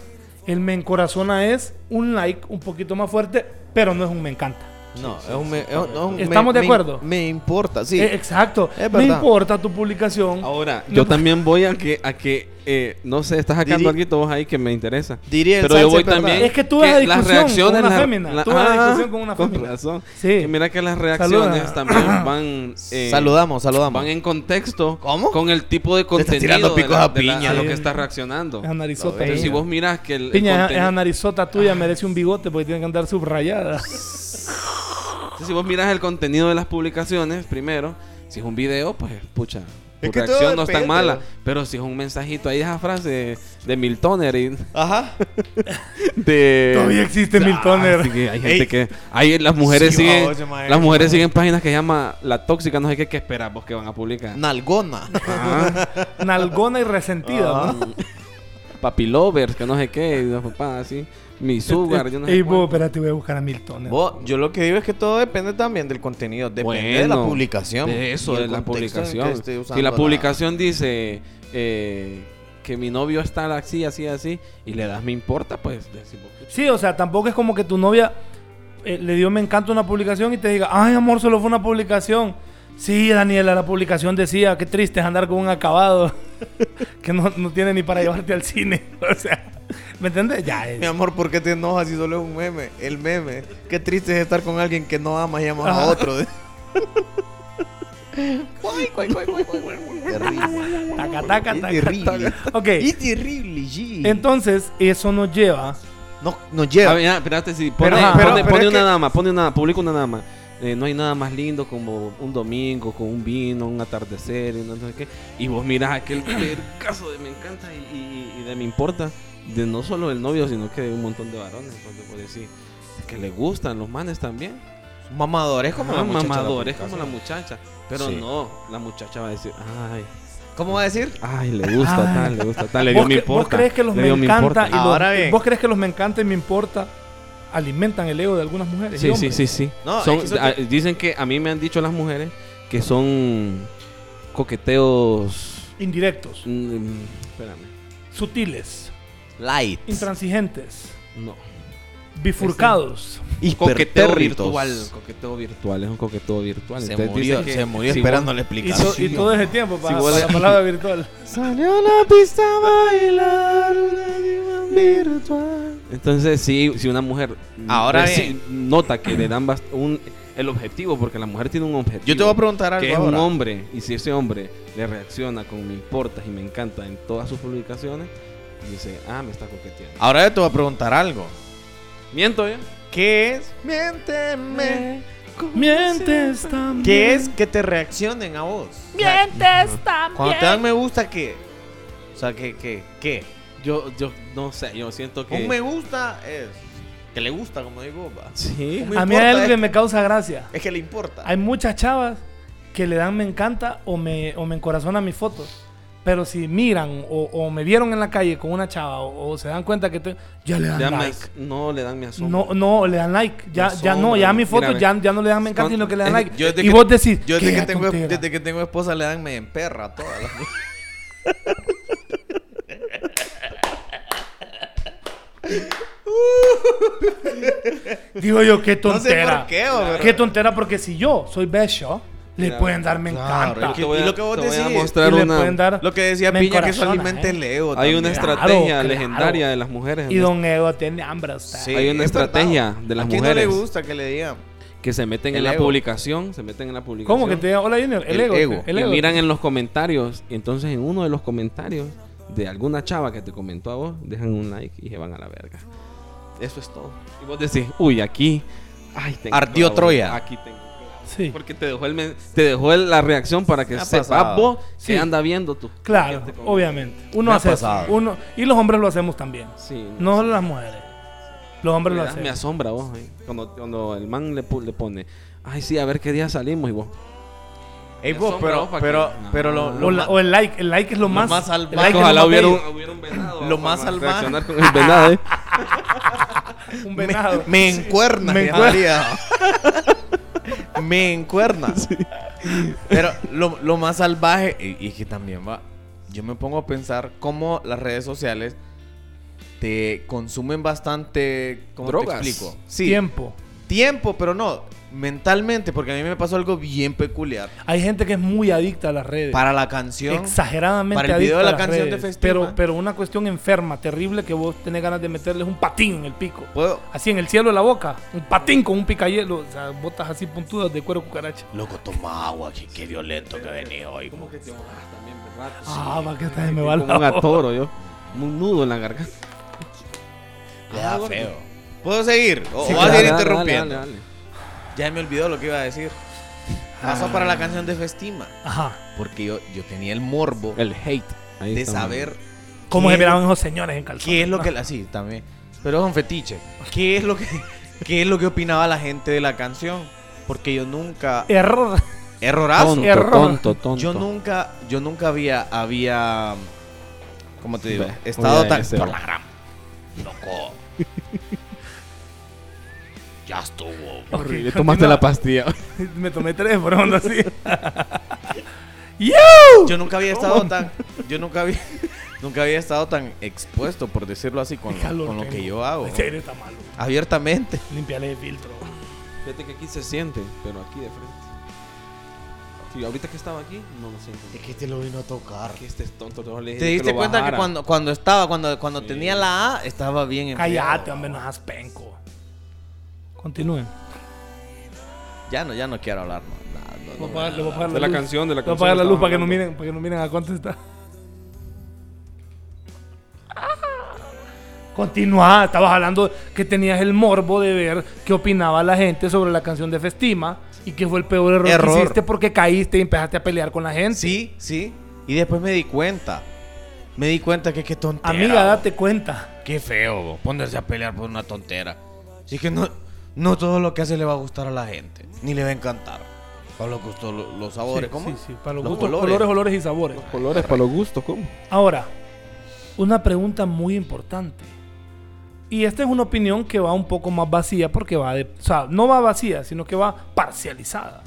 [SPEAKER 1] el me encorazona es un like un poquito más fuerte, pero no es un me encanta.
[SPEAKER 2] No, es un me- es un- es un me-
[SPEAKER 1] Estamos de
[SPEAKER 2] me-
[SPEAKER 1] acuerdo.
[SPEAKER 2] Me importa, sí.
[SPEAKER 1] Eh, exacto.
[SPEAKER 2] Es
[SPEAKER 1] No
[SPEAKER 2] verdad. Ah,
[SPEAKER 1] importa tu publicación.
[SPEAKER 3] Ahora,
[SPEAKER 1] No,
[SPEAKER 3] yo
[SPEAKER 1] pues-
[SPEAKER 3] también voy a que, a que eh, no sé, estás sacando
[SPEAKER 2] Diri-
[SPEAKER 3] algo vos ahí que me interesa.
[SPEAKER 2] Diría el
[SPEAKER 3] Pero yo
[SPEAKER 2] Sánchez,
[SPEAKER 3] voy
[SPEAKER 2] ¿verdad?
[SPEAKER 3] también.
[SPEAKER 1] Es que tuve la discusión
[SPEAKER 3] las reacciones,
[SPEAKER 1] con una
[SPEAKER 3] la-
[SPEAKER 1] fémina,
[SPEAKER 3] la-
[SPEAKER 1] tuve la
[SPEAKER 3] ah,
[SPEAKER 1] discusión con una fémina.
[SPEAKER 3] Con razón.
[SPEAKER 1] Sí.
[SPEAKER 3] Que mira que las reacciones
[SPEAKER 1] Saluda. <clears throat>
[SPEAKER 3] también van. eh,
[SPEAKER 2] saludamos, saludamos.
[SPEAKER 3] Van en contexto.
[SPEAKER 2] ¿Cómo?
[SPEAKER 3] Con el tipo de
[SPEAKER 2] estás
[SPEAKER 3] contenido.
[SPEAKER 2] tirando
[SPEAKER 3] de la-
[SPEAKER 2] picos a
[SPEAKER 3] de la-
[SPEAKER 2] piña. eh.
[SPEAKER 3] a lo
[SPEAKER 1] Sí.
[SPEAKER 3] que estás reaccionando.
[SPEAKER 1] Es anarizota.
[SPEAKER 2] Entonces,
[SPEAKER 3] Entonces, si
[SPEAKER 1] Piña.
[SPEAKER 3] vos Ah. miras que el. el
[SPEAKER 1] Piña,
[SPEAKER 3] contenido-
[SPEAKER 1] esa narizota tuya merece un bigote porque tiene que andar subrayada.
[SPEAKER 3] Entonces, si vos miras el contenido de las publicaciones, primero, si es un video, pues, pucha, tu
[SPEAKER 2] Es que todo
[SPEAKER 3] reacción no es tan
[SPEAKER 2] depende,
[SPEAKER 3] mala.
[SPEAKER 2] güey.
[SPEAKER 3] Pero si es un mensajito, ahí esa frase de, de Miltoner y
[SPEAKER 2] <laughs> Ajá.
[SPEAKER 3] de...
[SPEAKER 1] Todavía existe Miltoner.
[SPEAKER 3] así Ah, que hay gente
[SPEAKER 2] Ey.
[SPEAKER 3] que... Ahí las mujeres
[SPEAKER 2] Sí,
[SPEAKER 3] siguen...
[SPEAKER 2] oye, mae.
[SPEAKER 3] las mujeres siguen páginas que llama La Tóxica, no sé qué, ¿qué esperas vos que van a publicar? Ah,
[SPEAKER 2] Nalgona.
[SPEAKER 3] Ajá.
[SPEAKER 1] Nalgona y
[SPEAKER 3] Ah.
[SPEAKER 1] resentida.
[SPEAKER 2] Ajá.
[SPEAKER 1] ¿no?
[SPEAKER 3] Papi Lovers, que no sé qué, y los papás así.
[SPEAKER 2] Eh,
[SPEAKER 3] Mi Sugar, yo no sé
[SPEAKER 1] Ey, vos,
[SPEAKER 3] cuál.
[SPEAKER 1] espérate, voy a buscar a Miltoner.
[SPEAKER 2] Vos, yo lo que digo es que todo depende también del contenido. Depende de la
[SPEAKER 3] Bueno,
[SPEAKER 2] publicación.
[SPEAKER 3] De eso,
[SPEAKER 2] y el
[SPEAKER 3] de la
[SPEAKER 2] contexto en el que
[SPEAKER 3] publicación.
[SPEAKER 2] esté
[SPEAKER 3] Si
[SPEAKER 2] usando
[SPEAKER 3] la publicación dice eh, que mi novio está así, así, así, y le das me importa, pues decimos.
[SPEAKER 1] Sí, o sea, tampoco es como que tu novia eh, le dio me encanta una publicación y te diga, ay amor, solo fue una publicación. Sí, Daniela, la publicación decía, qué triste es andar con un acabado <laughs> que no, no tiene ni para llevarte al cine. <laughs> O sea, ¿me entiendes? Ya, eh.
[SPEAKER 2] Mi
[SPEAKER 1] es.
[SPEAKER 2] amor, ¿por qué te enojas si solo es un meme? El meme. Qué triste es estar con alguien que no amas y amas a
[SPEAKER 1] Ajá. <laughs>
[SPEAKER 2] otro.
[SPEAKER 1] taca, taca,
[SPEAKER 2] Es
[SPEAKER 1] taca,
[SPEAKER 2] terrible.
[SPEAKER 1] taca. Ok,
[SPEAKER 2] Es terrible, G.
[SPEAKER 1] entonces eso nos lleva...
[SPEAKER 2] no, nos lleva.
[SPEAKER 3] Ah, mira, espérate, si pone,
[SPEAKER 1] Pero, ajá.
[SPEAKER 3] pone-
[SPEAKER 1] pero- pero
[SPEAKER 3] pone
[SPEAKER 1] es
[SPEAKER 3] una
[SPEAKER 1] que-
[SPEAKER 3] dama, pone una, publica una dama. Eh, no hay nada más lindo como un domingo con un vino, un atardecer, y no sé qué. Y vos mirás aquel caso de me encanta y, y- y de me importa, de no solo del novio, sino que de un montón de varones, porque por decir, que le gustan los manes también.
[SPEAKER 2] Mamadores como
[SPEAKER 3] Ah,
[SPEAKER 2] la muchacha de la
[SPEAKER 3] mamador, es como
[SPEAKER 2] publicación.
[SPEAKER 3] la muchacha. Pero
[SPEAKER 2] Sí.
[SPEAKER 3] no, la muchacha va a decir, ay,
[SPEAKER 2] ¿Cómo va a decir?
[SPEAKER 1] <laughs>
[SPEAKER 3] ay, le gusta
[SPEAKER 1] Ay.
[SPEAKER 3] tal, le gusta tal, le dio
[SPEAKER 1] ¿Vos
[SPEAKER 3] me
[SPEAKER 1] cre-
[SPEAKER 3] importa.
[SPEAKER 1] ¿Vos crees que los
[SPEAKER 3] le
[SPEAKER 1] me
[SPEAKER 3] dio me
[SPEAKER 1] encanta
[SPEAKER 3] importa.
[SPEAKER 1] y los-
[SPEAKER 2] Ahora bien.
[SPEAKER 1] ¿Vos crees que los me encanta y me importa alimentan el ego de algunas mujeres? y
[SPEAKER 3] Sí, sí,
[SPEAKER 1] hombres?
[SPEAKER 3] sí, sí.
[SPEAKER 2] No,
[SPEAKER 3] Son-
[SPEAKER 2] es que eso
[SPEAKER 3] ah, Dicen que a mí me han dicho las mujeres que son coqueteos...
[SPEAKER 1] Indirectos,
[SPEAKER 3] mm, espérame.
[SPEAKER 1] sutiles,
[SPEAKER 2] Light.
[SPEAKER 1] intransigentes,
[SPEAKER 3] No.
[SPEAKER 1] bifurcados.
[SPEAKER 2] Y
[SPEAKER 3] Coqueteo virtual. Coqueteo virtual. Es un coqueteo virtual.
[SPEAKER 2] Se
[SPEAKER 3] Entonces
[SPEAKER 2] murió,
[SPEAKER 3] dicen que
[SPEAKER 2] se murió
[SPEAKER 3] si
[SPEAKER 2] esperando
[SPEAKER 3] vos-
[SPEAKER 2] la
[SPEAKER 1] Y, to-
[SPEAKER 2] explicación.
[SPEAKER 1] y todo ese tiempo para,
[SPEAKER 3] Si vos-
[SPEAKER 1] para la palabra virtual.
[SPEAKER 3] Salió la pista a bailar una diva virtual. Entonces, sí, si una mujer
[SPEAKER 2] Ahora
[SPEAKER 3] reci-
[SPEAKER 2] bien.
[SPEAKER 3] nota que le dan bast- un, el objetivo, porque la mujer tiene un objetivo.
[SPEAKER 2] Yo te voy a preguntar algo
[SPEAKER 3] Que es un
[SPEAKER 2] ahora.
[SPEAKER 3] hombre, y si ese hombre le reacciona con me importas y me encanta en todas sus publicaciones, dice, ah, me está coqueteando.
[SPEAKER 2] Ahora yo te voy a preguntar algo.
[SPEAKER 3] Miento yo.
[SPEAKER 2] ¿Qué es? Miénteme.
[SPEAKER 1] Mientes también.
[SPEAKER 2] ¿Qué es que te reaccionen a vos?
[SPEAKER 5] Mientes
[SPEAKER 2] Cuando te
[SPEAKER 5] también.
[SPEAKER 2] dan me gusta, ¿qué? O sea, ¿qué? ¿Qué? ¿Qué?
[SPEAKER 3] Yo, yo no sé, yo siento que.
[SPEAKER 2] Un me gusta es que le gusta, como digo. va.
[SPEAKER 3] Sí.
[SPEAKER 2] Un me
[SPEAKER 1] A mí
[SPEAKER 2] importa
[SPEAKER 1] hay algo que
[SPEAKER 2] es,
[SPEAKER 1] me causa gracia.
[SPEAKER 2] es que le importa.
[SPEAKER 1] Hay muchas chavas que le dan me encanta o me, o me encorazonan mis fotos. Pero si miran o, o me vieron en la calle con una chava o, o se dan cuenta que te- ya le dan
[SPEAKER 3] Le dan mi
[SPEAKER 1] like.
[SPEAKER 3] as- no le dan mi asombro.
[SPEAKER 1] No, no, le dan like. Ya,
[SPEAKER 3] Me
[SPEAKER 1] ya no,
[SPEAKER 3] asombra,
[SPEAKER 1] ya a mis
[SPEAKER 3] mira,
[SPEAKER 1] fotos
[SPEAKER 3] ve.
[SPEAKER 1] ya, ya no le dan me encanta,
[SPEAKER 3] Cuando-
[SPEAKER 1] sino que le dan
[SPEAKER 3] es-
[SPEAKER 1] like.
[SPEAKER 2] yo desde
[SPEAKER 1] y
[SPEAKER 2] que-
[SPEAKER 1] vos decís,
[SPEAKER 2] Yo desde
[SPEAKER 1] "Qué Ah,
[SPEAKER 2] que, tengo,
[SPEAKER 1] tontera".
[SPEAKER 2] desde que tengo esposa le dan me emperra a todas las
[SPEAKER 1] <laughs> Digo yo, qué
[SPEAKER 2] No sé
[SPEAKER 1] tontera.
[SPEAKER 2] por qué, o, pero-
[SPEAKER 1] Qué tontera, porque si yo soy Besho, le
[SPEAKER 3] Mira,
[SPEAKER 1] pueden dar me
[SPEAKER 2] claro,
[SPEAKER 1] encanta.
[SPEAKER 2] es que-
[SPEAKER 3] Te voy a-
[SPEAKER 2] y lo que vos
[SPEAKER 3] te voy a
[SPEAKER 2] decís,
[SPEAKER 1] Y
[SPEAKER 3] mostrar
[SPEAKER 1] le
[SPEAKER 3] una-
[SPEAKER 1] pueden dar.
[SPEAKER 2] Lo que decía
[SPEAKER 1] me
[SPEAKER 2] Piña, que eso
[SPEAKER 1] encorazona,
[SPEAKER 2] alimenta
[SPEAKER 1] ¿eh?
[SPEAKER 2] el ego.
[SPEAKER 3] Hay una
[SPEAKER 2] también.
[SPEAKER 1] Claro,
[SPEAKER 3] estrategia
[SPEAKER 1] claro.
[SPEAKER 3] legendaria de las mujeres.
[SPEAKER 1] Y
[SPEAKER 3] ¿no?
[SPEAKER 1] don Ego tiene hambre, usted.
[SPEAKER 2] Sí,
[SPEAKER 3] hay una
[SPEAKER 2] es verdad.
[SPEAKER 3] estrategia de las
[SPEAKER 2] ¿A quién
[SPEAKER 3] mujeres.
[SPEAKER 2] no le gusta que le digan?
[SPEAKER 3] Que se meten en
[SPEAKER 2] El
[SPEAKER 3] la
[SPEAKER 2] ego.
[SPEAKER 3] publicación. Se meten en la publicación.
[SPEAKER 1] ¿Cómo que te diga, hola Junior? El,
[SPEAKER 2] El
[SPEAKER 1] ego.
[SPEAKER 2] ego.
[SPEAKER 1] El
[SPEAKER 3] y
[SPEAKER 1] ego.
[SPEAKER 3] miran en los comentarios. Y entonces en uno de los comentarios de alguna chava que te comentó a vos, dejan un like y se van a la verga. Eso es todo. Y vos decís, uy, aquí. Ay, tengo
[SPEAKER 2] Ardió
[SPEAKER 3] clavo,
[SPEAKER 2] Troya.
[SPEAKER 3] Aquí tengo clavo.
[SPEAKER 1] Sí.
[SPEAKER 3] Porque te dejó, el men- te dejó el- la reacción para que
[SPEAKER 2] Me ha
[SPEAKER 3] sepas
[SPEAKER 2] pasado.
[SPEAKER 3] vos
[SPEAKER 1] Sí.
[SPEAKER 3] que anda viendo tú.
[SPEAKER 1] Claro, obviamente. Uno
[SPEAKER 2] Me ha
[SPEAKER 1] hace eso,
[SPEAKER 2] pasado.
[SPEAKER 1] Uno, y los hombres lo hacemos también.
[SPEAKER 3] Sí.
[SPEAKER 1] No solo las mujeres. Los hombres lo
[SPEAKER 3] Verás, me
[SPEAKER 1] hacen.
[SPEAKER 3] asombra vos, eh. cuando, cuando el man le, pu- le pone, ay sí, a ver qué día salimos y vos.
[SPEAKER 2] Ey,
[SPEAKER 3] Me
[SPEAKER 2] vos,
[SPEAKER 3] asombra,
[SPEAKER 2] pero,
[SPEAKER 3] opa,
[SPEAKER 2] pero,
[SPEAKER 3] que-
[SPEAKER 2] pero lo,
[SPEAKER 3] No.
[SPEAKER 2] lo
[SPEAKER 1] O, la-
[SPEAKER 2] ma-
[SPEAKER 1] o el like. El like es lo,
[SPEAKER 2] lo
[SPEAKER 1] más.
[SPEAKER 2] más salvaje.
[SPEAKER 1] el like es
[SPEAKER 3] ojalá
[SPEAKER 1] lo más
[SPEAKER 3] hubiera un,
[SPEAKER 1] bello.
[SPEAKER 3] hubiera un venado.
[SPEAKER 2] Lo
[SPEAKER 3] para
[SPEAKER 2] más salvaje.
[SPEAKER 3] reaccionar con el venado, eh.
[SPEAKER 1] un venado.
[SPEAKER 2] <laughs> me encuerna.
[SPEAKER 1] Me
[SPEAKER 2] Me encuerna. me encuerna. Pero lo, lo más salvaje, y, y que también va, yo me pongo a pensar cómo las redes sociales te consumen bastante... ¿Cómo
[SPEAKER 3] Drogas.
[SPEAKER 2] te explico? Sí,
[SPEAKER 1] Tiempo.
[SPEAKER 2] tiempo, pero no. mentalmente, porque a mí me pasó algo bien peculiar.
[SPEAKER 1] Hay gente que es muy adicta a las redes.
[SPEAKER 2] Para la canción.
[SPEAKER 1] exageradamente
[SPEAKER 2] para el video
[SPEAKER 1] adicta
[SPEAKER 2] de la
[SPEAKER 1] a las
[SPEAKER 2] canción de
[SPEAKER 1] redes,
[SPEAKER 2] Festima.
[SPEAKER 1] Pero, pero una cuestión enferma, terrible, que vos tenés ganas de meterles un patín en el pico.
[SPEAKER 2] Puedo.
[SPEAKER 1] Así en el cielo de la boca. Un patín con un picayelo. O sea, botas así puntudas de cuero cucaracha.
[SPEAKER 2] Loco, toma agua, qué, qué violento que venía hoy. Como que
[SPEAKER 1] ah, va que esta se <laughs> me va
[SPEAKER 3] Como un
[SPEAKER 1] la voz.
[SPEAKER 3] atoro yo. Como Un nudo en la garganta.
[SPEAKER 2] le da Ah, feo. ¿Puedo seguir? ¿O
[SPEAKER 3] Sí,
[SPEAKER 2] o vas a
[SPEAKER 3] dale,
[SPEAKER 2] ir
[SPEAKER 3] dale,
[SPEAKER 2] interrumpiendo?
[SPEAKER 3] dale, dale,
[SPEAKER 2] Ya me olvidó lo que iba a decir. Pasó para la canción de Festima.
[SPEAKER 1] Ajá.
[SPEAKER 2] Porque yo, yo tenía el morbo
[SPEAKER 3] dale. El hate. Ahí
[SPEAKER 2] de
[SPEAKER 3] está,
[SPEAKER 2] saber
[SPEAKER 1] ¿Cómo
[SPEAKER 2] ¿Qué-
[SPEAKER 1] se miraban esos señores en Ah, calzón?
[SPEAKER 2] qué es lo que. Así también. Pero es un fetiche. ¿Qué es lo que, <laughs> qué es lo que opinaba la gente de la canción? Porque yo nunca.
[SPEAKER 1] Error. <laughs>
[SPEAKER 2] Errorazo.
[SPEAKER 3] Tonto,
[SPEAKER 1] error.
[SPEAKER 3] tonto, tonto.
[SPEAKER 2] Yo nunca, yo nunca había, había, ¿cómo te digo?
[SPEAKER 3] Ve,
[SPEAKER 2] Estado
[SPEAKER 3] oye, este,
[SPEAKER 2] tan
[SPEAKER 3] ese
[SPEAKER 2] por
[SPEAKER 3] va.
[SPEAKER 2] la gran, loco. ya estuvo.
[SPEAKER 3] Horrible.
[SPEAKER 1] Ok,
[SPEAKER 3] Tomaste la
[SPEAKER 1] continúa.
[SPEAKER 3] pastilla.
[SPEAKER 1] Me tomé tres, por onda así.
[SPEAKER 2] Yo nunca había estado tan, yo nunca había, <laughs> nunca había estado tan expuesto, por decirlo así,
[SPEAKER 1] <laughs>
[SPEAKER 2] con,
[SPEAKER 1] Qué
[SPEAKER 2] lo,
[SPEAKER 1] calor
[SPEAKER 2] con lo que
[SPEAKER 1] tengo.
[SPEAKER 2] yo hago.
[SPEAKER 1] En serio, está malo.
[SPEAKER 2] Abiertamente.
[SPEAKER 1] Límpiale el filtro.
[SPEAKER 3] Fíjate que aquí se siente, pero aquí de frente. Sí, ahorita que estaba aquí, no lo siento.
[SPEAKER 5] Es que te lo vino a tocar.
[SPEAKER 3] que este es tonto. no le dije
[SPEAKER 2] ¿Te
[SPEAKER 3] que
[SPEAKER 2] diste
[SPEAKER 3] lo
[SPEAKER 2] cuenta que
[SPEAKER 3] bajara.
[SPEAKER 2] cuando, cuando estaba, cuando, cuando
[SPEAKER 3] Sí.
[SPEAKER 2] tenía la A, estaba bien en
[SPEAKER 1] Cállate, hombre, no seas penco. Continúen.
[SPEAKER 2] Ya no, ya no quiero hablar. no, no, no,
[SPEAKER 1] Le
[SPEAKER 2] no,
[SPEAKER 1] voy a apagar-
[SPEAKER 2] no,
[SPEAKER 1] le voy a
[SPEAKER 2] no.
[SPEAKER 1] apagar
[SPEAKER 3] De la
[SPEAKER 1] luz.
[SPEAKER 3] canción, de la
[SPEAKER 1] Le voy a
[SPEAKER 3] canción
[SPEAKER 1] apagar la luz
[SPEAKER 3] estaba
[SPEAKER 1] para que, no
[SPEAKER 3] hablando.
[SPEAKER 1] miren, para que no miren a cuánto está. Continúa, estabas hablando que tenías el morbo de ver qué opinaba la gente sobre la canción de Festima y que fue el peor error,
[SPEAKER 2] Error.
[SPEAKER 1] que hiciste porque caíste y empezaste a pelear con la gente.
[SPEAKER 2] Sí, sí. Y después me di cuenta. Me di cuenta que qué tontera.
[SPEAKER 1] Amiga,
[SPEAKER 2] bo.
[SPEAKER 1] date cuenta.
[SPEAKER 2] Qué feo, bo, ponerse a pelear por una tontera. Así que no, no todo lo que hace le va a gustar a la gente. Ni le va a encantar. Para los gustos, lo- los, sabores.
[SPEAKER 1] Sí,
[SPEAKER 2] ¿Cómo?
[SPEAKER 1] sí, sí, para los,
[SPEAKER 2] Los
[SPEAKER 1] gustos,
[SPEAKER 2] colores.
[SPEAKER 1] colores. colores, y sabores.
[SPEAKER 3] Colores para los gustos, ¿cómo?
[SPEAKER 1] Ahora, una pregunta muy importante. Y esta es una opinión que va un poco más vacía porque va de... O sea, no va vacía, sino que va parcializada.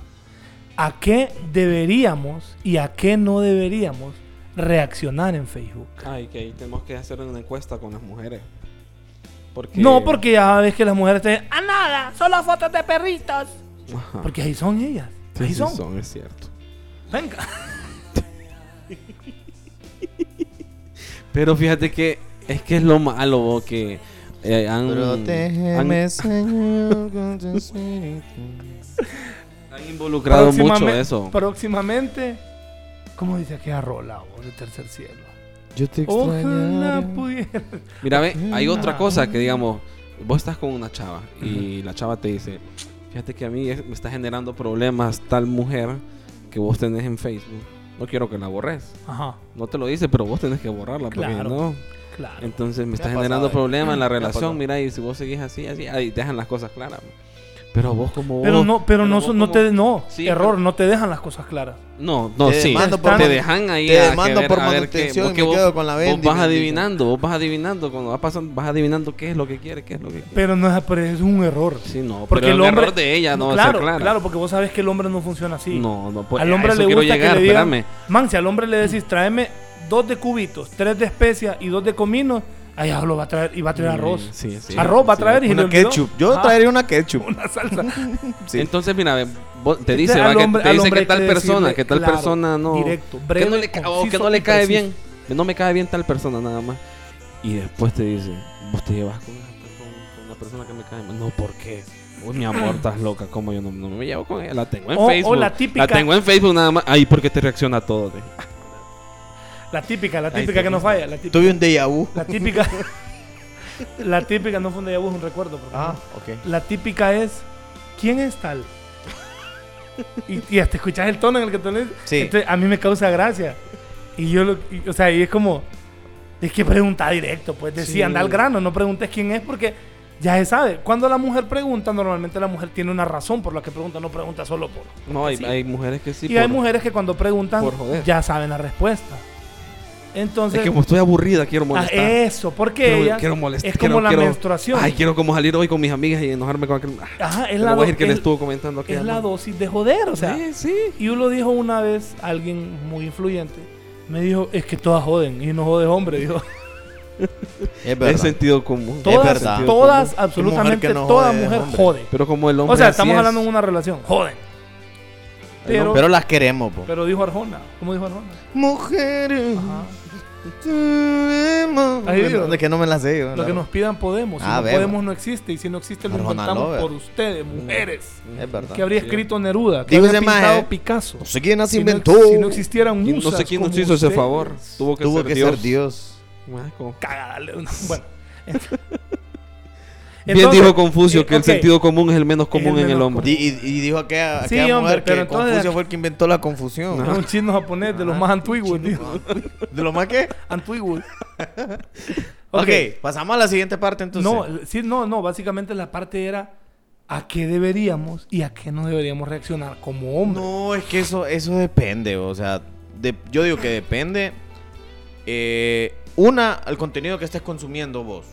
[SPEAKER 1] ¿A qué deberíamos y a qué no deberíamos reaccionar en Facebook?
[SPEAKER 3] Ay, que ahí tenemos que hacer una encuesta con las mujeres. Porque...
[SPEAKER 1] No, porque ya ves que las mujeres te dicen, a nada, solo fotos de perritos.
[SPEAKER 3] Ajá.
[SPEAKER 1] Porque ahí son ellas.
[SPEAKER 3] Sí,
[SPEAKER 1] ahí
[SPEAKER 3] sí
[SPEAKER 1] son.
[SPEAKER 3] son, es cierto.
[SPEAKER 1] Venga.
[SPEAKER 3] Pero fíjate que es que es lo malo bo, que eh, han,
[SPEAKER 2] Mm.
[SPEAKER 3] han,
[SPEAKER 2] Señor, con tu espíritu.
[SPEAKER 3] han involucrado mucho
[SPEAKER 1] Próximame-
[SPEAKER 3] eso.
[SPEAKER 1] Próximamente, ¿cómo dice aquella rola o de tercer cielo?
[SPEAKER 2] Yo te
[SPEAKER 1] Ojalá
[SPEAKER 2] extrañaré.
[SPEAKER 1] pudiera.
[SPEAKER 3] Mira, ve, hay otra
[SPEAKER 1] Ah.
[SPEAKER 3] cosa que digamos, vos estás con una chava y la chava te dice, fíjate que a mí es- me está generando problemas tal mujer que vos tenés en Facebook. No quiero que la borres.
[SPEAKER 1] Ajá,
[SPEAKER 3] No te lo dice, pero vos tenés que borrarla porque
[SPEAKER 1] Claro.
[SPEAKER 3] no.
[SPEAKER 1] claro.
[SPEAKER 3] Entonces me está
[SPEAKER 2] ha pasado,
[SPEAKER 3] generando
[SPEAKER 2] eh.
[SPEAKER 3] problemas en la
[SPEAKER 2] Me ha pasado.
[SPEAKER 3] relación, mira, y si vos seguís así, así, ahí te dejan las cosas claras. Pero vos como
[SPEAKER 1] Pero
[SPEAKER 3] vos-
[SPEAKER 1] no, pero no,
[SPEAKER 3] vos
[SPEAKER 1] son- no
[SPEAKER 3] como-
[SPEAKER 1] te no,
[SPEAKER 3] Sí,
[SPEAKER 1] error,
[SPEAKER 3] pero-
[SPEAKER 1] no te dejan las cosas claras.
[SPEAKER 3] No, no,
[SPEAKER 2] Te
[SPEAKER 3] sí.
[SPEAKER 2] demando
[SPEAKER 1] por
[SPEAKER 3] te
[SPEAKER 1] man-
[SPEAKER 3] dejan ahí
[SPEAKER 2] te
[SPEAKER 3] a que
[SPEAKER 2] demando
[SPEAKER 3] ver-
[SPEAKER 2] por
[SPEAKER 3] a ver
[SPEAKER 2] manutención
[SPEAKER 3] qué-
[SPEAKER 2] y me
[SPEAKER 3] vos-
[SPEAKER 2] quedo con la
[SPEAKER 3] Vos
[SPEAKER 2] bendy,
[SPEAKER 3] vas
[SPEAKER 2] me dicen.
[SPEAKER 3] adivinando, vos vas adivinando cuando vas pasando, vas adivinando qué es lo que quiere, qué es lo que quiere.
[SPEAKER 1] Pero no es, pero es un error.
[SPEAKER 3] Sí, no,
[SPEAKER 1] Porque
[SPEAKER 3] pero
[SPEAKER 1] el
[SPEAKER 3] el
[SPEAKER 1] hombre-
[SPEAKER 3] error de ella no va a
[SPEAKER 1] claro,
[SPEAKER 3] ser clara.
[SPEAKER 1] claro, porque vos sabes que el hombre no funciona así.
[SPEAKER 3] No, no puede.
[SPEAKER 1] al
[SPEAKER 3] a
[SPEAKER 1] hombre
[SPEAKER 3] eso
[SPEAKER 1] le
[SPEAKER 3] quiero
[SPEAKER 1] gusta
[SPEAKER 3] llegar,
[SPEAKER 1] que le digan,
[SPEAKER 3] espérame.
[SPEAKER 1] man, si al hombre le decís, tráeme dos de cubitos, tres de especias y dos de comino, allá lo va a traer y va a traer
[SPEAKER 3] Mm,
[SPEAKER 1] arroz.
[SPEAKER 3] sí, es cierto,
[SPEAKER 1] arroz va a
[SPEAKER 3] sí.
[SPEAKER 1] traer y se le
[SPEAKER 2] Una
[SPEAKER 1] olvidó.
[SPEAKER 2] ketchup. Yo
[SPEAKER 1] Ah,
[SPEAKER 2] traería una ketchup.
[SPEAKER 1] una <laughs> salsa.
[SPEAKER 2] Sí.
[SPEAKER 3] Entonces, mira, ve, vos- te
[SPEAKER 1] Entonces,
[SPEAKER 3] dice,
[SPEAKER 1] Este al
[SPEAKER 3] va, que,
[SPEAKER 1] hombre-
[SPEAKER 3] te
[SPEAKER 1] al
[SPEAKER 3] dice
[SPEAKER 1] hombre
[SPEAKER 3] que
[SPEAKER 1] hay
[SPEAKER 3] tal
[SPEAKER 1] que decirle,
[SPEAKER 3] persona, que tal
[SPEAKER 1] claro,
[SPEAKER 3] persona no.
[SPEAKER 1] directo,
[SPEAKER 3] que no
[SPEAKER 1] breve,
[SPEAKER 3] le, ca- o que
[SPEAKER 1] conciso
[SPEAKER 3] no le
[SPEAKER 1] y
[SPEAKER 3] cae
[SPEAKER 1] preciso.
[SPEAKER 3] bien. Que no me cae bien tal persona nada más. Y después te dice, vos te llevas con, con- con la persona que me cae mal. No, ¿por qué? Uy, mi amor, estás loca. como yo no, no me llevo con ella? La tengo en
[SPEAKER 1] O- o
[SPEAKER 3] Facebook.
[SPEAKER 1] la típica-
[SPEAKER 3] tengo en Facebook nada más. Ahí porque te reacciona a todo. te-
[SPEAKER 1] La típica, la
[SPEAKER 3] Ahí
[SPEAKER 1] típica
[SPEAKER 3] te
[SPEAKER 1] que no
[SPEAKER 3] fuiste.
[SPEAKER 1] falla, la típica.
[SPEAKER 2] Tuve un déjà vu.
[SPEAKER 1] La típica. <laughs> la típica no fue un déjà vu, es un recuerdo. porque
[SPEAKER 2] Ah, ok.
[SPEAKER 1] no. La típica es: ¿quién es tal? y, y hasta escuchas el tono en el que tú le
[SPEAKER 2] Sí.
[SPEAKER 1] Entonces, a mí me causa gracia. Y yo lo. y- o sea, y es como. Es que pregunta directo, pues decía,
[SPEAKER 3] Sí.
[SPEAKER 1] anda al grano, no preguntes quién es porque ya se sabe. Cuando la mujer pregunta, normalmente la mujer tiene una razón por la que pregunta, no pregunta solo por.
[SPEAKER 3] No, hay,
[SPEAKER 1] Sí.
[SPEAKER 3] hay mujeres que sí.
[SPEAKER 1] y hay
[SPEAKER 3] por-
[SPEAKER 1] mujeres que cuando preguntan,
[SPEAKER 3] por joder.
[SPEAKER 1] ya saben la respuesta. Entonces.
[SPEAKER 3] Es que como estoy aburrida, quiero
[SPEAKER 1] Ah,
[SPEAKER 3] molestar.
[SPEAKER 1] eso, porque
[SPEAKER 3] Quiero,
[SPEAKER 1] ellas-
[SPEAKER 3] quiero molestar.
[SPEAKER 1] es como
[SPEAKER 3] quiero-
[SPEAKER 1] la
[SPEAKER 3] quiero-
[SPEAKER 1] menstruación.
[SPEAKER 3] Ay, quiero como salir hoy con mis amigas y enojarme con aquel. Ah,
[SPEAKER 1] Ajá, es
[SPEAKER 3] te
[SPEAKER 1] la,
[SPEAKER 3] lo voy a
[SPEAKER 1] do-
[SPEAKER 3] decir que le
[SPEAKER 1] es-
[SPEAKER 3] estuvo comentando aquella
[SPEAKER 1] es la
[SPEAKER 3] man.
[SPEAKER 1] dosis de joder, o sea.
[SPEAKER 3] Sí, sí.
[SPEAKER 1] Y uno dijo una vez, alguien muy influyente, me dijo, es que todas joden y no jodes hombre, dijo.
[SPEAKER 2] Es
[SPEAKER 3] Es sentido común.
[SPEAKER 2] Todo-
[SPEAKER 1] Todas,
[SPEAKER 2] verdad.
[SPEAKER 1] todas,
[SPEAKER 2] Mujer
[SPEAKER 1] absolutamente
[SPEAKER 2] que no
[SPEAKER 1] toda
[SPEAKER 2] jode,
[SPEAKER 1] mujer
[SPEAKER 2] hombre.
[SPEAKER 1] jode.
[SPEAKER 3] Pero como el hombre.
[SPEAKER 1] O sea,
[SPEAKER 3] así
[SPEAKER 1] estamos
[SPEAKER 3] es.
[SPEAKER 1] hablando de una relación, joden. Pero, pero,
[SPEAKER 2] Pero las queremos, po.
[SPEAKER 1] dijo Arjona. ¿Cómo dijo Arjona?
[SPEAKER 2] Mujeres.
[SPEAKER 1] Ajá. Ahí digo.
[SPEAKER 2] De que no me las sé. yo,
[SPEAKER 1] Lo que
[SPEAKER 2] la-
[SPEAKER 1] nos pidan Podemos. Si
[SPEAKER 2] Ah,
[SPEAKER 1] no
[SPEAKER 2] vemos.
[SPEAKER 1] Podemos no existe. Y si no existe, lo
[SPEAKER 2] Arjona
[SPEAKER 1] inventamos
[SPEAKER 2] Lover.
[SPEAKER 1] por ustedes,
[SPEAKER 3] Mm.
[SPEAKER 1] mujeres.
[SPEAKER 2] Es verdad.
[SPEAKER 1] Que habría escrito Neruda. Que
[SPEAKER 2] Digo
[SPEAKER 1] habría
[SPEAKER 2] ese maje.
[SPEAKER 1] pintado Picasso.
[SPEAKER 2] No sé quién las
[SPEAKER 1] Si no-
[SPEAKER 2] inventó.
[SPEAKER 1] si no existieran
[SPEAKER 3] Y
[SPEAKER 1] musas
[SPEAKER 3] No sé quién nos
[SPEAKER 1] como
[SPEAKER 3] hizo ese
[SPEAKER 1] ustedes.
[SPEAKER 3] favor. Tuvo que
[SPEAKER 2] Tuvo
[SPEAKER 3] ser
[SPEAKER 2] que
[SPEAKER 3] Dios.
[SPEAKER 2] ser Dios.
[SPEAKER 3] Ah, como-
[SPEAKER 1] Cagadale
[SPEAKER 3] <laughs>
[SPEAKER 1] una- Bueno.
[SPEAKER 3] Bien
[SPEAKER 1] Entonces,
[SPEAKER 3] dijo Confucio
[SPEAKER 1] eh,
[SPEAKER 3] que el
[SPEAKER 1] ok.
[SPEAKER 3] sentido común es el menos común
[SPEAKER 1] el
[SPEAKER 3] en el
[SPEAKER 1] menos
[SPEAKER 2] Y,
[SPEAKER 3] hombre.
[SPEAKER 2] y- y dijo aquella,
[SPEAKER 1] Sí,
[SPEAKER 2] aquella
[SPEAKER 1] hombre,
[SPEAKER 2] mujer que
[SPEAKER 1] pero entonces-
[SPEAKER 2] Confucio fue el que inventó la confusión.
[SPEAKER 1] Es un chino japonés de
[SPEAKER 3] Ah,
[SPEAKER 1] los más antiguos, dijo.
[SPEAKER 2] ¿De lo más que?
[SPEAKER 3] <laughs>
[SPEAKER 1] Antiguos.
[SPEAKER 2] ok, pasamos a la siguiente parte entonces.
[SPEAKER 1] No, l- sí, no, no. Básicamente la parte era a qué deberíamos y a qué no deberíamos reaccionar como hombres.
[SPEAKER 2] No, es que eso, eso depende, o sea, de- yo digo que depende. eh, una, al contenido que estés consumiendo vos.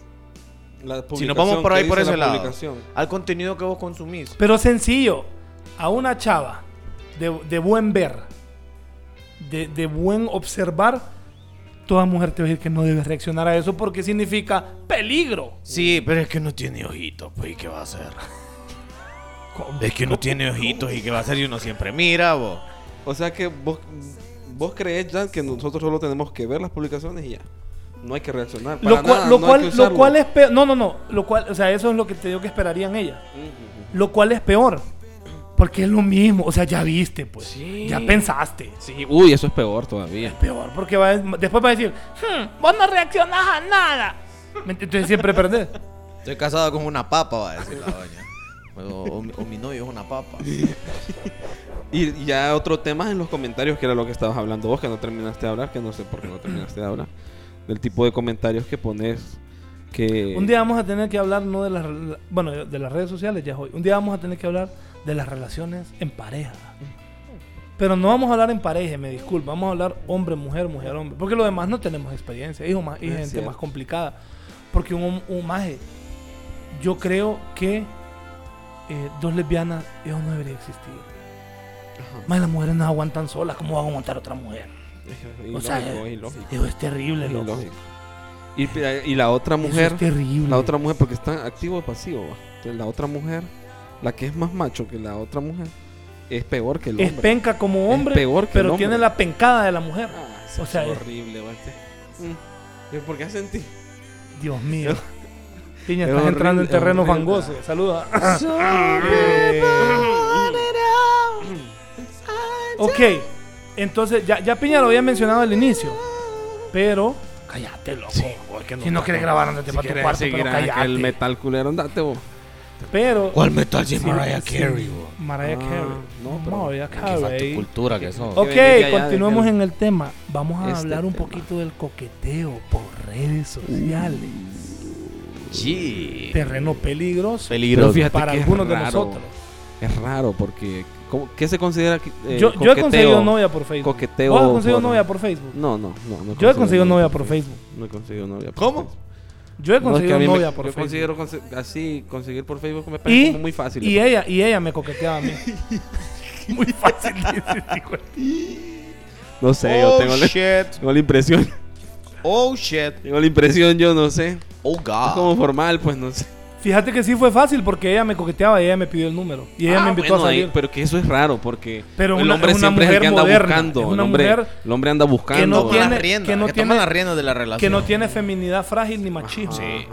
[SPEAKER 2] Si nos vamos por ahí por ese lado. Al contenido que vos consumís.
[SPEAKER 1] Pero sencillo. A una chava de, de buen ver, de, de buen observar, toda mujer te va a decir que no debes reaccionar a eso porque significa peligro.
[SPEAKER 2] Sí, pero es que no tiene ojitos, pues, ¿y qué va a <laughs> hacer?
[SPEAKER 1] ¿Cómo?
[SPEAKER 2] Es que uno tiene ojitos y qué va a hacer y uno siempre mira, vos.
[SPEAKER 3] O sea que vos, vos crees, Jan, que nosotros solo tenemos que ver las publicaciones y ya. No hay que reaccionar. para
[SPEAKER 1] Lo, cual,
[SPEAKER 3] nada,
[SPEAKER 1] lo,
[SPEAKER 3] no hay
[SPEAKER 1] cual,
[SPEAKER 3] que
[SPEAKER 1] lo
[SPEAKER 3] usarlo.
[SPEAKER 1] cual es peor. No, no, no. Lo cual, o sea, eso es lo que te digo que esperarían ellas. Lo cual es peor. Porque es lo mismo. O sea, ya viste, pues.
[SPEAKER 3] Sí.
[SPEAKER 1] Ya pensaste.
[SPEAKER 3] Sí, uy, eso es peor todavía.
[SPEAKER 1] Peor, porque va- después va a decir, "Hmm, vos no reaccionás a
[SPEAKER 3] <laughs>
[SPEAKER 1] nada. ¿Me ent- Entonces siempre perdés.
[SPEAKER 2] Estoy casado con una papa, va a decir la doña. O, o mi- o mi novio es una papa.
[SPEAKER 3] Y y ya otro tema en los comentarios, que era lo que estabas hablando vos, que no terminaste de hablar, que no sé por qué no terminaste de hablar. Del tipo de comentarios que pones. Que...
[SPEAKER 1] Un día vamos a tener que hablar, no de las, rela- bueno, de las redes sociales, ya es hoy. Un día vamos a tener que hablar de las relaciones en pareja. Pero no vamos a hablar en pareja, me disculpa. Vamos a hablar hombre, mujer, mujer, hombre. Porque lo demás no tenemos experiencia. Hijo más, y
[SPEAKER 3] Es
[SPEAKER 1] gente
[SPEAKER 3] cierto.
[SPEAKER 1] más complicada. Porque un, hom- un maje, yo creo que eh, dos lesbianas, eso no debería existir. Más las mujeres no aguantan solas. ¿Cómo van a aguantar otra mujer?
[SPEAKER 3] Ilógico,
[SPEAKER 1] o sea,
[SPEAKER 3] ilógico.
[SPEAKER 1] Eso es terrible, loco.
[SPEAKER 3] Ilógico. Y, pi- y la otra
[SPEAKER 1] Eso
[SPEAKER 3] mujer,
[SPEAKER 1] es terrible.
[SPEAKER 3] la otra mujer, porque está activo o pasivo, va. Entonces, la otra mujer, la que es más macho que la otra mujer, es peor que el
[SPEAKER 1] es
[SPEAKER 3] hombre.
[SPEAKER 1] penca como
[SPEAKER 3] Es
[SPEAKER 1] hombre,
[SPEAKER 3] peor que el
[SPEAKER 1] pero
[SPEAKER 3] hombre.
[SPEAKER 1] tiene la pencada de la mujer.
[SPEAKER 3] Ah,
[SPEAKER 1] o sea,
[SPEAKER 3] es
[SPEAKER 1] es-
[SPEAKER 3] horrible, va, este. Mm. ¿Y ¿Por qué sentí?
[SPEAKER 1] Dios mío. Piña,
[SPEAKER 3] Es
[SPEAKER 1] estás entrando en
[SPEAKER 3] horrible,
[SPEAKER 1] terreno
[SPEAKER 3] horrible.
[SPEAKER 1] fangoso. Saluda. ok, entonces ya, ya Piña lo había mencionado al inicio, pero cállate, loco. si no quieres grabar, andate para tu cuarto, pero cállate.
[SPEAKER 3] el metal culero, andate vos.
[SPEAKER 1] Pero
[SPEAKER 2] ¿Cuál metal si
[SPEAKER 1] Sí,
[SPEAKER 2] Mariah
[SPEAKER 1] sí,
[SPEAKER 2] Carey, vos?
[SPEAKER 1] Mariah
[SPEAKER 3] Ah,
[SPEAKER 1] Carey.
[SPEAKER 3] no, pero-
[SPEAKER 1] Mariah
[SPEAKER 2] Qué falta de
[SPEAKER 1] Carey.
[SPEAKER 2] cultura que son.
[SPEAKER 1] Ok,
[SPEAKER 3] que venir de allá,
[SPEAKER 1] continuemos
[SPEAKER 3] de
[SPEAKER 1] en el tema. Vamos a
[SPEAKER 3] Este
[SPEAKER 1] hablar un
[SPEAKER 3] tema.
[SPEAKER 1] poquito del coqueteo por redes sociales.
[SPEAKER 2] Sí.
[SPEAKER 1] Terreno peligroso
[SPEAKER 2] Peligro.
[SPEAKER 3] Pero fíjate
[SPEAKER 1] para
[SPEAKER 3] que es
[SPEAKER 1] algunos de
[SPEAKER 3] raro.
[SPEAKER 1] nosotros.
[SPEAKER 3] Es raro porque. ¿cómo- ¿Qué se considera? que- eh,
[SPEAKER 1] yo, yo he
[SPEAKER 3] coqueteo?
[SPEAKER 1] conseguido novia por Facebook.
[SPEAKER 3] coqueteo
[SPEAKER 1] ¿Vos has conseguido
[SPEAKER 3] por-
[SPEAKER 1] novia por Facebook?
[SPEAKER 3] No, no,
[SPEAKER 1] Yo
[SPEAKER 3] no. no
[SPEAKER 1] he
[SPEAKER 3] conseguido
[SPEAKER 1] conseguido novia por Facebook.
[SPEAKER 3] No he conseguido novia por
[SPEAKER 2] ¿Cómo?
[SPEAKER 3] Facebook.
[SPEAKER 1] Yo he
[SPEAKER 3] No, es que
[SPEAKER 1] conseguido
[SPEAKER 3] a mí me-
[SPEAKER 1] novia por
[SPEAKER 3] yo
[SPEAKER 1] Facebook.
[SPEAKER 3] considero conse- así, conseguir por Facebook me parece
[SPEAKER 1] y,
[SPEAKER 3] como muy fácil.
[SPEAKER 1] Y ella, y ella me coqueteaba a
[SPEAKER 3] <laughs>
[SPEAKER 1] mí. muy fácil. dice,
[SPEAKER 3] este
[SPEAKER 1] hijo de-
[SPEAKER 3] no sé, yo
[SPEAKER 2] Oh,
[SPEAKER 3] tengo la,
[SPEAKER 2] shit.
[SPEAKER 3] tengo la impresión. <laughs>
[SPEAKER 2] Oh, shit.
[SPEAKER 3] Tengo la impresión, yo no sé.
[SPEAKER 2] Oh,
[SPEAKER 3] Es
[SPEAKER 2] God.
[SPEAKER 3] como formal, pues no sé.
[SPEAKER 1] Fíjate que sí fue fácil porque ella me coqueteaba y ella me pidió el número. Y ella
[SPEAKER 3] Ah,
[SPEAKER 1] me invitó
[SPEAKER 3] bueno,
[SPEAKER 1] a
[SPEAKER 3] ahí,
[SPEAKER 1] salir.
[SPEAKER 3] pero que eso es raro porque
[SPEAKER 1] Pero
[SPEAKER 3] el
[SPEAKER 1] una-
[SPEAKER 3] hombre
[SPEAKER 1] una
[SPEAKER 3] siempre es el
[SPEAKER 1] mujer
[SPEAKER 3] que anda
[SPEAKER 1] moderna, es
[SPEAKER 3] buscando. El
[SPEAKER 1] una
[SPEAKER 3] hombre,
[SPEAKER 1] mujer
[SPEAKER 3] el hombre anda buscando.
[SPEAKER 1] que no
[SPEAKER 3] ¿verdad?
[SPEAKER 2] Toma las
[SPEAKER 1] tiene-
[SPEAKER 2] riendas,
[SPEAKER 1] que no
[SPEAKER 2] toma
[SPEAKER 1] tiene-
[SPEAKER 2] las riendas de la relación.
[SPEAKER 1] que no tiene feminidad frágil ni machismo.
[SPEAKER 3] Ajá.
[SPEAKER 2] Sí.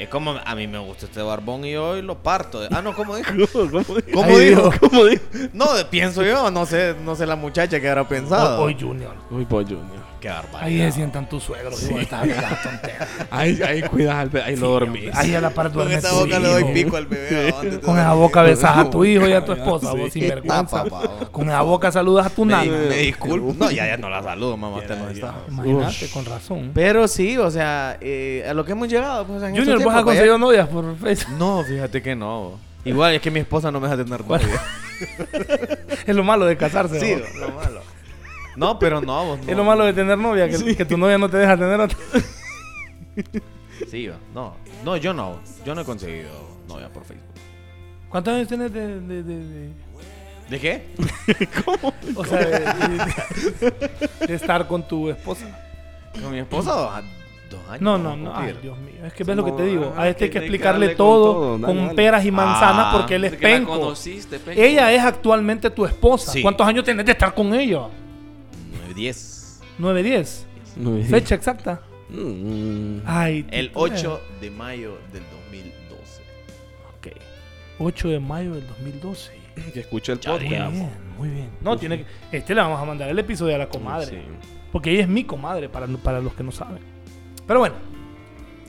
[SPEAKER 2] Es como a mí me gusta este barbón y hoy lo parto. Ah, no, ¿cómo dijo? <laughs>
[SPEAKER 3] ¿Cómo dijo?
[SPEAKER 2] ¿Cómo
[SPEAKER 1] Ahí
[SPEAKER 2] dijo?
[SPEAKER 1] dijo.
[SPEAKER 3] <laughs> ¿Cómo dijo?
[SPEAKER 2] No, de- pienso yo, no sé, no sé la muchacha que habrá pensado.
[SPEAKER 1] Hoy Junior.
[SPEAKER 3] Uy, Paul Junior.
[SPEAKER 2] Qué barbaridad.
[SPEAKER 1] Ahí se sientan tus suegros. hijo, estás hablando tonteras.
[SPEAKER 3] Ahí, ahí cuidas al bebé, ahí lo dormís.
[SPEAKER 1] Ahí a la par
[SPEAKER 2] Con
[SPEAKER 1] duerme
[SPEAKER 2] esa
[SPEAKER 1] tu
[SPEAKER 2] boca le doy
[SPEAKER 1] hijo.
[SPEAKER 2] pico al bebé. ¿a dónde te
[SPEAKER 1] Con
[SPEAKER 2] doy?
[SPEAKER 1] esa boca besas <laughs> a tu hijo y a tu esposa,
[SPEAKER 3] Sí.
[SPEAKER 1] vos sinvergüenza.
[SPEAKER 2] Tapa, pavo.
[SPEAKER 1] Con esa boca saludas a tu
[SPEAKER 2] Me,
[SPEAKER 1] nana.
[SPEAKER 2] me disculpo. No, ya, ya no la saludo, mamá. te lo está.
[SPEAKER 1] Imagínate, con razón.
[SPEAKER 2] Pero sí, o sea, eh, a lo que hemos llegado. Pues, en estos
[SPEAKER 1] Junior, ¿vos
[SPEAKER 2] tiempos,
[SPEAKER 1] has
[SPEAKER 2] pues,
[SPEAKER 1] conseguido novias por Facebook?
[SPEAKER 2] No, fíjate que no. Igual es que mi esposa no me deja tener
[SPEAKER 1] ¿Cuál?
[SPEAKER 2] novia.
[SPEAKER 1] <laughs> Es lo malo de casarse.
[SPEAKER 2] Sí, <laughs>
[SPEAKER 1] vos.
[SPEAKER 2] lo malo. No, pero no, vos no.
[SPEAKER 1] Es lo malo de tener novia, que, que tu novia no te deja tener otra.
[SPEAKER 2] Sí, yo, no. No, yo no. Yo no he conseguido novia por Facebook.
[SPEAKER 1] ¿Cuántos años tienes de...? de- de- de-
[SPEAKER 2] ¿De qué?
[SPEAKER 1] o
[SPEAKER 2] <laughs>
[SPEAKER 1] sea, de, de- de estar con tu esposa? <laughs>
[SPEAKER 2] Con mi esposa, Ah, Dos años.
[SPEAKER 1] No,
[SPEAKER 2] vas a
[SPEAKER 1] no, Ah, no.
[SPEAKER 2] cumplir.
[SPEAKER 1] Ay, Dios mío. Es que ves lo que
[SPEAKER 3] No,
[SPEAKER 1] te digo.
[SPEAKER 3] ajá,
[SPEAKER 1] A este hay que
[SPEAKER 3] tiene que
[SPEAKER 1] explicarle
[SPEAKER 3] darle con
[SPEAKER 1] todo,
[SPEAKER 3] todo, dale,
[SPEAKER 1] con
[SPEAKER 3] dale.
[SPEAKER 1] peras y manzanas
[SPEAKER 2] Ah,
[SPEAKER 1] porque él es
[SPEAKER 4] Desde que la
[SPEAKER 1] penco.
[SPEAKER 4] conociste, penco.
[SPEAKER 1] Ella es actualmente tu esposa.
[SPEAKER 2] Sí.
[SPEAKER 1] ¿Cuántos años tienes de estar con ella?
[SPEAKER 2] Nueve, diez.
[SPEAKER 1] 9, 10.
[SPEAKER 3] Muy bien.
[SPEAKER 1] Fecha exacta.
[SPEAKER 3] Mm.
[SPEAKER 1] Ay,
[SPEAKER 2] El
[SPEAKER 1] tú-
[SPEAKER 2] 8 de mayo del 2012.
[SPEAKER 1] Ok. 8 de mayo del 2012.
[SPEAKER 3] Que escuche el
[SPEAKER 2] Ya
[SPEAKER 3] podcast.
[SPEAKER 1] Muy bien, muy bien. No, tiene que. Este le vamos a mandar el episodio a la comadre.
[SPEAKER 3] Sí.
[SPEAKER 1] Porque ella es mi comadre, para, para los que no saben. Pero bueno,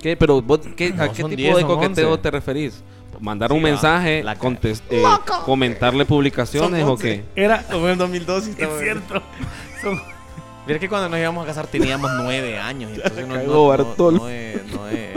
[SPEAKER 3] ¿Qué? Pero vos, ¿qué- ¿a
[SPEAKER 2] No,
[SPEAKER 3] qué
[SPEAKER 2] son
[SPEAKER 3] tipo
[SPEAKER 2] 10,
[SPEAKER 3] de
[SPEAKER 2] son
[SPEAKER 3] coqueteo
[SPEAKER 2] 11.
[SPEAKER 3] te referís? ¿Mandar
[SPEAKER 2] Sí,
[SPEAKER 3] un
[SPEAKER 2] va.
[SPEAKER 3] mensaje?
[SPEAKER 2] La-
[SPEAKER 3] contest- eh, ¿Comentarle publicaciones
[SPEAKER 2] Son
[SPEAKER 3] o qué?
[SPEAKER 1] era.
[SPEAKER 2] Fue en 2012.
[SPEAKER 1] <laughs> es cierto. Son-
[SPEAKER 2] Mira que cuando nos íbamos a casar teníamos nueve
[SPEAKER 1] <laughs>
[SPEAKER 2] años. Entonces no,
[SPEAKER 3] cagó
[SPEAKER 2] no,
[SPEAKER 3] Bartol.
[SPEAKER 2] no, no es... No es...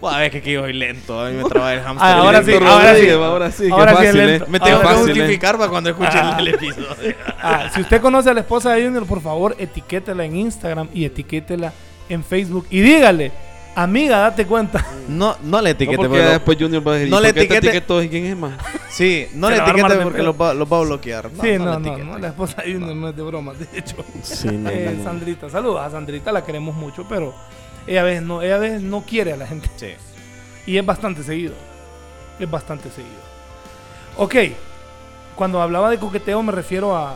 [SPEAKER 2] Buah, ves que aquí voy lento. A mí me traba el hamster.
[SPEAKER 1] Ah, ahora sí,
[SPEAKER 3] Héctor
[SPEAKER 1] ahora sí.
[SPEAKER 3] Rodríguez, ahora sí, qué
[SPEAKER 1] Ahora sí,
[SPEAKER 3] fácil,
[SPEAKER 1] lento.
[SPEAKER 3] ¿eh?
[SPEAKER 2] Me tengo
[SPEAKER 1] Ahora
[SPEAKER 2] que
[SPEAKER 1] sí.
[SPEAKER 3] fácil, ¿eh?
[SPEAKER 2] justificar para cuando escuchen
[SPEAKER 1] <laughs>
[SPEAKER 2] el episodio.
[SPEAKER 1] Ah, si usted conoce a la esposa de Junior, por favor, etiquétela en Instagram y etiquétela en Facebook. Y dígale, amiga, date cuenta.
[SPEAKER 2] No, no le
[SPEAKER 3] No,
[SPEAKER 2] etiquete,
[SPEAKER 3] porque
[SPEAKER 2] pero-
[SPEAKER 3] después Junior va a decir,
[SPEAKER 2] no
[SPEAKER 3] "¿Y
[SPEAKER 2] le
[SPEAKER 3] por qué te
[SPEAKER 2] etiquete-
[SPEAKER 3] etiquetó? ¿Y quién es más?
[SPEAKER 2] Sí, no
[SPEAKER 1] Se
[SPEAKER 2] le
[SPEAKER 1] la va a
[SPEAKER 2] etiquete
[SPEAKER 1] armar de
[SPEAKER 2] porque
[SPEAKER 1] pedo.
[SPEAKER 2] los va, los va a bloquear. No,
[SPEAKER 1] sí,
[SPEAKER 2] no
[SPEAKER 1] no,
[SPEAKER 2] le
[SPEAKER 1] no,
[SPEAKER 2] etiquete.
[SPEAKER 1] no, la esposa de Junior no es de broma, de hecho.
[SPEAKER 3] Sí, no,
[SPEAKER 1] Eh, Sandrita, saludos a Sandrita, la queremos mucho, pero ella a veces no, ella a veces no quiere a la gente.
[SPEAKER 2] Sí.
[SPEAKER 1] Y es bastante seguido. Es bastante seguido. Ok. Cuando hablaba de coqueteo me refiero a...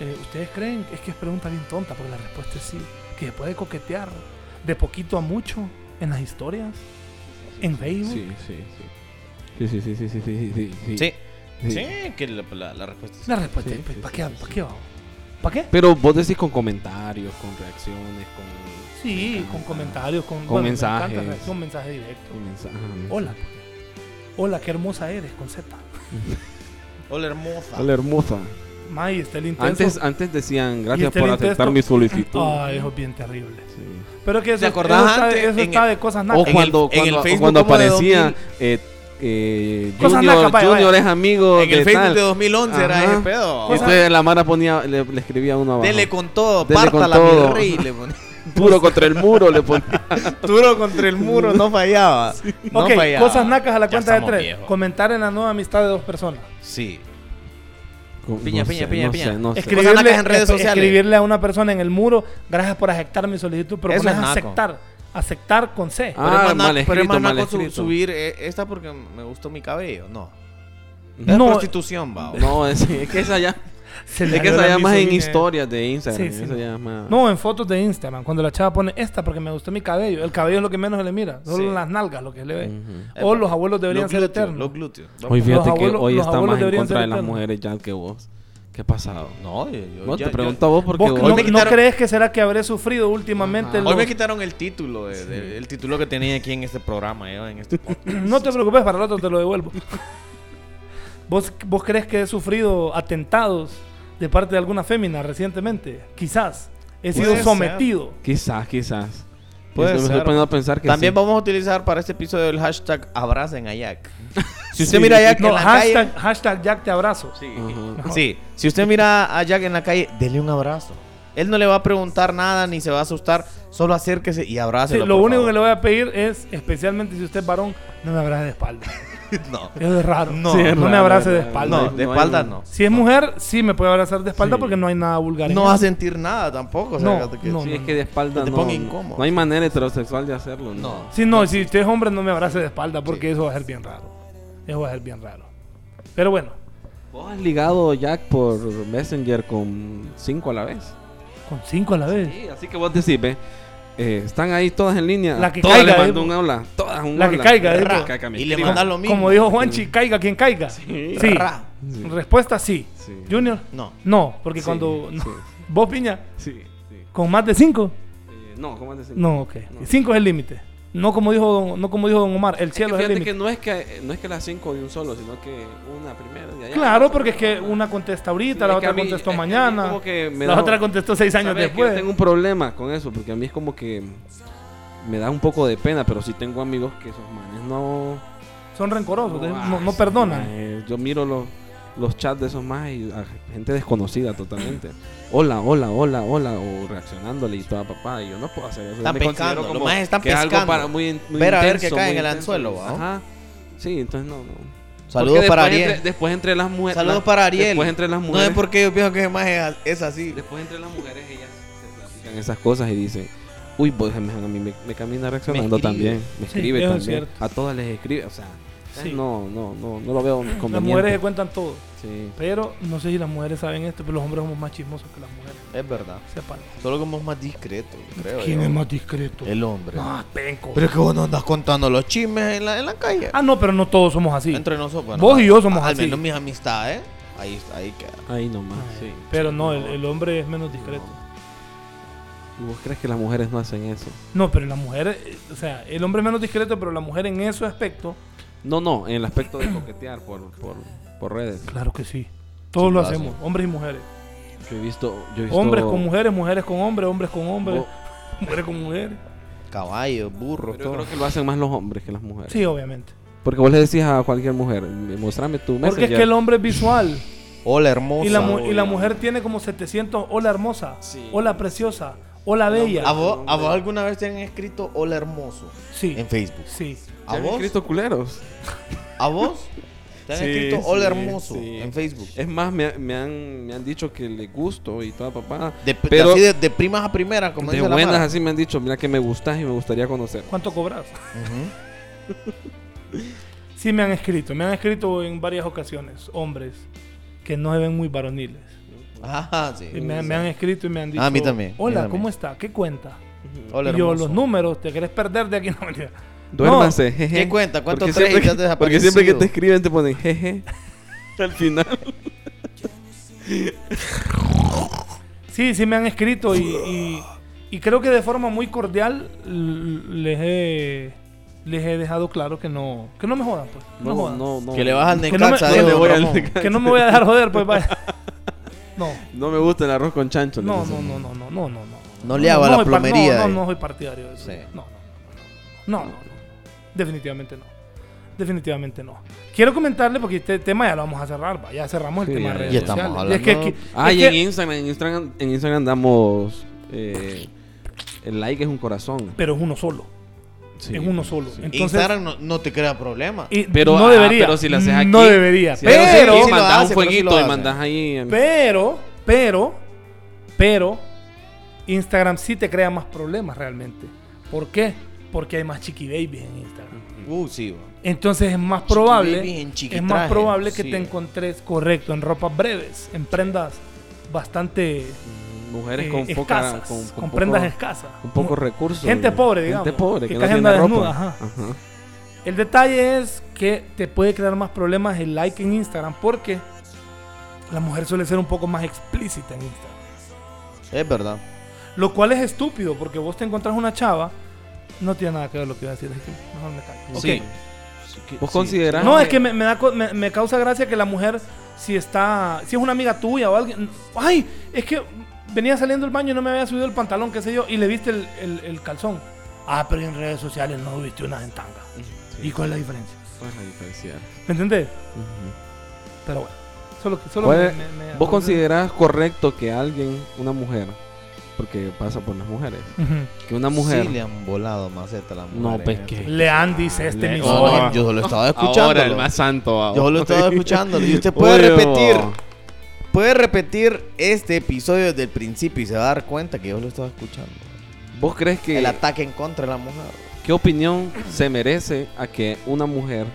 [SPEAKER 1] eh, ¿Ustedes creen? Es que es pregunta bien tonta, porque la respuesta es sí. Que se puede coquetear de poquito a mucho en las historias, en Facebook.
[SPEAKER 3] Sí, sí, sí. Sí, sí, sí, sí, sí, sí, sí, sí.
[SPEAKER 2] Sí.
[SPEAKER 3] Sí.
[SPEAKER 2] Sí, que la, la- la respuesta es...
[SPEAKER 1] La respuesta
[SPEAKER 3] Sí,
[SPEAKER 1] es,
[SPEAKER 3] sí,
[SPEAKER 1] ¿para
[SPEAKER 3] sí,
[SPEAKER 1] qué?
[SPEAKER 3] sí,
[SPEAKER 1] ¿Para
[SPEAKER 3] sí.
[SPEAKER 1] qué vamos? ¿Para qué?
[SPEAKER 3] Pero vos decís con comentarios, con reacciones, con...
[SPEAKER 1] Sí, con comentarios, con,
[SPEAKER 3] Con
[SPEAKER 1] me encanta,
[SPEAKER 3] mensajes.
[SPEAKER 1] reacción, un mensaje directo.
[SPEAKER 3] con mensajes.
[SPEAKER 1] Hola. Hola, qué hermosa eres con Z.
[SPEAKER 2] Hola, hermosa.
[SPEAKER 3] Hola, hermosa.
[SPEAKER 1] May, está el intenso.
[SPEAKER 3] Antes, antes decían,
[SPEAKER 1] Y
[SPEAKER 3] gracias
[SPEAKER 1] este
[SPEAKER 3] por
[SPEAKER 1] lente
[SPEAKER 3] aceptar
[SPEAKER 1] esto-
[SPEAKER 3] mi solicitud.
[SPEAKER 1] Ay, eso es bien terrible.
[SPEAKER 3] Sí.
[SPEAKER 1] Pero que eso,
[SPEAKER 2] ¿Te acordás
[SPEAKER 1] eso está, de-
[SPEAKER 2] antes?
[SPEAKER 1] eso
[SPEAKER 2] En
[SPEAKER 1] está
[SPEAKER 2] el-
[SPEAKER 1] de cosas
[SPEAKER 3] O
[SPEAKER 1] nacas.
[SPEAKER 2] En
[SPEAKER 3] cuando,
[SPEAKER 2] el- en el
[SPEAKER 3] cuando- o
[SPEAKER 2] Facebook
[SPEAKER 3] cuando
[SPEAKER 2] como de
[SPEAKER 3] aparecía
[SPEAKER 2] 2000.
[SPEAKER 3] eh, eh,
[SPEAKER 1] Cosas
[SPEAKER 3] Junior,
[SPEAKER 1] nacas, vaya,
[SPEAKER 3] Junior
[SPEAKER 1] vaya.
[SPEAKER 3] es amigo
[SPEAKER 2] En
[SPEAKER 3] de
[SPEAKER 2] el Facebook
[SPEAKER 3] tal.
[SPEAKER 2] de 2011 era
[SPEAKER 3] Ajá.
[SPEAKER 2] ese pedo.
[SPEAKER 1] Cosas-
[SPEAKER 3] Entonces la Mara ponía, le, le escribía uno abajo.
[SPEAKER 2] Dele con todo,
[SPEAKER 3] Dele con
[SPEAKER 2] pártala,
[SPEAKER 3] todo.
[SPEAKER 2] mi rey. Le ponía.
[SPEAKER 3] Duro contra el muro le ponía.
[SPEAKER 2] Duro contra el muro, no fallaba. No
[SPEAKER 1] ok,
[SPEAKER 2] fallaba.
[SPEAKER 1] cosas nacas a la
[SPEAKER 2] Ya
[SPEAKER 1] cuenta de
[SPEAKER 2] estamos
[SPEAKER 1] tres.
[SPEAKER 2] viejos.
[SPEAKER 1] Comentar en la nueva amistad de dos personas.
[SPEAKER 2] Sí.
[SPEAKER 3] Con-
[SPEAKER 2] <laughs> Piña,
[SPEAKER 3] no
[SPEAKER 2] piña,
[SPEAKER 3] sé,
[SPEAKER 2] piña,
[SPEAKER 3] no
[SPEAKER 2] piña.
[SPEAKER 3] sé, no sé.
[SPEAKER 2] Escribe- Cosas nacas en redes
[SPEAKER 1] escri-
[SPEAKER 2] sociales.
[SPEAKER 1] escribirle a una persona en el muro, gracias por aceptar mi solicitud, pero
[SPEAKER 2] Eso
[SPEAKER 1] pones
[SPEAKER 2] es naco.
[SPEAKER 1] aceptar. Aceptar con C.
[SPEAKER 3] Ah,
[SPEAKER 2] pero es más
[SPEAKER 3] mal
[SPEAKER 2] naco- pero es más
[SPEAKER 3] escrito, mal
[SPEAKER 2] naco su-
[SPEAKER 3] escrito.
[SPEAKER 2] subir eh, esta porque me gustó mi cabello. No. Es
[SPEAKER 1] no,
[SPEAKER 2] prostitución, va.
[SPEAKER 3] <laughs>
[SPEAKER 2] o-
[SPEAKER 3] No, es, es que esa ya,
[SPEAKER 1] se le
[SPEAKER 3] es que
[SPEAKER 1] agarró
[SPEAKER 3] esa
[SPEAKER 1] la
[SPEAKER 3] ya más en
[SPEAKER 1] misoginia.
[SPEAKER 3] historias de Instagram.
[SPEAKER 1] Sí, sí,
[SPEAKER 3] esa
[SPEAKER 1] no.
[SPEAKER 3] ya
[SPEAKER 2] Ah.
[SPEAKER 3] más-
[SPEAKER 1] No, en fotos de Instagram. Cuando la chava pone esta porque me gustó mi cabello. El cabello es lo que menos se le mira. Solo
[SPEAKER 2] Sí.
[SPEAKER 1] las nalgas lo que le ve.
[SPEAKER 3] Ujú.
[SPEAKER 1] O los abuelos deberían
[SPEAKER 2] Los
[SPEAKER 1] ser
[SPEAKER 2] glúteos,
[SPEAKER 1] eternos.
[SPEAKER 2] Los glúteos.
[SPEAKER 3] Hoy
[SPEAKER 1] Los
[SPEAKER 3] fíjate que
[SPEAKER 1] abuelos-
[SPEAKER 3] hoy
[SPEAKER 1] los
[SPEAKER 3] está
[SPEAKER 1] abuelos
[SPEAKER 3] más en
[SPEAKER 1] deberían
[SPEAKER 3] contra
[SPEAKER 1] ser
[SPEAKER 3] de las
[SPEAKER 1] eternos.
[SPEAKER 3] mujeres ya que vos. ¿Qué ha pasado?
[SPEAKER 2] No, yo, yo-
[SPEAKER 3] No,
[SPEAKER 2] ya-
[SPEAKER 3] te
[SPEAKER 2] yo-
[SPEAKER 3] pregunto a vos porque
[SPEAKER 1] ¿Vos
[SPEAKER 3] vos-
[SPEAKER 1] no,
[SPEAKER 2] me
[SPEAKER 1] no
[SPEAKER 2] quitaron-
[SPEAKER 1] crees que será que habré sufrido últimamente?
[SPEAKER 3] Ajá.
[SPEAKER 2] Hoy
[SPEAKER 1] los-
[SPEAKER 2] me quitaron el título, de- de- el título que tenía aquí en este programa, eh, en este podcast.
[SPEAKER 1] No te preocupes, para el otro te lo
[SPEAKER 2] <laughs>
[SPEAKER 1] devuelvo. ¿Vos, ¿Vos crees que he sufrido atentados de parte de alguna fémina recientemente? Quizás. He
[SPEAKER 2] Puede
[SPEAKER 1] sido
[SPEAKER 2] ser.
[SPEAKER 1] sometido.
[SPEAKER 3] Quizás, quizás.
[SPEAKER 2] Puede
[SPEAKER 3] Yo me estoy
[SPEAKER 2] ser.
[SPEAKER 3] poniendo a pensar que
[SPEAKER 2] También
[SPEAKER 3] sí.
[SPEAKER 2] vamos a utilizar para este episodio el hashtag abracen
[SPEAKER 1] <laughs>
[SPEAKER 2] a Jack. Si usted
[SPEAKER 3] Sí.
[SPEAKER 2] mira a Jack
[SPEAKER 1] No,
[SPEAKER 2] en la
[SPEAKER 1] hashtag,
[SPEAKER 2] calle.
[SPEAKER 1] hashtag Jack te abrazo.
[SPEAKER 2] Sí.
[SPEAKER 3] Ajá.
[SPEAKER 2] Sí, si usted mira a Jack en la calle, dele un abrazo. Él no le va a preguntar nada ni se va a asustar, solo acérquese y
[SPEAKER 1] Sí,
[SPEAKER 2] abrácelo.
[SPEAKER 1] lo
[SPEAKER 2] por
[SPEAKER 1] único que le
[SPEAKER 2] favor.
[SPEAKER 1] voy a pedir es, especialmente si usted es varón, no me abrace de espalda.
[SPEAKER 2] <laughs> No,
[SPEAKER 1] Eso es raro.
[SPEAKER 2] No,
[SPEAKER 1] Sí, no
[SPEAKER 3] raro,
[SPEAKER 1] me abrace de
[SPEAKER 3] raro.
[SPEAKER 1] espalda.
[SPEAKER 2] no, de espalda no.
[SPEAKER 1] Si es mujer, sí me puede abrazar de espalda porque no hay nada vulgar. en
[SPEAKER 2] No va a
[SPEAKER 1] eso.
[SPEAKER 2] sentir nada tampoco. o sea,
[SPEAKER 1] No,
[SPEAKER 2] que-
[SPEAKER 1] no,
[SPEAKER 3] Sí,
[SPEAKER 1] no.
[SPEAKER 3] es que de espalda
[SPEAKER 2] Te
[SPEAKER 3] no.
[SPEAKER 2] ponga
[SPEAKER 3] no-
[SPEAKER 2] incómodo.
[SPEAKER 3] No hay manera heterosexual de hacerlo. No.
[SPEAKER 2] No.
[SPEAKER 1] Sí, no, si usted es hombre, no me abrace de espalda porque eso va a ser bien raro. Eso va a ser bien raro. Pero bueno,
[SPEAKER 3] Vos has ligado Jack por Messenger con cinco a la vez.
[SPEAKER 1] con cinco a la vez.
[SPEAKER 3] Sí, así que vos decís, ve. eh, están ahí todas en línea.
[SPEAKER 1] La que
[SPEAKER 3] todas
[SPEAKER 1] caiga,
[SPEAKER 3] le mando
[SPEAKER 1] eh.
[SPEAKER 3] un hola. Todas un
[SPEAKER 1] La que
[SPEAKER 3] hola.
[SPEAKER 1] caiga, eh,
[SPEAKER 3] Ra,
[SPEAKER 1] po.
[SPEAKER 3] caca, me
[SPEAKER 2] Y le
[SPEAKER 3] escriben.
[SPEAKER 2] manda lo mismo.
[SPEAKER 1] Como dijo Juanchi, caiga quien caiga.
[SPEAKER 3] Sí.
[SPEAKER 1] Sí.
[SPEAKER 2] Ra.
[SPEAKER 3] Sí.
[SPEAKER 1] Respuesta sí.
[SPEAKER 3] Sí.
[SPEAKER 1] Junior,
[SPEAKER 2] No.
[SPEAKER 1] no, porque
[SPEAKER 3] Sí,
[SPEAKER 1] cuando... no.
[SPEAKER 3] sí.
[SPEAKER 1] <laughs> ¿Vos, Piña?
[SPEAKER 3] Sí, sí.
[SPEAKER 1] ¿Con más de cinco?
[SPEAKER 3] Eh, no, ¿cómo antes?
[SPEAKER 1] No, ok.
[SPEAKER 3] No.
[SPEAKER 1] Cinco es el límite. No como dijo don, no como dijo don Omar, el cielo es, el
[SPEAKER 3] Fíjate que
[SPEAKER 1] límite.
[SPEAKER 3] no es que no es que las cinco de un solo, sino que una primero y allá.
[SPEAKER 1] Claro, porque es que una contesta ahorita, la
[SPEAKER 3] Sí, es que
[SPEAKER 1] otra
[SPEAKER 3] a mí-
[SPEAKER 1] contestó
[SPEAKER 3] es que a mí
[SPEAKER 1] mañana,
[SPEAKER 3] como que me
[SPEAKER 1] la
[SPEAKER 3] da-
[SPEAKER 1] otra contestó seis años
[SPEAKER 3] ¿Sabes? Que
[SPEAKER 1] después.
[SPEAKER 3] Yo tengo un problema con eso, porque a mí es como que me da un poco de pena, pero sí tengo amigos que esos manes no.
[SPEAKER 1] Son rencorosos, no, no,
[SPEAKER 3] ay,
[SPEAKER 1] perdonan.
[SPEAKER 3] mae, yo miro los, los chats de esos más y a gente desconocida totalmente. <clears throat> Hola, hola, hola, hola, o reaccionándole y toda papá. Y yo no puedo hacer eso.
[SPEAKER 2] Están
[SPEAKER 3] Yo me considero
[SPEAKER 2] pescando,
[SPEAKER 3] como
[SPEAKER 2] los maes están
[SPEAKER 3] que es algo
[SPEAKER 2] pescando.
[SPEAKER 3] para muy, in- muy
[SPEAKER 2] Ver a ver qué
[SPEAKER 3] intenso,
[SPEAKER 2] cae
[SPEAKER 3] muy
[SPEAKER 2] en el
[SPEAKER 3] intenso.
[SPEAKER 2] anzuelo, ¿va?
[SPEAKER 3] Ajá. Sí, entonces no. no.
[SPEAKER 2] Saludos
[SPEAKER 3] Porque
[SPEAKER 2] para
[SPEAKER 3] después
[SPEAKER 2] Ariel.
[SPEAKER 3] entre- después entre las mujeres.
[SPEAKER 2] Saludos
[SPEAKER 3] la-
[SPEAKER 2] para Ariel.
[SPEAKER 3] Después entre las
[SPEAKER 2] No
[SPEAKER 3] mujeres.
[SPEAKER 2] sé por qué yo pienso que ese maje es así.
[SPEAKER 3] Después entre las mujeres ellas se platican esas cosas y dicen, Uy, vos, a mí me, me camina reaccionando
[SPEAKER 2] escribe.
[SPEAKER 3] también. Me
[SPEAKER 1] Sí,
[SPEAKER 3] escribe
[SPEAKER 1] eso es
[SPEAKER 3] también.
[SPEAKER 1] cierto.
[SPEAKER 3] A todas les escribe, o sea, eh,
[SPEAKER 1] Sí.
[SPEAKER 3] no, no, no, no lo veo conveniente.
[SPEAKER 1] Las mujeres se cuentan todo.
[SPEAKER 3] Sí.
[SPEAKER 1] Pero no sé si las mujeres saben esto, pero los hombres somos más chismosos que las mujeres.
[SPEAKER 2] Es verdad.
[SPEAKER 1] Sepan.
[SPEAKER 2] Solo como es más discreto, creo.
[SPEAKER 1] ¿Quién
[SPEAKER 2] yo.
[SPEAKER 1] es más discreto?
[SPEAKER 2] El hombre.
[SPEAKER 1] Ah, penco.
[SPEAKER 2] Pero es que vos no andas contando los chismes en la, en la calle.
[SPEAKER 1] Ah, no, pero no todos somos así.
[SPEAKER 2] Entre nosotros. bueno,
[SPEAKER 1] Vos y yo somos
[SPEAKER 2] al
[SPEAKER 1] así.
[SPEAKER 2] menos mis amistades. Ahí, ahí queda.
[SPEAKER 3] Ahí nomás.
[SPEAKER 1] Sí. Ah, Pero no, el, el hombre es menos discreto.
[SPEAKER 3] ¿Y vos crees que las mujeres no hacen eso?
[SPEAKER 1] No, pero la mujer, eh, o sea, el hombre es menos discreto, pero la mujer en ese aspecto,
[SPEAKER 3] No, no, en el aspecto de coquetear por, por, por redes.
[SPEAKER 1] claro que sí. Todos
[SPEAKER 2] Sí,
[SPEAKER 1] lo
[SPEAKER 2] lo hacen.
[SPEAKER 1] hacemos, hombres y mujeres.
[SPEAKER 3] Yo he visto. Yo he visto
[SPEAKER 1] Hombres con mujeres, mujeres con hombres, hombres con hombres,
[SPEAKER 3] Vos-
[SPEAKER 1] mujeres con mujeres.
[SPEAKER 2] Caballos, burros,
[SPEAKER 3] pero yo
[SPEAKER 2] todo.
[SPEAKER 3] creo que lo hacen más los hombres que las mujeres.
[SPEAKER 1] Sí, obviamente.
[SPEAKER 3] Porque vos le decís a cualquier mujer, mostrame tu
[SPEAKER 1] Porque
[SPEAKER 3] messenger.
[SPEAKER 1] es que el hombre es visual
[SPEAKER 2] Hola, hermosa.
[SPEAKER 1] y la, mu- y la mujer tiene como 700, hola hermosa,
[SPEAKER 4] Sí.
[SPEAKER 1] hola preciosa, hola
[SPEAKER 2] ¿A
[SPEAKER 1] bella.
[SPEAKER 2] vos, ¿A vos alguna vez te han escrito hola, hermoso?
[SPEAKER 1] Sí,
[SPEAKER 2] En Facebook.
[SPEAKER 1] sí.
[SPEAKER 2] ¿A
[SPEAKER 3] ¿Ya
[SPEAKER 2] vos?
[SPEAKER 3] Cristo culeros.
[SPEAKER 2] ¿A vos? Te han
[SPEAKER 3] Sí,
[SPEAKER 2] escrito hola,
[SPEAKER 3] sí,
[SPEAKER 2] hermoso
[SPEAKER 3] sí.
[SPEAKER 2] en Facebook.
[SPEAKER 3] Es más, me, me han, me han dicho que le gusto y toda papá.
[SPEAKER 2] De, de
[SPEAKER 3] Pero-
[SPEAKER 2] así de, de primas a primeras, como
[SPEAKER 3] de
[SPEAKER 2] dice la
[SPEAKER 3] buenas
[SPEAKER 2] mara.
[SPEAKER 3] así me han dicho, mira que me gustas y me gustaría conocer.
[SPEAKER 1] ¿Cuánto cobras?
[SPEAKER 2] Ujú.
[SPEAKER 1] Sí, me han escrito, me han escrito en varias ocasiones hombres que no se ven muy varoniles.
[SPEAKER 2] Ajá, Ah, sí.
[SPEAKER 1] Y me, me han escrito y me han dicho.
[SPEAKER 2] Ah, a mí también, a mí
[SPEAKER 1] Hola,
[SPEAKER 2] también.
[SPEAKER 1] ¿cómo está? ¿Qué cuenta?
[SPEAKER 2] Hola,
[SPEAKER 1] Y yo,
[SPEAKER 2] hermoso.
[SPEAKER 1] los números, ¿te querés perder de aquí? <laughs> No, mentira.
[SPEAKER 3] Duérmase, jeje.
[SPEAKER 1] eh.
[SPEAKER 2] ¿Qué cuenta? ¿Cuántos
[SPEAKER 3] Porque
[SPEAKER 2] tres
[SPEAKER 3] siempre
[SPEAKER 2] y te has
[SPEAKER 3] que- Porque siempre que
[SPEAKER 2] desaparecido?
[SPEAKER 3] te escriben te ponen jeje. Al final.
[SPEAKER 1] Sí, sí me han escrito y, y- y creo que de forma muy cordial l- les he, les he dejado claro que no, que no me jodan, pues. No,
[SPEAKER 3] <laughs> No,
[SPEAKER 1] jodan.
[SPEAKER 3] no, no.
[SPEAKER 2] Que le vas al
[SPEAKER 1] Que no me-
[SPEAKER 2] Necaxa,
[SPEAKER 1] no
[SPEAKER 2] dijo
[SPEAKER 1] le
[SPEAKER 2] don
[SPEAKER 3] voy al
[SPEAKER 2] Ramón.
[SPEAKER 3] <laughs> Necaxa.
[SPEAKER 1] Que no me voy a dejar joder, pues vaya. <laughs> No,
[SPEAKER 3] No me gusta el arroz con chancho. le
[SPEAKER 1] no,
[SPEAKER 3] dicen.
[SPEAKER 1] no, no, no, no, no, no, no.
[SPEAKER 2] No le hago a la
[SPEAKER 1] soy par-
[SPEAKER 2] plomería.
[SPEAKER 1] No,
[SPEAKER 2] eh.
[SPEAKER 1] no, no soy partidario de eso.
[SPEAKER 2] Sí.
[SPEAKER 1] No, no, no, no, no, no, no, no. Definitivamente no. Definitivamente no. Quiero comentarle porque este tema ya lo vamos a cerrar. va, Ya cerramos el
[SPEAKER 3] Sí,
[SPEAKER 1] tema
[SPEAKER 3] ya,
[SPEAKER 1] de redes
[SPEAKER 2] ya estamos
[SPEAKER 1] sociales. Y es que
[SPEAKER 2] hablando-
[SPEAKER 1] aquí-
[SPEAKER 3] Ah,
[SPEAKER 1] es
[SPEAKER 3] y
[SPEAKER 1] que-
[SPEAKER 3] en Instagram, en Instagram, en Instagram damos. eh, el like es un corazón.
[SPEAKER 1] pero es uno solo.
[SPEAKER 3] Sí,
[SPEAKER 1] es uno solo.
[SPEAKER 3] sí.
[SPEAKER 1] Entonces,
[SPEAKER 2] Instagram no, no te crea problema.
[SPEAKER 1] y
[SPEAKER 3] Pero,
[SPEAKER 1] no
[SPEAKER 3] ah,
[SPEAKER 1] debería.
[SPEAKER 3] pero si lo haces
[SPEAKER 1] no
[SPEAKER 3] aquí,
[SPEAKER 1] debería.
[SPEAKER 3] Sí,
[SPEAKER 1] pero,
[SPEAKER 2] haces
[SPEAKER 1] pero,
[SPEAKER 2] aquí,
[SPEAKER 3] sí,
[SPEAKER 2] sí lo
[SPEAKER 3] mandas
[SPEAKER 2] hace, pero sí
[SPEAKER 3] un
[SPEAKER 2] lo
[SPEAKER 3] fueguito y
[SPEAKER 2] hace.
[SPEAKER 3] mandas ahí. em,
[SPEAKER 1] pero, pero, Instagram sí te crea más problemas realmente. ¿Por qué? Porque hay más chiqui babies en Instagram.
[SPEAKER 2] Uh, sí, va.
[SPEAKER 1] Entonces es más
[SPEAKER 2] Chiqui
[SPEAKER 1] probable,
[SPEAKER 2] babies en chiqui
[SPEAKER 1] es más
[SPEAKER 2] traje,
[SPEAKER 1] probable que
[SPEAKER 2] sí,
[SPEAKER 1] te
[SPEAKER 2] eh.
[SPEAKER 1] encontres correcto en ropas breves, en prendas bastante
[SPEAKER 3] mujeres
[SPEAKER 1] eh,
[SPEAKER 3] con poca.
[SPEAKER 1] escasas,
[SPEAKER 3] con, con
[SPEAKER 1] con prendas
[SPEAKER 3] poco-
[SPEAKER 1] escasas.
[SPEAKER 3] con pocos
[SPEAKER 1] No,
[SPEAKER 3] recursos.
[SPEAKER 1] gente pobre, digamos,
[SPEAKER 3] Gente pobre,
[SPEAKER 1] que
[SPEAKER 3] que,
[SPEAKER 1] casi
[SPEAKER 3] no tiene
[SPEAKER 1] anda
[SPEAKER 3] ropa.
[SPEAKER 1] desnuda, ajá. El detalle es que te puede crear más problemas el like en Instagram porque la mujer suele ser un poco más explícita en Instagram.
[SPEAKER 2] Es verdad.
[SPEAKER 1] Lo cual es estúpido porque vos te encontrás una chava, no tiene nada que ver lo que iba a decir, así que mejor me callo.
[SPEAKER 3] Sí.
[SPEAKER 1] Ok.
[SPEAKER 3] Vos
[SPEAKER 2] Sí.
[SPEAKER 3] considerás.
[SPEAKER 1] No, es que me, me da co- me- me causa gracia que la mujer, si está, si es una amiga tuya o alguien, ay, es que venía saliendo del baño y no me había subido el pantalón, qué sé yo, y le viste el, el- el calzón. Ah, pero en redes sociales no viste unas en tanga. ¿Y cuál es la diferencia?
[SPEAKER 3] ¿Cuál es la diferencia?
[SPEAKER 1] ¿Me entendés?
[SPEAKER 3] Ujú.
[SPEAKER 1] Pero bueno, solo que solo
[SPEAKER 3] ¿Cuál
[SPEAKER 1] me-
[SPEAKER 3] es-
[SPEAKER 1] me- me-
[SPEAKER 3] ¿Vos considerás correcto que alguien, una mujer, porque pasa por las mujeres,
[SPEAKER 1] Ujú.
[SPEAKER 3] que una mujer.
[SPEAKER 2] Sí le han volado maceta a la mujer.
[SPEAKER 3] No,
[SPEAKER 2] en
[SPEAKER 3] pues
[SPEAKER 2] esto.
[SPEAKER 3] que.
[SPEAKER 1] Lean dice este
[SPEAKER 3] Le-
[SPEAKER 1] mismo.
[SPEAKER 2] No, no, yo solo estaba escuchando.
[SPEAKER 3] santo.
[SPEAKER 2] Yo solo
[SPEAKER 3] <laughs>
[SPEAKER 2] estaba escuchándolo. Y usted puede repetir. Puede repetir este episodio desde el principio y se va a dar cuenta que yo lo estaba escuchando.
[SPEAKER 3] ¿Vos crees que.
[SPEAKER 2] El ataque en contra de la mujer.
[SPEAKER 3] ¿Qué opinión se merece a que una mujer,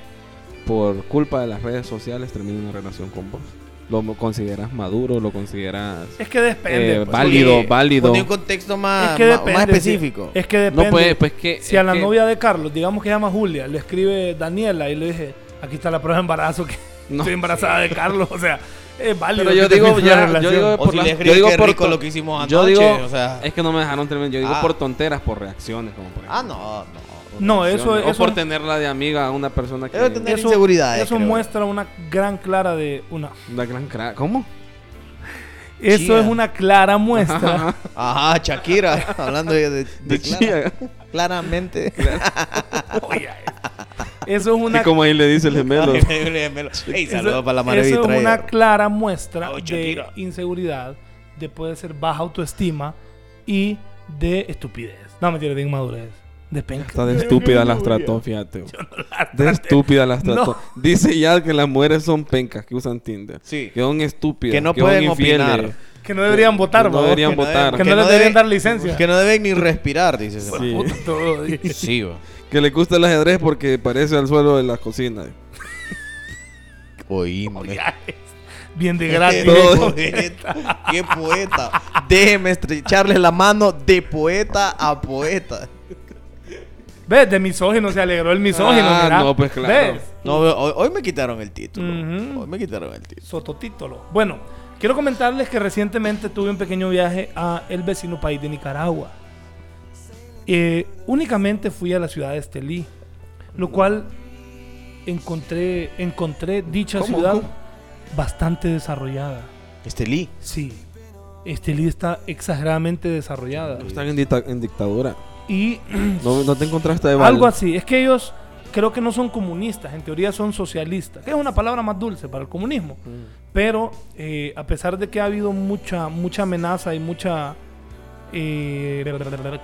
[SPEAKER 3] por culpa de las redes sociales, termine una relación con vos? ¿Lo mo- consideras maduro? ¿Lo consideras.?
[SPEAKER 1] Es que depende.
[SPEAKER 3] Eh,
[SPEAKER 1] pues.
[SPEAKER 3] vale. Válido, válido.
[SPEAKER 2] Ponía un contexto más,
[SPEAKER 1] Es que
[SPEAKER 2] más- más
[SPEAKER 1] depende. sí.
[SPEAKER 2] específico.
[SPEAKER 1] Es que Eh, depende.
[SPEAKER 3] No, pues, pues que.
[SPEAKER 1] si a
[SPEAKER 3] es
[SPEAKER 1] la
[SPEAKER 3] que-
[SPEAKER 1] novia de Carlos, digamos que se llama Julia, le escribe Daniela y le dije, aquí está la prueba de embarazo que
[SPEAKER 3] No.
[SPEAKER 1] estoy embarazada de Carlos, o sea, es válido.
[SPEAKER 3] Pero yo
[SPEAKER 1] que
[SPEAKER 3] digo,
[SPEAKER 1] termine
[SPEAKER 3] ya-
[SPEAKER 1] la
[SPEAKER 3] yo
[SPEAKER 1] relación.
[SPEAKER 3] digo-
[SPEAKER 2] o
[SPEAKER 3] por
[SPEAKER 2] si
[SPEAKER 3] la-
[SPEAKER 2] le
[SPEAKER 3] yo
[SPEAKER 2] escribes
[SPEAKER 3] digo
[SPEAKER 2] que
[SPEAKER 3] por
[SPEAKER 2] rico
[SPEAKER 3] to-
[SPEAKER 2] lo que hicimos anoche.
[SPEAKER 3] Yo digo.
[SPEAKER 2] o sea,
[SPEAKER 3] Es que no me dejaron terminar. Yo digo
[SPEAKER 2] Ah.
[SPEAKER 3] por tonteras, por reacciones. Como por
[SPEAKER 2] ah,
[SPEAKER 3] ejemplo.
[SPEAKER 2] no, no.
[SPEAKER 1] No, eso,
[SPEAKER 3] O
[SPEAKER 1] eso,
[SPEAKER 3] por tenerla de amiga a una persona que.
[SPEAKER 2] Debe tener
[SPEAKER 1] eso-
[SPEAKER 2] inseguridades.
[SPEAKER 1] eso
[SPEAKER 2] creo.
[SPEAKER 1] muestra una gran clara de una.
[SPEAKER 3] Una gran cra- ¿Cómo?
[SPEAKER 1] Eso
[SPEAKER 2] Chía.
[SPEAKER 1] es una clara muestra.
[SPEAKER 2] Ajá, Shakira. <laughs> hablando de, de, de
[SPEAKER 3] De
[SPEAKER 2] Clara.
[SPEAKER 3] chía.
[SPEAKER 2] Claramente.
[SPEAKER 1] <laughs> Oye, eso es
[SPEAKER 3] Y
[SPEAKER 1] una
[SPEAKER 3] como ahí le dice el
[SPEAKER 1] <laughs>
[SPEAKER 3] gemelo.
[SPEAKER 2] <laughs> Ey, saludos
[SPEAKER 1] Eso-
[SPEAKER 2] para la maravilla.
[SPEAKER 1] Eso es una clara muestra
[SPEAKER 2] Oh,
[SPEAKER 1] de
[SPEAKER 2] Shakira.
[SPEAKER 1] inseguridad, de puede ser baja autoestima y de estupidez. No, mentira, de inmadurez. De penca.
[SPEAKER 3] Está de estúpida las trató, fíjate. De estúpida las trató. Dice ya que las mujeres son pencas que usan Tinder.
[SPEAKER 2] Sí.
[SPEAKER 3] Que son estúpidas.
[SPEAKER 2] Que no
[SPEAKER 3] son
[SPEAKER 2] pueden
[SPEAKER 3] infieles.
[SPEAKER 2] opinar.
[SPEAKER 1] Que no deberían votar,
[SPEAKER 3] no
[SPEAKER 1] ¿va?
[SPEAKER 3] deberían
[SPEAKER 1] que,
[SPEAKER 3] votar.
[SPEAKER 1] que no les
[SPEAKER 2] debe-
[SPEAKER 1] deberían dar licencia.
[SPEAKER 2] Que no deben ni respirar, dice ese
[SPEAKER 3] Sí.
[SPEAKER 1] Puta, todo.
[SPEAKER 3] <laughs>
[SPEAKER 2] man. Sí, va.
[SPEAKER 3] Que le gusta el ajedrez porque parece al suelo de la cocina.
[SPEAKER 1] <laughs>
[SPEAKER 2] Oíme.
[SPEAKER 1] Bien de
[SPEAKER 2] Qué
[SPEAKER 1] gratis.
[SPEAKER 2] poeta. Qué poeta. Déjeme estrecharle la mano de poeta a poeta.
[SPEAKER 1] ¿Ves? De misógino se alegró el misógino.
[SPEAKER 3] Ah,
[SPEAKER 1] mirá.
[SPEAKER 3] no, pues claro.
[SPEAKER 1] ¿Ves?
[SPEAKER 2] No, hoy, hoy me quitaron el título.
[SPEAKER 1] Ujú.
[SPEAKER 2] Hoy me quitaron el título.
[SPEAKER 1] Sototítulo. Bueno, quiero comentarles que recientemente tuve un pequeño viaje a el vecino país de Nicaragua. Eh, únicamente fui a la ciudad de Estelí, lo cual encontré, encontré dicha
[SPEAKER 3] ¿Cómo?
[SPEAKER 1] ciudad
[SPEAKER 3] ¿Cómo?
[SPEAKER 1] bastante desarrollada.
[SPEAKER 2] Estelí.
[SPEAKER 1] Sí, Estelí está exageradamente desarrollada.
[SPEAKER 3] Están en, dicta- en dictadura.
[SPEAKER 1] Y
[SPEAKER 3] No, no te encontraste de
[SPEAKER 1] algo
[SPEAKER 3] bala.
[SPEAKER 1] así. Es que ellos creo que no son comunistas, en teoría son socialistas, que es una palabra más dulce para el comunismo. Pero eh, a pesar de que ha habido mucha, mucha amenaza y mucha... eh,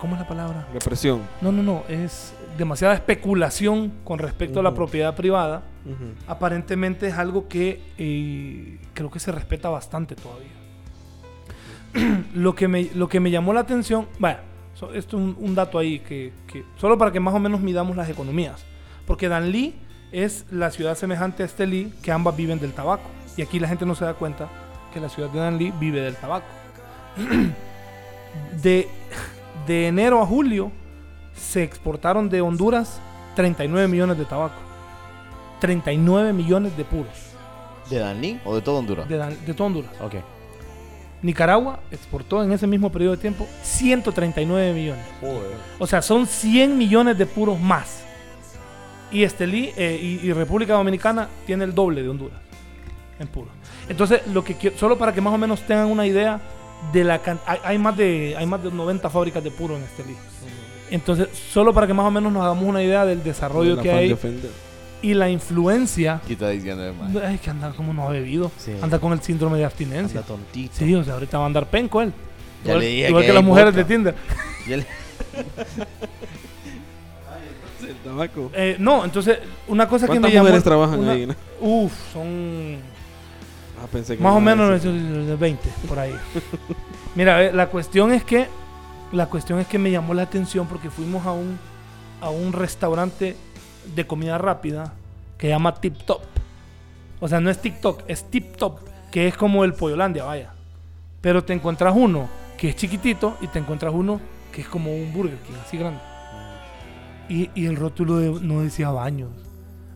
[SPEAKER 1] ¿Cómo es la palabra?
[SPEAKER 3] Represión.
[SPEAKER 1] No, no, no, es demasiada especulación con respecto a la
[SPEAKER 3] Ujú.
[SPEAKER 1] propiedad privada. Mm. Aparentemente es algo que eh, creo que se respeta bastante todavía. <clears throat> lo, que me, lo que me llamó la atención, vaya, so- esto es un, un dato ahí, que, que- solo para que más o menos midamos las economías. Porque Danlí es la ciudad semejante a Estelí, que ambas viven del tabaco. Y aquí la gente no se da cuenta que la ciudad de Danlí vive del tabaco. <clears throat> de, de enero a julio se exportaron de Honduras 39 millones de tabaco. 39 millones de puros
[SPEAKER 2] ¿De Danlí o de todo
[SPEAKER 3] Ah.
[SPEAKER 2] Honduras?
[SPEAKER 1] de, Dan- de toda Honduras.
[SPEAKER 2] Ok.
[SPEAKER 1] Nicaragua exportó en ese mismo periodo de tiempo 139 millones. O sea, son 100 millones de puros más. Y, Estelí, eh, y, y República Dominicana tiene el doble de Honduras en puros. Entonces, lo que quiero- solo para que más o menos tengan una idea de la can- hay, hay más de hay más de 90 fábricas de puro en Estelí. Entonces, solo para que más o menos nos hagamos una idea del desarrollo
[SPEAKER 3] El
[SPEAKER 1] que
[SPEAKER 3] afán de
[SPEAKER 1] hay
[SPEAKER 3] ofender.
[SPEAKER 1] y la influencia.
[SPEAKER 2] ¿Qué está diciendo hermano?
[SPEAKER 1] Ay, que anda como no ha bebido.
[SPEAKER 2] Sí.
[SPEAKER 1] Anda con el síndrome de abstinencia.
[SPEAKER 2] Anda tontito. <laughs>
[SPEAKER 1] Sí, o sea, ahorita va a andar penco él.
[SPEAKER 2] Ya
[SPEAKER 1] igual
[SPEAKER 2] le dije
[SPEAKER 1] igual
[SPEAKER 2] que
[SPEAKER 1] que, las
[SPEAKER 2] hay
[SPEAKER 1] mujeres
[SPEAKER 2] boca.
[SPEAKER 1] de Tinder.
[SPEAKER 2] Ya le-
[SPEAKER 3] El tabaco.
[SPEAKER 1] Eh, no, entonces, una cosa que me
[SPEAKER 3] ¿Cuántas
[SPEAKER 1] llamó...
[SPEAKER 3] mujeres trabajan
[SPEAKER 1] una-
[SPEAKER 3] ahí? no?
[SPEAKER 1] Uf, son
[SPEAKER 3] Ah, pensé que
[SPEAKER 1] más o
[SPEAKER 3] me iba a
[SPEAKER 1] menos
[SPEAKER 3] decir.
[SPEAKER 1] 20 por ahí. Mira, eh, la cuestión es que... La cuestión es que me llamó la atención porque fuimos a un, a un restaurante de comida rápida que se llama Tip Top. O sea, no es TikTok, es Tip Top, que es como el Pollolandia, vaya. Pero te encuentras uno que es chiquitito y te encuentras uno que es como un Burger King, así grande. Y, y el rótulo de- no decía baños,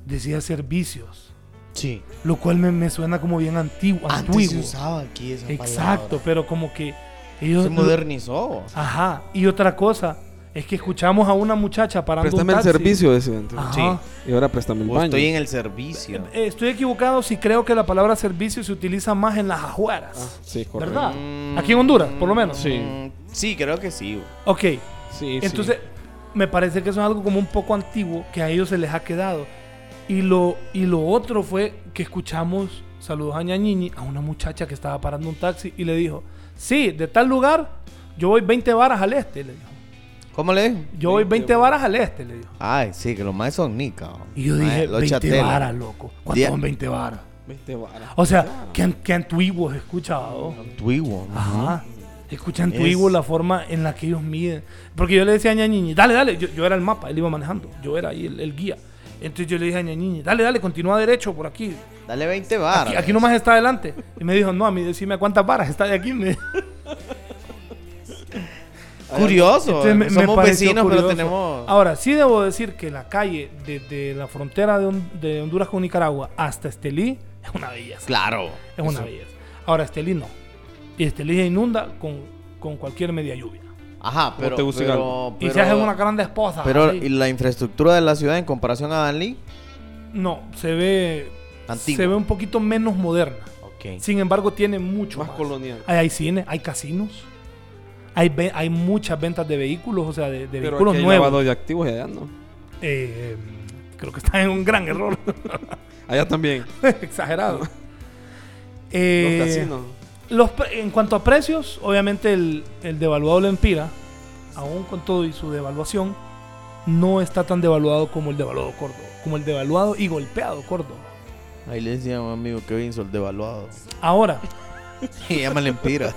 [SPEAKER 1] decía servicios.
[SPEAKER 2] Sí.
[SPEAKER 1] Lo cual me, me suena como bien antiguo.
[SPEAKER 2] Antes se
[SPEAKER 1] antiguo.
[SPEAKER 2] usaba aquí esa
[SPEAKER 1] Exacto,
[SPEAKER 2] palabra.
[SPEAKER 1] pero como que ellos...
[SPEAKER 2] Se modernizó.
[SPEAKER 1] Ajá. Y otra cosa es que escuchamos a una muchacha parando
[SPEAKER 3] Préstame
[SPEAKER 1] un
[SPEAKER 3] el
[SPEAKER 1] taxi.
[SPEAKER 3] servicio ese. entonces.
[SPEAKER 1] Ajá.
[SPEAKER 2] Sí.
[SPEAKER 3] Y ahora préstame el
[SPEAKER 2] O
[SPEAKER 3] baño.
[SPEAKER 2] Estoy en el servicio.
[SPEAKER 1] Eh, Estoy equivocado si creo que la palabra servicio se utiliza más en las ajuaras.
[SPEAKER 3] Ah, Sí, correcto.
[SPEAKER 1] ¿Verdad? Aquí en Honduras, por lo menos.
[SPEAKER 3] Sí.
[SPEAKER 2] Mm, Sí, creo que sí.
[SPEAKER 1] Ok,
[SPEAKER 3] Sí, sí.
[SPEAKER 1] entonces me parece que eso es algo como un poco antiguo que a ellos se les ha quedado. Y lo, y lo otro fue que escuchamos saludos a Ñañini a una muchacha que estaba parando un taxi y le dijo, sí, de tal lugar yo voy 20 varas al este, le dijo.
[SPEAKER 2] ¿Cómo le dijo?
[SPEAKER 1] Yo voy 20 varas al este, le dijo.
[SPEAKER 2] Ay, sí, que los más son oh. nicas.
[SPEAKER 1] Y yo dije, 20 varas, loco. ¿Cuánto
[SPEAKER 2] Die-
[SPEAKER 1] son 20 varas?
[SPEAKER 3] 20 varas.
[SPEAKER 1] O sea, que, an- que antiguos escuchado.
[SPEAKER 2] Antiguo.
[SPEAKER 1] Ajá. Escucha antiguo la forma en la que ellos miden. Porque yo le decía a Ñañiñi, dale, dale. Yo, yo era el mapa, él iba manejando. Yo era ahí el, el guía. Entonces yo le dije a Ñañiñi, dale, dale, continúa derecho por aquí.
[SPEAKER 2] Dale 20 varas.
[SPEAKER 1] Aquí, aquí nomás está adelante. Y me dijo, no, a mí decime a cuántas varas está de aquí. Me-
[SPEAKER 2] Curioso.
[SPEAKER 1] Entonces,
[SPEAKER 2] eh.
[SPEAKER 1] este me- me
[SPEAKER 2] Somos
[SPEAKER 1] pareció
[SPEAKER 2] vecinos, pero
[SPEAKER 1] curioso. Ah,
[SPEAKER 2] tenemos.
[SPEAKER 1] Ahora, sí debo decir que la calle desde la frontera de, Hon- de Honduras con Nicaragua hasta Estelí es una belleza.
[SPEAKER 2] Claro.
[SPEAKER 1] Es una belleza. Ahora, Estelí no. Y Estelí se inunda con, con cualquier media lluvia.
[SPEAKER 2] Ajá, pero.
[SPEAKER 3] Tegucigalpa.
[SPEAKER 2] pero,
[SPEAKER 1] y
[SPEAKER 2] pero-
[SPEAKER 1] se hacen una grande esposa.
[SPEAKER 2] Pero
[SPEAKER 1] así.
[SPEAKER 2] ¿y la infraestructura de la ciudad en comparación a Danlí.
[SPEAKER 1] no, se ve.
[SPEAKER 2] Antigua.
[SPEAKER 1] Se ve un poquito menos moderna.
[SPEAKER 2] Ok.
[SPEAKER 1] Sin embargo, tiene mucho
[SPEAKER 3] Más
[SPEAKER 1] más.
[SPEAKER 3] colonial.
[SPEAKER 1] Hay, hay cine, hay casinos. Hay, ve- hay muchas ventas de vehículos, o sea, de, de
[SPEAKER 3] Pero
[SPEAKER 1] vehículos
[SPEAKER 3] aquí hay
[SPEAKER 1] nuevos.
[SPEAKER 3] lavado de activos y allá no.
[SPEAKER 1] Eh, creo que están en un gran error. <laughs>
[SPEAKER 3] Allá también. <laughs>
[SPEAKER 1] Exagerado. Eh,
[SPEAKER 3] Los casinos.
[SPEAKER 1] Los pre- en cuanto a precios, obviamente el, el devaluado Lempira, aún con todo y su devaluación, no está tan devaluado como el devaluado Córdoba, como el devaluado y golpeado Córdoba.
[SPEAKER 2] Ahí le decía a un amigo que Vinzo el devaluado.
[SPEAKER 1] Ahora,
[SPEAKER 2] <laughs> Y llaman empira.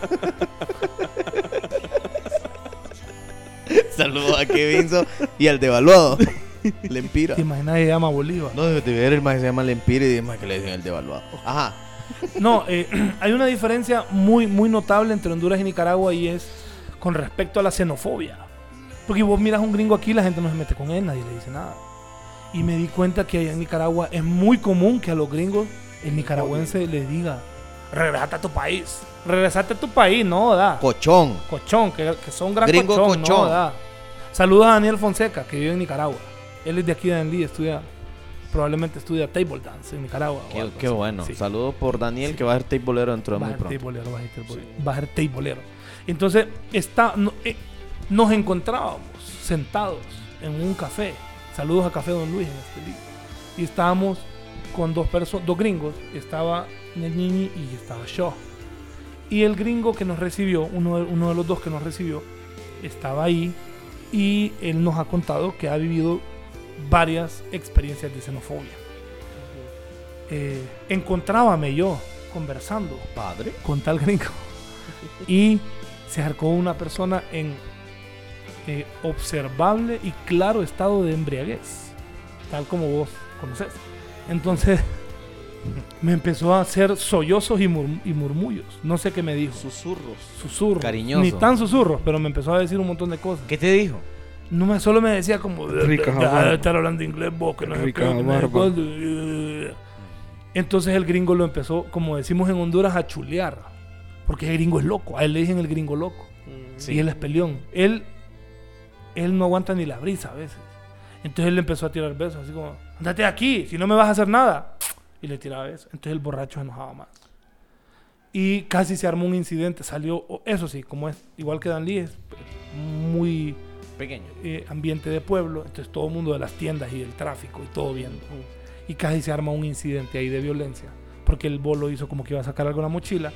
[SPEAKER 2] Saludos a Kevinzo y al devaluado. Lempira.
[SPEAKER 1] ¿te imaginas que llama Bolívar?
[SPEAKER 2] No, debe de ver el más que se llama Lempira y más que le dicen el devaluado. Ajá.
[SPEAKER 1] No, eh, <clears throat> hay una diferencia muy, muy notable entre Honduras y Nicaragua y es con respecto a la xenofobia. Porque vos miras a un gringo aquí, la gente no se mete con él, nadie le dice nada. Y me di cuenta que allá en Nicaragua es muy común que a los gringos el nicaragüense le diga, regresate a tu país, regresate a tu país, no, da.
[SPEAKER 2] Cochón.
[SPEAKER 1] Cochón, que, que son gran
[SPEAKER 2] Gringo
[SPEAKER 1] cochón,
[SPEAKER 2] cochón.
[SPEAKER 1] no, da. Saludos a Daniel Fonseca, que vive en Nicaragua. Él es de aquí de Andy, estudia, probablemente estudia table dance en Nicaragua. o
[SPEAKER 2] Qué,
[SPEAKER 1] algo
[SPEAKER 2] qué
[SPEAKER 1] así.
[SPEAKER 2] bueno.
[SPEAKER 1] Sí.
[SPEAKER 2] Saludos por Daniel que va a ser tape bolero dentro de
[SPEAKER 1] Va a
[SPEAKER 2] muy
[SPEAKER 1] ser
[SPEAKER 2] pronto.
[SPEAKER 1] teibolero, va a ser teibolero, va a ser teibolero. Entonces, está, no- eh, nos encontrábamos sentados en un café. Saludos a Café Don Luis en este libro. Y estábamos con dos personas, dos gringos. Estaba Ñañiñi y estaba yo. Y el gringo que nos recibió, uno de, uno de los dos que nos recibió, estaba ahí. Y él nos ha contado que ha vivido varias experiencias de xenofobia. Eh, encontrábame yo conversando
[SPEAKER 2] Padre.
[SPEAKER 1] con tal gringo. Y se acercó una persona en eh, observable y claro estado de embriaguez, tal como vos conocés. Entonces <laughs> me empezó a hacer sollozos y, murm- y murmullos. No sé qué me dijo.
[SPEAKER 4] Susurros.
[SPEAKER 1] Susurros.
[SPEAKER 2] Cariñoso.
[SPEAKER 1] Ni tan susurros, pero me empezó a decir un montón de cosas.
[SPEAKER 2] ¿Qué te dijo?
[SPEAKER 1] No me, solo me decía como "Deja
[SPEAKER 3] Rica
[SPEAKER 1] de
[SPEAKER 3] jabarba.
[SPEAKER 1] estar hablando inglés vos que no sé
[SPEAKER 3] Rica
[SPEAKER 1] qué, que no sé
[SPEAKER 3] jabarba.
[SPEAKER 1] cuándo". Entonces el gringo lo empezó, como decimos en Honduras, a chulear. Porque el gringo es loco. A él le dicen el gringo loco. Y él es peleón. Él, él no aguanta ni la brisa a veces. Entonces él le empezó a tirar besos, así como, andate de aquí, si no me vas a hacer nada. Y le tiraba besos. Entonces el borracho se enojaba más. Y casi se armó un incidente. Salió, o- eso sí, como es, igual que Dan Lee, es muy
[SPEAKER 2] Pequeño.
[SPEAKER 1] eh, ambiente de pueblo, entonces todo el mundo de las tiendas y del tráfico y todo viendo. Y casi se arma un incidente ahí de violencia, porque el bolo hizo como que iba a sacar algo en la mochila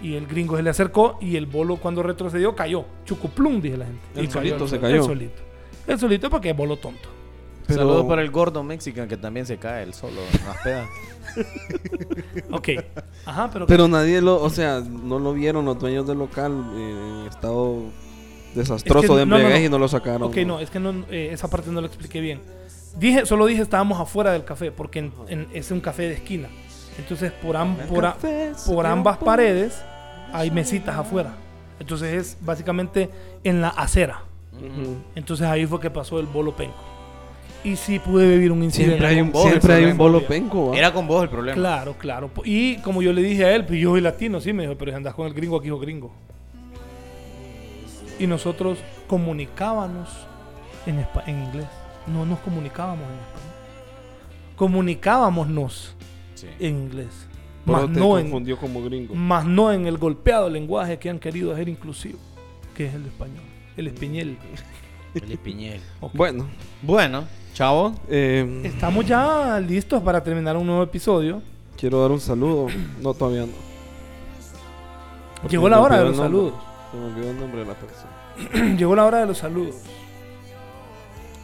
[SPEAKER 1] y el gringo se le acercó y el bolo cuando retrocedió cayó. Chucuplum, dije la gente.
[SPEAKER 3] El
[SPEAKER 1] Y
[SPEAKER 3] solito se
[SPEAKER 1] el-
[SPEAKER 3] cayó.
[SPEAKER 1] El solito. El solito porque es bolo tonto.
[SPEAKER 3] Pero-
[SPEAKER 2] Saludos para el gordo mexicano que también se cae el solo en las
[SPEAKER 1] <laughs>
[SPEAKER 2] pedas.
[SPEAKER 1] Ok. Ajá, pero...
[SPEAKER 3] Pero nadie lo, o sea, no lo vieron los dueños del local eh, en estado desastroso
[SPEAKER 1] Es que
[SPEAKER 3] de
[SPEAKER 1] no, no,
[SPEAKER 3] embriaguez
[SPEAKER 1] no.
[SPEAKER 3] y no lo sacaron.
[SPEAKER 1] ok, no, es que no, eh, esa parte no la expliqué bien. Dije, solo dije estábamos afuera del café, porque en- en- es un café de esquina. Entonces, por, am- por, a- por ambas paredes hay mesitas afuera. Entonces es básicamente en la acera. Entonces ahí fue que pasó el bolo penco. Y sí pude vivir un incidente.
[SPEAKER 3] Siempre hay un,
[SPEAKER 2] Bolo,
[SPEAKER 3] siempre hay
[SPEAKER 2] problema.
[SPEAKER 3] un bolo penco. ¿va?
[SPEAKER 2] Era con vos el problema.
[SPEAKER 1] Claro, claro. Po- Y como yo le dije a él, pues yo soy latino, sí, me dijo, pero si andas con el gringo, aquí o gringo. Y nosotros comunicábamos en, espa- en inglés. No nos comunicábamos en español. Comunicábamos
[SPEAKER 2] <laughs> Sí.
[SPEAKER 1] en inglés.
[SPEAKER 3] Pero
[SPEAKER 1] Más
[SPEAKER 3] te
[SPEAKER 1] no en,
[SPEAKER 3] confundió como gringo.
[SPEAKER 1] más no en el golpeado lenguaje que han querido hacer inclusivo, que es el español, el español.
[SPEAKER 2] El espiñel.
[SPEAKER 3] Bueno,
[SPEAKER 2] Bueno, chavo.
[SPEAKER 3] eh,
[SPEAKER 1] Estamos ya listos para terminar un nuevo episodio.
[SPEAKER 3] quiero dar un saludo. No, todavía no. Porque
[SPEAKER 1] Llegó la
[SPEAKER 3] me
[SPEAKER 1] hora de
[SPEAKER 3] olvidó
[SPEAKER 1] los
[SPEAKER 3] el nombre.
[SPEAKER 1] saludos. <clears throat>
[SPEAKER 3] Se me olvidó el nombre de la persona.
[SPEAKER 1] Llegó la hora de los saludos.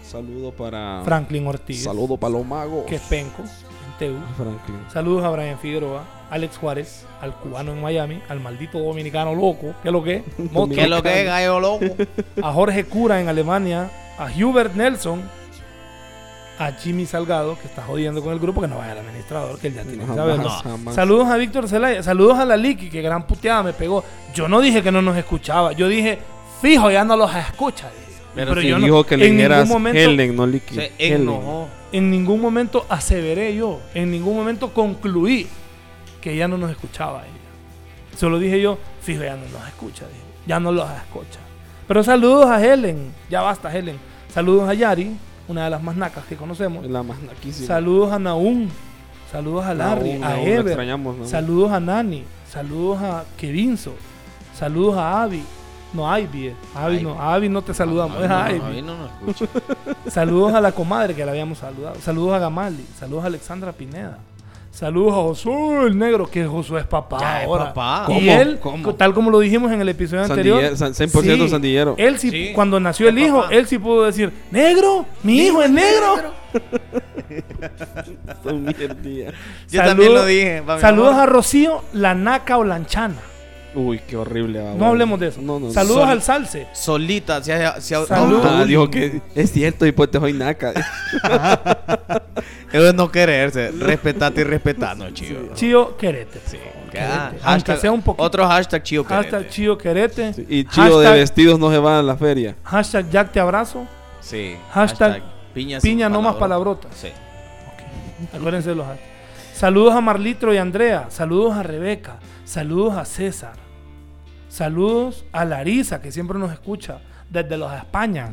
[SPEAKER 3] Saludo para.
[SPEAKER 1] Franklin Ortiz,
[SPEAKER 3] Saludo para los magos.
[SPEAKER 1] que es penco, en Teu.
[SPEAKER 3] Franklin.
[SPEAKER 1] Saludos a Brian Figueroa, Alex Juárez, al cubano en Miami, al maldito dominicano loco, que lo que, es? Moto.
[SPEAKER 2] ¿Qué es lo que es, gallo loco?
[SPEAKER 1] a Jorge Cura en Alemania, a Hubert Nelson, a Jimmy Salgado, que está jodiendo con el grupo, que no vaya al administrador, que él ya tiene que
[SPEAKER 3] Jamás,
[SPEAKER 1] saberlo.
[SPEAKER 3] jamás.
[SPEAKER 1] Saludos a Víctor Zelaya, saludos a la Liki, que gran puteada me pegó. Yo no dije que no nos escuchaba, yo dije, fijo, ya no los escucha. dije.
[SPEAKER 2] Pero
[SPEAKER 3] Sí,
[SPEAKER 1] yo
[SPEAKER 3] dijo que le
[SPEAKER 1] en
[SPEAKER 3] dijeras
[SPEAKER 1] ningún momento,
[SPEAKER 3] Helen, no Licky.
[SPEAKER 2] Se
[SPEAKER 3] Helen.
[SPEAKER 2] enojó.
[SPEAKER 1] en ningún momento aseveré yo, en ningún momento concluí que ya no nos escuchaba ella. Solo dije yo, fijo, ya no nos escucha, dije. ya no los escucha. Pero saludos a Helen, ya basta Helen. Saludos a Yari, una de las más nacas que conocemos.
[SPEAKER 3] La más naquísima.
[SPEAKER 1] Saludos a Naum, saludos a Larry,
[SPEAKER 3] Aún,
[SPEAKER 1] a
[SPEAKER 3] aún lo
[SPEAKER 1] Ever,
[SPEAKER 3] extrañamos, ¿no?
[SPEAKER 1] saludos a Nani, saludos a Kevinzo, saludos a Avi. No, Ivy, es. Avi no, a Avi no te saludamos, es
[SPEAKER 2] A
[SPEAKER 1] Ivy.
[SPEAKER 2] mí Ah, no nos escucha.
[SPEAKER 1] Saludos a la comadre que la habíamos saludado. Saludos a Gamali. Saludos a Alexandra Pineda. Saludos a Josué, el negro, que Josué es papá
[SPEAKER 2] Ya es
[SPEAKER 1] ahora.
[SPEAKER 2] papá.
[SPEAKER 1] Y
[SPEAKER 3] ¿Cómo?
[SPEAKER 1] él,
[SPEAKER 3] ¿Cómo?
[SPEAKER 1] tal como lo dijimos en el episodio
[SPEAKER 3] Sandiller-
[SPEAKER 1] anterior,
[SPEAKER 3] san- 100% sandillero.
[SPEAKER 1] Él sí,
[SPEAKER 2] Sí.
[SPEAKER 1] cuando nació el
[SPEAKER 2] Es
[SPEAKER 1] hijo,
[SPEAKER 2] papá.
[SPEAKER 1] él sí pudo decir, negro, mi hijo es negro.
[SPEAKER 2] Yo
[SPEAKER 1] Saludo-
[SPEAKER 2] también lo dije. va, mi
[SPEAKER 1] Saludos a
[SPEAKER 2] amor.
[SPEAKER 1] Rocío, la naca o lanchana.
[SPEAKER 3] Uy, qué horrible. ah,
[SPEAKER 1] No
[SPEAKER 3] bueno.
[SPEAKER 1] hablemos de eso.
[SPEAKER 3] No, no, no.
[SPEAKER 1] Saludos
[SPEAKER 2] Sol-
[SPEAKER 1] al salse.
[SPEAKER 2] Solita. Se, ha- se, ha-
[SPEAKER 1] Saludos.
[SPEAKER 3] Ah, dijo que es cierto y pues te soy naca.
[SPEAKER 2] Eso es no quererse. Respetate y respetanos, chido.
[SPEAKER 1] Chío Querete.
[SPEAKER 2] Sí. Ah,
[SPEAKER 1] Querete. Aunque
[SPEAKER 2] hashtag-
[SPEAKER 1] sea un poquito.
[SPEAKER 2] Otro hashtag chido que
[SPEAKER 1] hashtag Chío Querete.
[SPEAKER 3] Sí, Y chido de
[SPEAKER 1] Hashtag-
[SPEAKER 3] vestidos no se va a la feria.
[SPEAKER 1] Hashtag Jack te abrazo.
[SPEAKER 2] Sí.
[SPEAKER 1] Hashtag
[SPEAKER 2] piña, sin
[SPEAKER 1] Piña no más
[SPEAKER 2] palabrotas.
[SPEAKER 1] palabrotas.
[SPEAKER 2] Sí.
[SPEAKER 1] Acuérdense de los hashtags. Saludos a Marlitro y Andrea. Saludos a Rebeca. Saludos a César. Saludos a Larisa, que siempre nos escucha desde los España.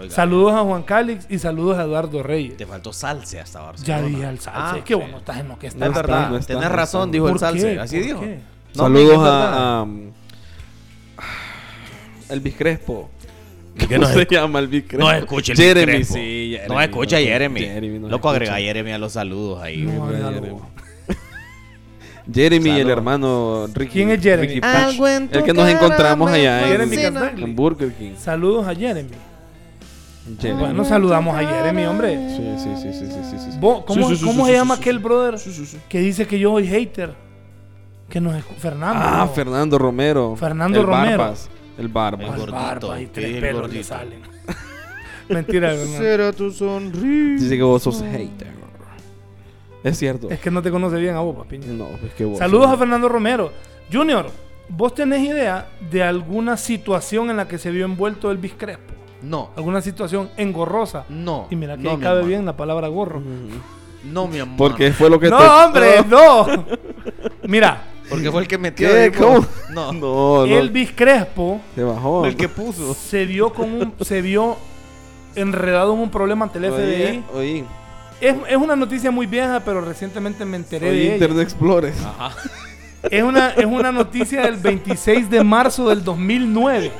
[SPEAKER 2] Oiga,
[SPEAKER 1] Saludos a Juan Calix y saludos a Eduardo Reyes.
[SPEAKER 2] Te faltó salse hasta
[SPEAKER 1] Ya
[SPEAKER 2] Barcelona.
[SPEAKER 1] dije al salsa.
[SPEAKER 2] Ah,
[SPEAKER 1] es que
[SPEAKER 2] sí.
[SPEAKER 1] vos no estás en lo que
[SPEAKER 2] No
[SPEAKER 1] estás.
[SPEAKER 2] es verdad.
[SPEAKER 3] no está,
[SPEAKER 2] Tenés
[SPEAKER 3] no
[SPEAKER 2] razón,
[SPEAKER 3] está.
[SPEAKER 2] dijo el
[SPEAKER 1] ¿Por
[SPEAKER 2] salse.
[SPEAKER 1] qué?
[SPEAKER 2] Así
[SPEAKER 1] ¿Por
[SPEAKER 2] dijo.
[SPEAKER 1] qué?
[SPEAKER 2] No,
[SPEAKER 3] Saludos
[SPEAKER 2] men, es verdad.
[SPEAKER 3] a, a- Elvis Crespo.
[SPEAKER 2] ¿Por qué
[SPEAKER 3] ¿Cómo
[SPEAKER 2] no
[SPEAKER 3] se
[SPEAKER 2] es-
[SPEAKER 3] llama Elvis Crespo?
[SPEAKER 2] No escucha el
[SPEAKER 3] Jeremy,
[SPEAKER 2] Crespo.
[SPEAKER 3] sí, Jeremy.
[SPEAKER 2] No escucha a Jeremy.
[SPEAKER 3] Jeremy, no
[SPEAKER 2] Loco,
[SPEAKER 3] escucha.
[SPEAKER 2] agrega a Jeremy a los saludos ahí.
[SPEAKER 1] No,
[SPEAKER 2] güey.
[SPEAKER 1] era lo-
[SPEAKER 3] <laughs> Jeremy y el
[SPEAKER 2] Saludos.
[SPEAKER 3] hermano Ricky.
[SPEAKER 1] ¿Quién es Jeremy?
[SPEAKER 3] Ricky Patch. el que nos encontramos allá en,
[SPEAKER 1] Jeremy Cantagli.
[SPEAKER 3] en Burger King.
[SPEAKER 1] Saludos a Jeremy.
[SPEAKER 3] Jeremy.
[SPEAKER 1] Bueno, saludamos a Jeremy, hombre.
[SPEAKER 3] Sí, sí, sí, sí, sí, sí, sí.
[SPEAKER 1] Vos, ¿Cómo,
[SPEAKER 3] Sí, sí, sí,
[SPEAKER 1] cómo
[SPEAKER 3] sí,
[SPEAKER 1] se
[SPEAKER 3] sí,
[SPEAKER 1] llama
[SPEAKER 3] sí,
[SPEAKER 1] aquel
[SPEAKER 3] sí.
[SPEAKER 1] brother
[SPEAKER 3] Sí, sí, sí.
[SPEAKER 1] que dice que yo soy hater? Que nos escu- Fernando.
[SPEAKER 3] Ah,
[SPEAKER 1] ¿no?
[SPEAKER 3] Fernando Romero.
[SPEAKER 1] Fernando
[SPEAKER 3] el
[SPEAKER 1] Romero.
[SPEAKER 3] Barbas, el
[SPEAKER 2] El
[SPEAKER 3] Barbas.
[SPEAKER 1] Al
[SPEAKER 2] gordito,
[SPEAKER 1] barba y
[SPEAKER 2] que
[SPEAKER 1] tres
[SPEAKER 2] el
[SPEAKER 1] pelos le
[SPEAKER 2] gordito.
[SPEAKER 1] salen. <laughs> Mentira, Fernando.
[SPEAKER 2] Será tu sonrisa.
[SPEAKER 3] Dice que vos sos hater. Es cierto.
[SPEAKER 1] Es que no te conoce bien a vos, papi.
[SPEAKER 3] No, es que vos.
[SPEAKER 1] Saludos a Fernando Romero. Junior, ¿vos tenés idea de alguna situación en la que se vio envuelto Elvis Crespo?
[SPEAKER 2] No,
[SPEAKER 1] ¿Alguna situación engorrosa?
[SPEAKER 2] no.
[SPEAKER 1] Y mira que
[SPEAKER 2] no,
[SPEAKER 1] ahí
[SPEAKER 2] mi
[SPEAKER 1] cabe
[SPEAKER 2] amor.
[SPEAKER 1] bien la palabra gorro.
[SPEAKER 2] No, mi amor.
[SPEAKER 3] Porque fue lo que
[SPEAKER 1] Mm. <laughs> No,
[SPEAKER 3] te-
[SPEAKER 1] hombre, no. Mira,
[SPEAKER 2] Porque fue el
[SPEAKER 1] <laughs>
[SPEAKER 2] que metió.
[SPEAKER 3] ¿Qué?
[SPEAKER 2] ahí,
[SPEAKER 3] ¿Cómo?
[SPEAKER 2] por- No,
[SPEAKER 3] <laughs> No, no.
[SPEAKER 1] Elvis Crespo
[SPEAKER 3] Se bajó.
[SPEAKER 2] El que puso.
[SPEAKER 1] se vio con un, se vio enredado en un problema ante el FBI.
[SPEAKER 3] Oí, oí.
[SPEAKER 1] Es, es una noticia muy vieja, pero recientemente me enteré
[SPEAKER 3] Oí
[SPEAKER 1] de ella.
[SPEAKER 3] Internet Explorer.
[SPEAKER 1] Ah. Es una, es una noticia del 26 de marzo del 2009.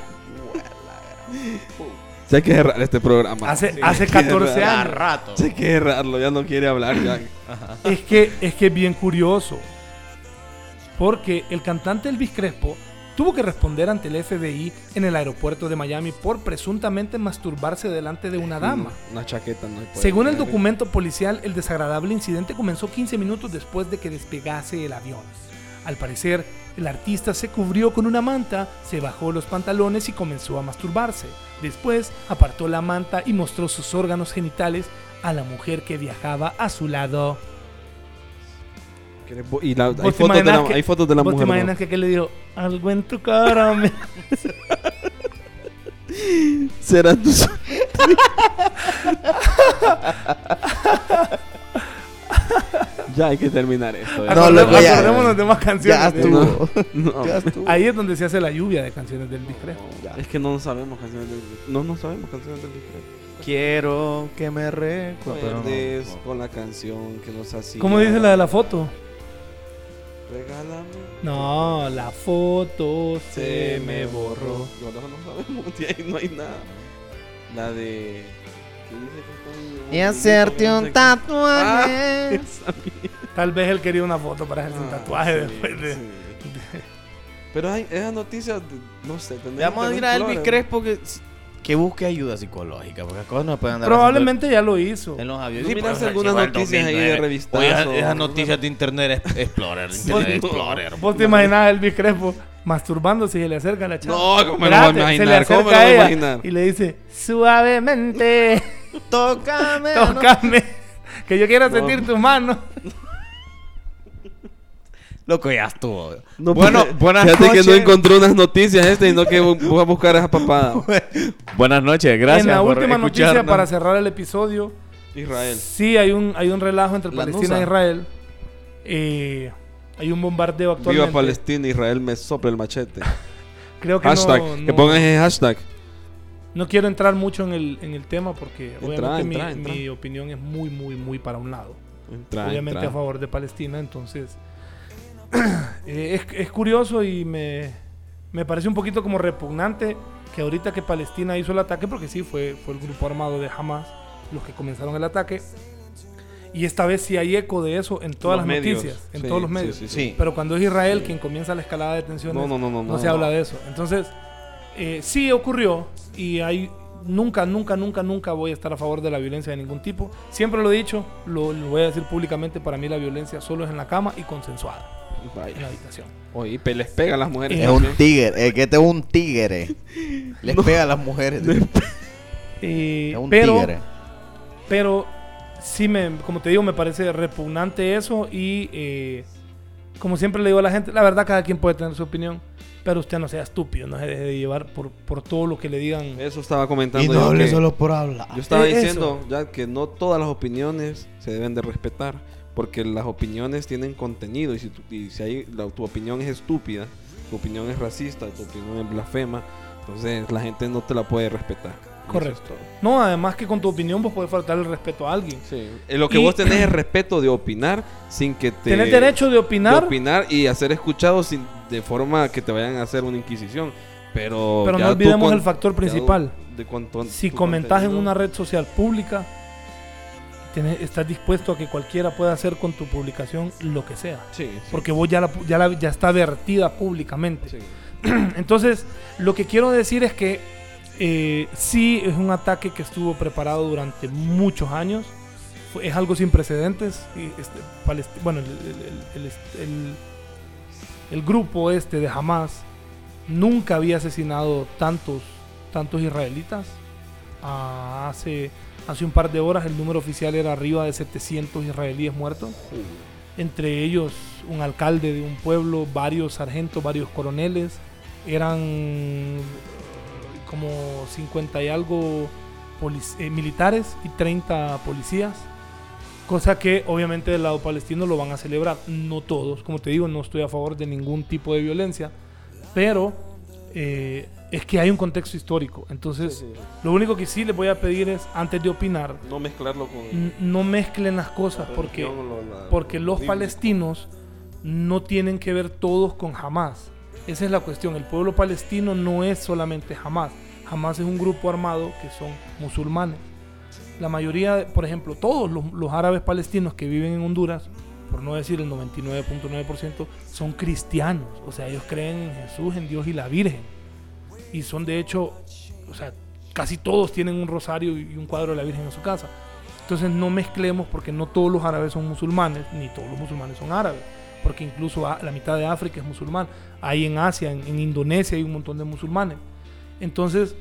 [SPEAKER 3] Si hay que cerrar este programa.
[SPEAKER 1] Hace,
[SPEAKER 3] Sí.
[SPEAKER 1] hace
[SPEAKER 3] Hay que
[SPEAKER 1] 14
[SPEAKER 3] cerrar.
[SPEAKER 2] A
[SPEAKER 1] años.
[SPEAKER 2] rato.
[SPEAKER 3] Si hay que cerrarlo, ya no quiere hablar. ya.
[SPEAKER 1] Es que es que es bien curioso. Porque el cantante Elvis Crespo tuvo que responder ante el FBI en el aeropuerto de Miami por presuntamente masturbarse delante de una dama.
[SPEAKER 3] Mm, Una chaqueta no puede
[SPEAKER 1] Según el
[SPEAKER 3] tener.
[SPEAKER 1] documento policial, el desagradable incidente comenzó 15 minutos después de que despegase el avión. Al parecer, el artista se cubrió con una manta, se bajó los pantalones y comenzó a masturbarse. Después, apartó la manta y mostró sus órganos genitales a la mujer que viajaba a su lado.
[SPEAKER 3] Que le po- Y la- hay,
[SPEAKER 1] ¿Vos te
[SPEAKER 3] fotos de la,
[SPEAKER 1] imaginas que-
[SPEAKER 3] hay fotos de la
[SPEAKER 1] ¿Vos
[SPEAKER 3] mujer.
[SPEAKER 1] te
[SPEAKER 3] ¿no? <laughs>
[SPEAKER 1] imaginas que aquel le dijo algo en tu cara? me-"?
[SPEAKER 3] Será tu
[SPEAKER 1] <laughs>
[SPEAKER 3] son- Ya hay que terminar esto. ya.
[SPEAKER 2] No,
[SPEAKER 1] Acordé-
[SPEAKER 2] loco, ya.
[SPEAKER 1] acordémonos de más
[SPEAKER 2] Ya
[SPEAKER 1] canciones.
[SPEAKER 3] tú.
[SPEAKER 2] estuvo.
[SPEAKER 3] No.
[SPEAKER 2] <laughs> Ya estuvo.
[SPEAKER 1] Ahí es donde se hace la lluvia de canciones del discreto.
[SPEAKER 2] Ya.
[SPEAKER 3] Es que no sabemos canciones del No, no sabemos canciones del discreto.
[SPEAKER 2] Quiero que me recuerdes.
[SPEAKER 3] con la canción que nos hacía.
[SPEAKER 1] ¿Cómo dice la de la foto?
[SPEAKER 3] Regálame.
[SPEAKER 1] No, la foto se me borró.
[SPEAKER 3] No, no, no sabemos. <laughs> de ahí no hay nada. La de. que dice que está en-
[SPEAKER 2] Y hacerte un
[SPEAKER 3] Ah,
[SPEAKER 2] tatuaje.
[SPEAKER 3] esa mierda.
[SPEAKER 1] Tal vez él quería una foto para hacerse un
[SPEAKER 3] Ah,
[SPEAKER 1] tatuaje
[SPEAKER 3] sí,
[SPEAKER 1] después de.
[SPEAKER 3] sí. Pero hay esas noticias, no sé.
[SPEAKER 2] Le vamos a decir a Elvis Crespo que, que busque ayuda psicológica. Porque las cosas no pueden andar.
[SPEAKER 1] Probablemente ya lo hizo.
[SPEAKER 2] En los aviones.
[SPEAKER 3] ¿No
[SPEAKER 2] Sí,
[SPEAKER 3] miraste
[SPEAKER 2] pero, o sea,
[SPEAKER 3] pues, algunas
[SPEAKER 2] si fue el
[SPEAKER 3] noticias ahí de
[SPEAKER 2] 2009.
[SPEAKER 3] revistazo?
[SPEAKER 2] Oye, esas noticias de Internet es- Explorer. Internet
[SPEAKER 3] Sí.
[SPEAKER 2] Explorer.
[SPEAKER 1] ¿Vos te imaginás a Elvis Crespo masturbándose y se le acerca a la chava?
[SPEAKER 3] No, ¿cómo me lo voy a
[SPEAKER 1] Espérate, se
[SPEAKER 3] imaginar?
[SPEAKER 1] le acerca
[SPEAKER 3] ¿Cómo me lo
[SPEAKER 1] a
[SPEAKER 3] voy a
[SPEAKER 1] ella
[SPEAKER 3] imaginar?
[SPEAKER 1] Y le dice, suavemente,
[SPEAKER 2] Tócame.
[SPEAKER 1] tocame, que yo quiero
[SPEAKER 3] No.
[SPEAKER 1] sentir tus manos.
[SPEAKER 2] Loco, ya estuvo.
[SPEAKER 3] No,
[SPEAKER 2] bueno,
[SPEAKER 3] porque-
[SPEAKER 2] buenas
[SPEAKER 3] fíjate
[SPEAKER 2] noches.
[SPEAKER 3] que no encontró unas noticias este y no que bu- voy a buscar
[SPEAKER 1] <laughs>
[SPEAKER 3] esa papada.
[SPEAKER 2] Buenas noches, gracias.
[SPEAKER 1] en la
[SPEAKER 2] por
[SPEAKER 1] última noticia
[SPEAKER 2] escucharnos.
[SPEAKER 1] para cerrar el episodio,
[SPEAKER 3] Israel.
[SPEAKER 1] sí hay un, hay un relajo entre
[SPEAKER 2] La
[SPEAKER 1] Palestina
[SPEAKER 2] Nusa.
[SPEAKER 1] e Israel. Eh, hay un bombardeo actualmente.
[SPEAKER 3] Viva Palestina, Israel me sopla el machete.
[SPEAKER 1] Creo que no-
[SPEAKER 3] hashtag.
[SPEAKER 1] no,
[SPEAKER 3] Que pongan ese hashtag.
[SPEAKER 1] No quiero entrar mucho en el, en el tema porque
[SPEAKER 3] Entra,
[SPEAKER 1] obviamente mi-
[SPEAKER 3] entra, entra.
[SPEAKER 1] mi opinión es muy, muy, muy para un lado.
[SPEAKER 3] Entra,
[SPEAKER 1] obviamente
[SPEAKER 3] entra.
[SPEAKER 1] a favor de Palestina, entonces <clears throat> eh, es, es curioso y me, me parece un poquito como repugnante que ahorita que Palestina hizo el ataque, porque sí, fue, fue el grupo armado de Hamas los que comenzaron el ataque, Y esta vez sí hay eco de eso en todas
[SPEAKER 3] Los
[SPEAKER 1] las
[SPEAKER 3] medios.
[SPEAKER 1] noticias, en
[SPEAKER 3] Sí,
[SPEAKER 1] todos los medios.
[SPEAKER 3] sí, sí,
[SPEAKER 2] Sí.
[SPEAKER 1] Pero cuando es Israel quien comienza la escalada de tensiones,
[SPEAKER 3] No, no, no, no, no,
[SPEAKER 1] se
[SPEAKER 3] no.
[SPEAKER 1] habla de eso. Entonces, eh, sí ocurrió y hay nunca, nunca, nunca, nunca voy a estar a favor de la violencia de ningún tipo. Siempre lo he dicho, lo, lo voy a decir públicamente, para mí la violencia solo es en la cama y consensuada en la
[SPEAKER 3] Vaya.
[SPEAKER 1] habitación.
[SPEAKER 3] Oye, y pe- les pega a las mujeres.
[SPEAKER 1] Es
[SPEAKER 2] Es
[SPEAKER 3] también.
[SPEAKER 2] un tigre, es que este es un tigre. Les pega a las mujeres.
[SPEAKER 1] Eh,
[SPEAKER 2] es un
[SPEAKER 1] pero,
[SPEAKER 2] tigre.
[SPEAKER 1] pero sí me, como te digo, me parece repugnante eso y eh, como siempre le digo a la gente, la verdad cada quien puede tener su opinión, pero usted no sea estúpido, no se deje de llevar por, por todo lo que le digan.
[SPEAKER 3] Eso estaba comentando. yo,
[SPEAKER 2] hable
[SPEAKER 3] que-
[SPEAKER 2] por hablar.
[SPEAKER 3] yo estaba
[SPEAKER 1] Eh, eso.
[SPEAKER 3] diciendo ya que no todas las opiniones se deben de respetar. Porque las opiniones tienen contenido. Y si, tu, y si hay, la- tu opinión es estúpida, tu opinión es racista, tu opinión es blasfema, entonces la gente no te la puede respetar. Y
[SPEAKER 1] Correcto.
[SPEAKER 3] eso es todo.
[SPEAKER 1] No, además que con tu opinión vos podés faltar el respeto a alguien.
[SPEAKER 3] Sí. Eh, Lo que
[SPEAKER 1] Y-
[SPEAKER 3] vos tenés
[SPEAKER 1] <clears throat>
[SPEAKER 3] es respeto de opinar sin que te.
[SPEAKER 1] Tenés derecho de
[SPEAKER 3] de
[SPEAKER 1] opinar,
[SPEAKER 3] opinar y hacer escuchado sin, de forma que te vayan a hacer una inquisición. Pero,
[SPEAKER 1] pero
[SPEAKER 3] ya
[SPEAKER 1] no
[SPEAKER 3] tú
[SPEAKER 1] olvidemos
[SPEAKER 3] con-
[SPEAKER 1] el factor
[SPEAKER 3] ya
[SPEAKER 1] principal.
[SPEAKER 3] de cuanto-
[SPEAKER 1] Si
[SPEAKER 3] tu
[SPEAKER 1] comentás en
[SPEAKER 3] contenido-
[SPEAKER 1] una red social pública, tenés- estás dispuesto a que cualquiera pueda hacer con tu publicación lo que sea.
[SPEAKER 3] Sí, sí,
[SPEAKER 1] Porque vos ya, la pu- ya, la- ya está vertida públicamente.
[SPEAKER 3] sí.
[SPEAKER 1] Entonces, lo que quiero decir es que eh, sí es un ataque que estuvo preparado durante muchos años. Fue- es algo sin precedentes. Y este, Palesti- bueno, el, el- el- el- el- el grupo este de Hamas nunca había asesinado tantos, tantos israelitas. Ah, hace, hace un par de horas el número oficial era arriba de 700 israelíes muertos entre ellos un alcalde de un pueblo, varios sargentos, varios coroneles, eran como 50 y algo polic- eh, militares y 30 policías, cosa que obviamente del lado palestino lo van a celebrar, no todos, como te digo, no estoy a favor de ningún tipo de violencia, pero eh, es que hay un contexto histórico, entonces
[SPEAKER 3] Sí, sí.
[SPEAKER 1] lo único que sí les voy a pedir es, antes de opinar,
[SPEAKER 3] No mezclarlo con.
[SPEAKER 1] n- no mezclen las cosas
[SPEAKER 3] la
[SPEAKER 1] Mm, porque...
[SPEAKER 3] religión o lo- la-
[SPEAKER 1] Porque
[SPEAKER 3] lo
[SPEAKER 1] los
[SPEAKER 3] bíblico.
[SPEAKER 1] palestinos no tienen que ver todos con Hamas. Esa es la cuestión. El pueblo palestino no es solamente Hamas. Hamas es un grupo armado que son musulmanes. La mayoría, por ejemplo, todos los, los árabes palestinos que viven en Honduras, por no decir el 99.9%, son cristianos. O sea, ellos creen en Jesús, en Dios y la Virgen. Y son de hecho, o sea, casi todos tienen un rosario y un cuadro de la Virgen en su casa. Entonces no mezclemos porque no todos los árabes son musulmanes, ni todos los musulmanes son árabes, porque incluso a- la mitad de África es musulmán. Ahí en Asia, en, en Indonesia hay un montón de musulmanes. Entonces,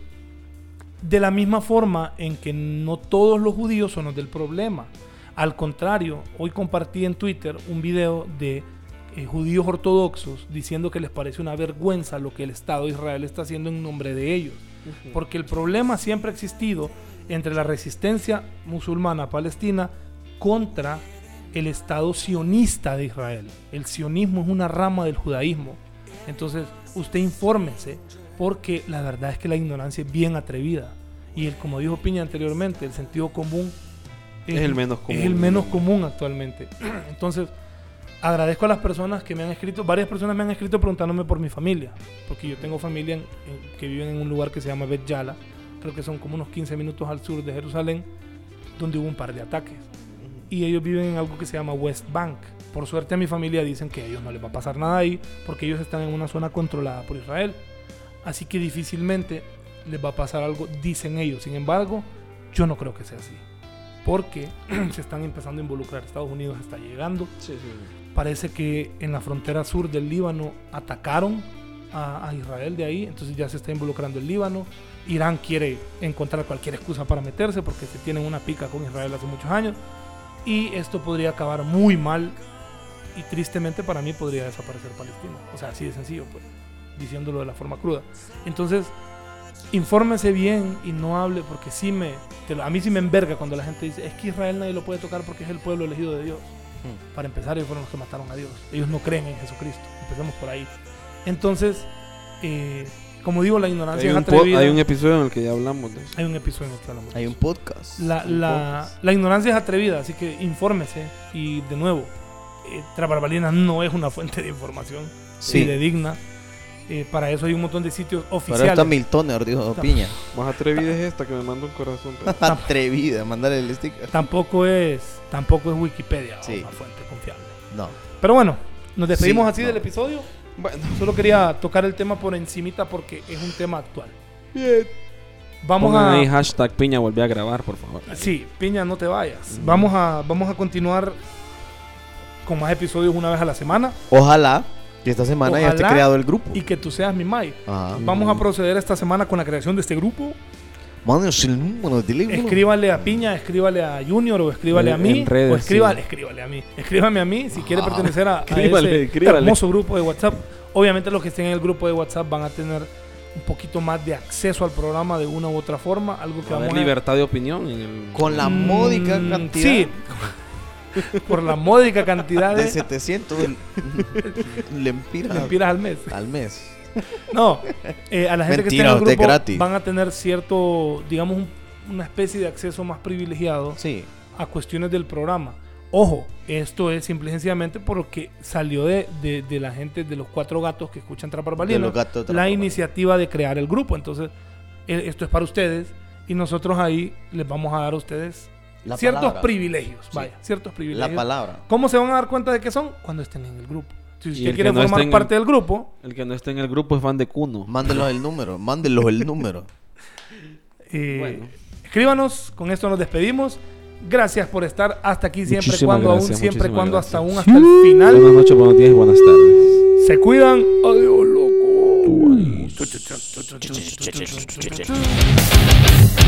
[SPEAKER 1] de la misma forma en que no todos los judíos son los del problema. Al contrario, hoy compartí en Twitter un video de eh, judíos ortodoxos diciendo que les parece una vergüenza lo que el Estado de Israel está haciendo en nombre de ellos. Porque el problema siempre ha existido entre la resistencia musulmana palestina contra el Estado sionista de Israel. El sionismo es una rama del judaísmo. Entonces, usted infórmese, porque la verdad es que la ignorancia es bien atrevida. Y el, como dijo Piña anteriormente, el sentido común
[SPEAKER 3] Es el menos común.
[SPEAKER 1] es el menos común actualmente. <clears throat> Entonces, agradezco a las personas que me han escrito, varias personas me han escrito preguntándome por mi familia, porque yo tengo familia en- en- que viven en un lugar que se llama Bet Yala, creo que son como unos 15 minutos al sur de Jerusalén, donde hubo un par de ataques. Y ellos viven en algo que se llama West Bank. Por suerte a mi familia dicen que a ellos no les va a pasar nada ahí, porque ellos están en una zona controlada por Israel. Así que difícilmente les va a pasar algo, dicen ellos. Sin embargo, yo no creo que sea así. Porque <clears throat> se están empezando a involucrar. Estados Unidos está llegando.
[SPEAKER 3] Sí, sí.
[SPEAKER 1] Parece que en la frontera sur del Líbano atacaron a, a Israel de ahí. Entonces ya se está involucrando el Líbano. Irán quiere encontrar cualquier excusa para meterse porque se tienen una pica con Israel hace muchos años. Y esto podría acabar muy mal. Y tristemente para mí podría desaparecer Palestina. O sea, así de sencillo, pues. Diciéndolo de la forma cruda. Entonces, infórmese bien y no hable porque sí me, te lo- a mí sí me enverga cuando la gente dice, es que Israel nadie lo puede tocar porque es el pueblo elegido de Dios.
[SPEAKER 3] Hmm.
[SPEAKER 1] Para empezar, ellos fueron los que mataron a Dios. Ellos no creen en Jesucristo. Empecemos por ahí. Entonces, eh, como digo, la ignorancia
[SPEAKER 3] Hay
[SPEAKER 1] es
[SPEAKER 3] un, po-
[SPEAKER 1] atrevida.
[SPEAKER 3] hay un episodio en el que ya hablamos de eso.
[SPEAKER 1] Hay un episodio en el que hablamos.
[SPEAKER 2] Hay un podcast.
[SPEAKER 1] La, la, la ignorancia es atrevida, así que infórmese. Y <laughs> de nuevo, eh, Tras Barbalinas no es una fuente de información
[SPEAKER 2] Sí.
[SPEAKER 1] y de digna. Eh, para eso hay un montón de sitios
[SPEAKER 2] Pero está
[SPEAKER 1] oficiales.
[SPEAKER 2] Miltoner, dijo
[SPEAKER 1] Está-
[SPEAKER 2] Piña.
[SPEAKER 5] Más atrevida es esta que me manda un corazón.
[SPEAKER 1] <laughs>
[SPEAKER 5] pero-
[SPEAKER 2] Atrevida, mandarle el sticker.
[SPEAKER 1] Tampoco es, tampoco es Wikipedia
[SPEAKER 2] Sí.
[SPEAKER 1] una fuente confiable.
[SPEAKER 2] No.
[SPEAKER 1] Pero bueno, nos despedimos
[SPEAKER 2] Sí,
[SPEAKER 1] así
[SPEAKER 2] no.
[SPEAKER 1] del episodio.
[SPEAKER 5] Bueno,
[SPEAKER 1] Solo quería tocar el tema por encimita porque es un tema actual.
[SPEAKER 5] bien.
[SPEAKER 1] Vamos
[SPEAKER 3] Pongan
[SPEAKER 1] a
[SPEAKER 3] ahí hashtag piña, volví a grabar, por favor.
[SPEAKER 1] Sí, piña, no te
[SPEAKER 2] Mm.
[SPEAKER 1] vayas. Vamos a vamos a continuar con más episodios una vez a la semana
[SPEAKER 2] Ojalá que esta semana ya esté
[SPEAKER 1] Ojalá
[SPEAKER 2] creado el grupo. Ah.
[SPEAKER 1] y que tú seas mi Mike.
[SPEAKER 2] Ajá.
[SPEAKER 1] Vamos a proceder esta semana con la creación de este grupo.
[SPEAKER 2] Manos el número de teléfono.
[SPEAKER 1] Escríbale a Piña, escríbale a Junior o escríbale
[SPEAKER 3] En-
[SPEAKER 1] a mí.
[SPEAKER 3] en redes,
[SPEAKER 1] o escríbale,
[SPEAKER 3] sí. Ah,
[SPEAKER 1] escríbale a mí. Escríbame a mí si quiere pertenecer a, a
[SPEAKER 3] escríbale,
[SPEAKER 1] ese
[SPEAKER 3] escríbale.
[SPEAKER 1] hermoso grupo de WhatsApp. Obviamente los que estén en el grupo de WhatsApp van a tener un poquito más de acceso al programa de una u otra forma. Algo que
[SPEAKER 3] Va a haber
[SPEAKER 1] vamos a...
[SPEAKER 3] libertad de opinión en el-
[SPEAKER 2] Con la
[SPEAKER 1] Mm,
[SPEAKER 2] módica cantidad
[SPEAKER 1] Sí. <laughs> Por la módica cantidad
[SPEAKER 2] de
[SPEAKER 1] de
[SPEAKER 2] 700 <laughs> lempiras
[SPEAKER 1] lempiras al mes.
[SPEAKER 2] al mes.
[SPEAKER 1] No, eh, a la gente que
[SPEAKER 2] Mentira, usted
[SPEAKER 1] está en el grupo
[SPEAKER 2] gratis.
[SPEAKER 1] van a tener cierto, digamos, un- una especie de acceso más privilegiado
[SPEAKER 2] Sí.
[SPEAKER 1] a cuestiones del programa. Ojo, esto es simple y sencillamente porque salió de, de- de la gente de los cuatro gatos que escuchan
[SPEAKER 2] De
[SPEAKER 1] Traparbalina
[SPEAKER 2] los gatos de
[SPEAKER 1] la
[SPEAKER 2] Traparbalina.
[SPEAKER 1] iniciativa de crear el grupo. Entonces, eh, esto es para ustedes y nosotros ahí les vamos a dar a ustedes
[SPEAKER 2] La
[SPEAKER 1] ciertos
[SPEAKER 2] palabra.
[SPEAKER 1] privilegios.
[SPEAKER 2] Sí.
[SPEAKER 1] Vaya, ciertos privilegios.
[SPEAKER 2] La palabra.
[SPEAKER 1] ¿Cómo se van a dar cuenta de que son? Cuando estén en el grupo. Si
[SPEAKER 3] el
[SPEAKER 1] usted
[SPEAKER 3] que
[SPEAKER 1] quiere
[SPEAKER 3] no
[SPEAKER 1] formar
[SPEAKER 3] esté en
[SPEAKER 1] parte del grupo,
[SPEAKER 3] El que no esté en el grupo es fan de Cuno.
[SPEAKER 2] Mándelos el número, mándelos el número.
[SPEAKER 1] Eh,
[SPEAKER 3] Bueno.
[SPEAKER 1] Escríbanos, con esto nos despedimos. Gracias por estar hasta aquí siempre,
[SPEAKER 3] Muchísimas
[SPEAKER 1] cuando aún,
[SPEAKER 3] gracias,
[SPEAKER 1] siempre,
[SPEAKER 3] muchísimas
[SPEAKER 1] cuando
[SPEAKER 3] gracias.
[SPEAKER 1] hasta aún, hasta el final.
[SPEAKER 3] Buenas noches, buenos días y buenas tardes.
[SPEAKER 1] Se cuidan. Adiós, loco.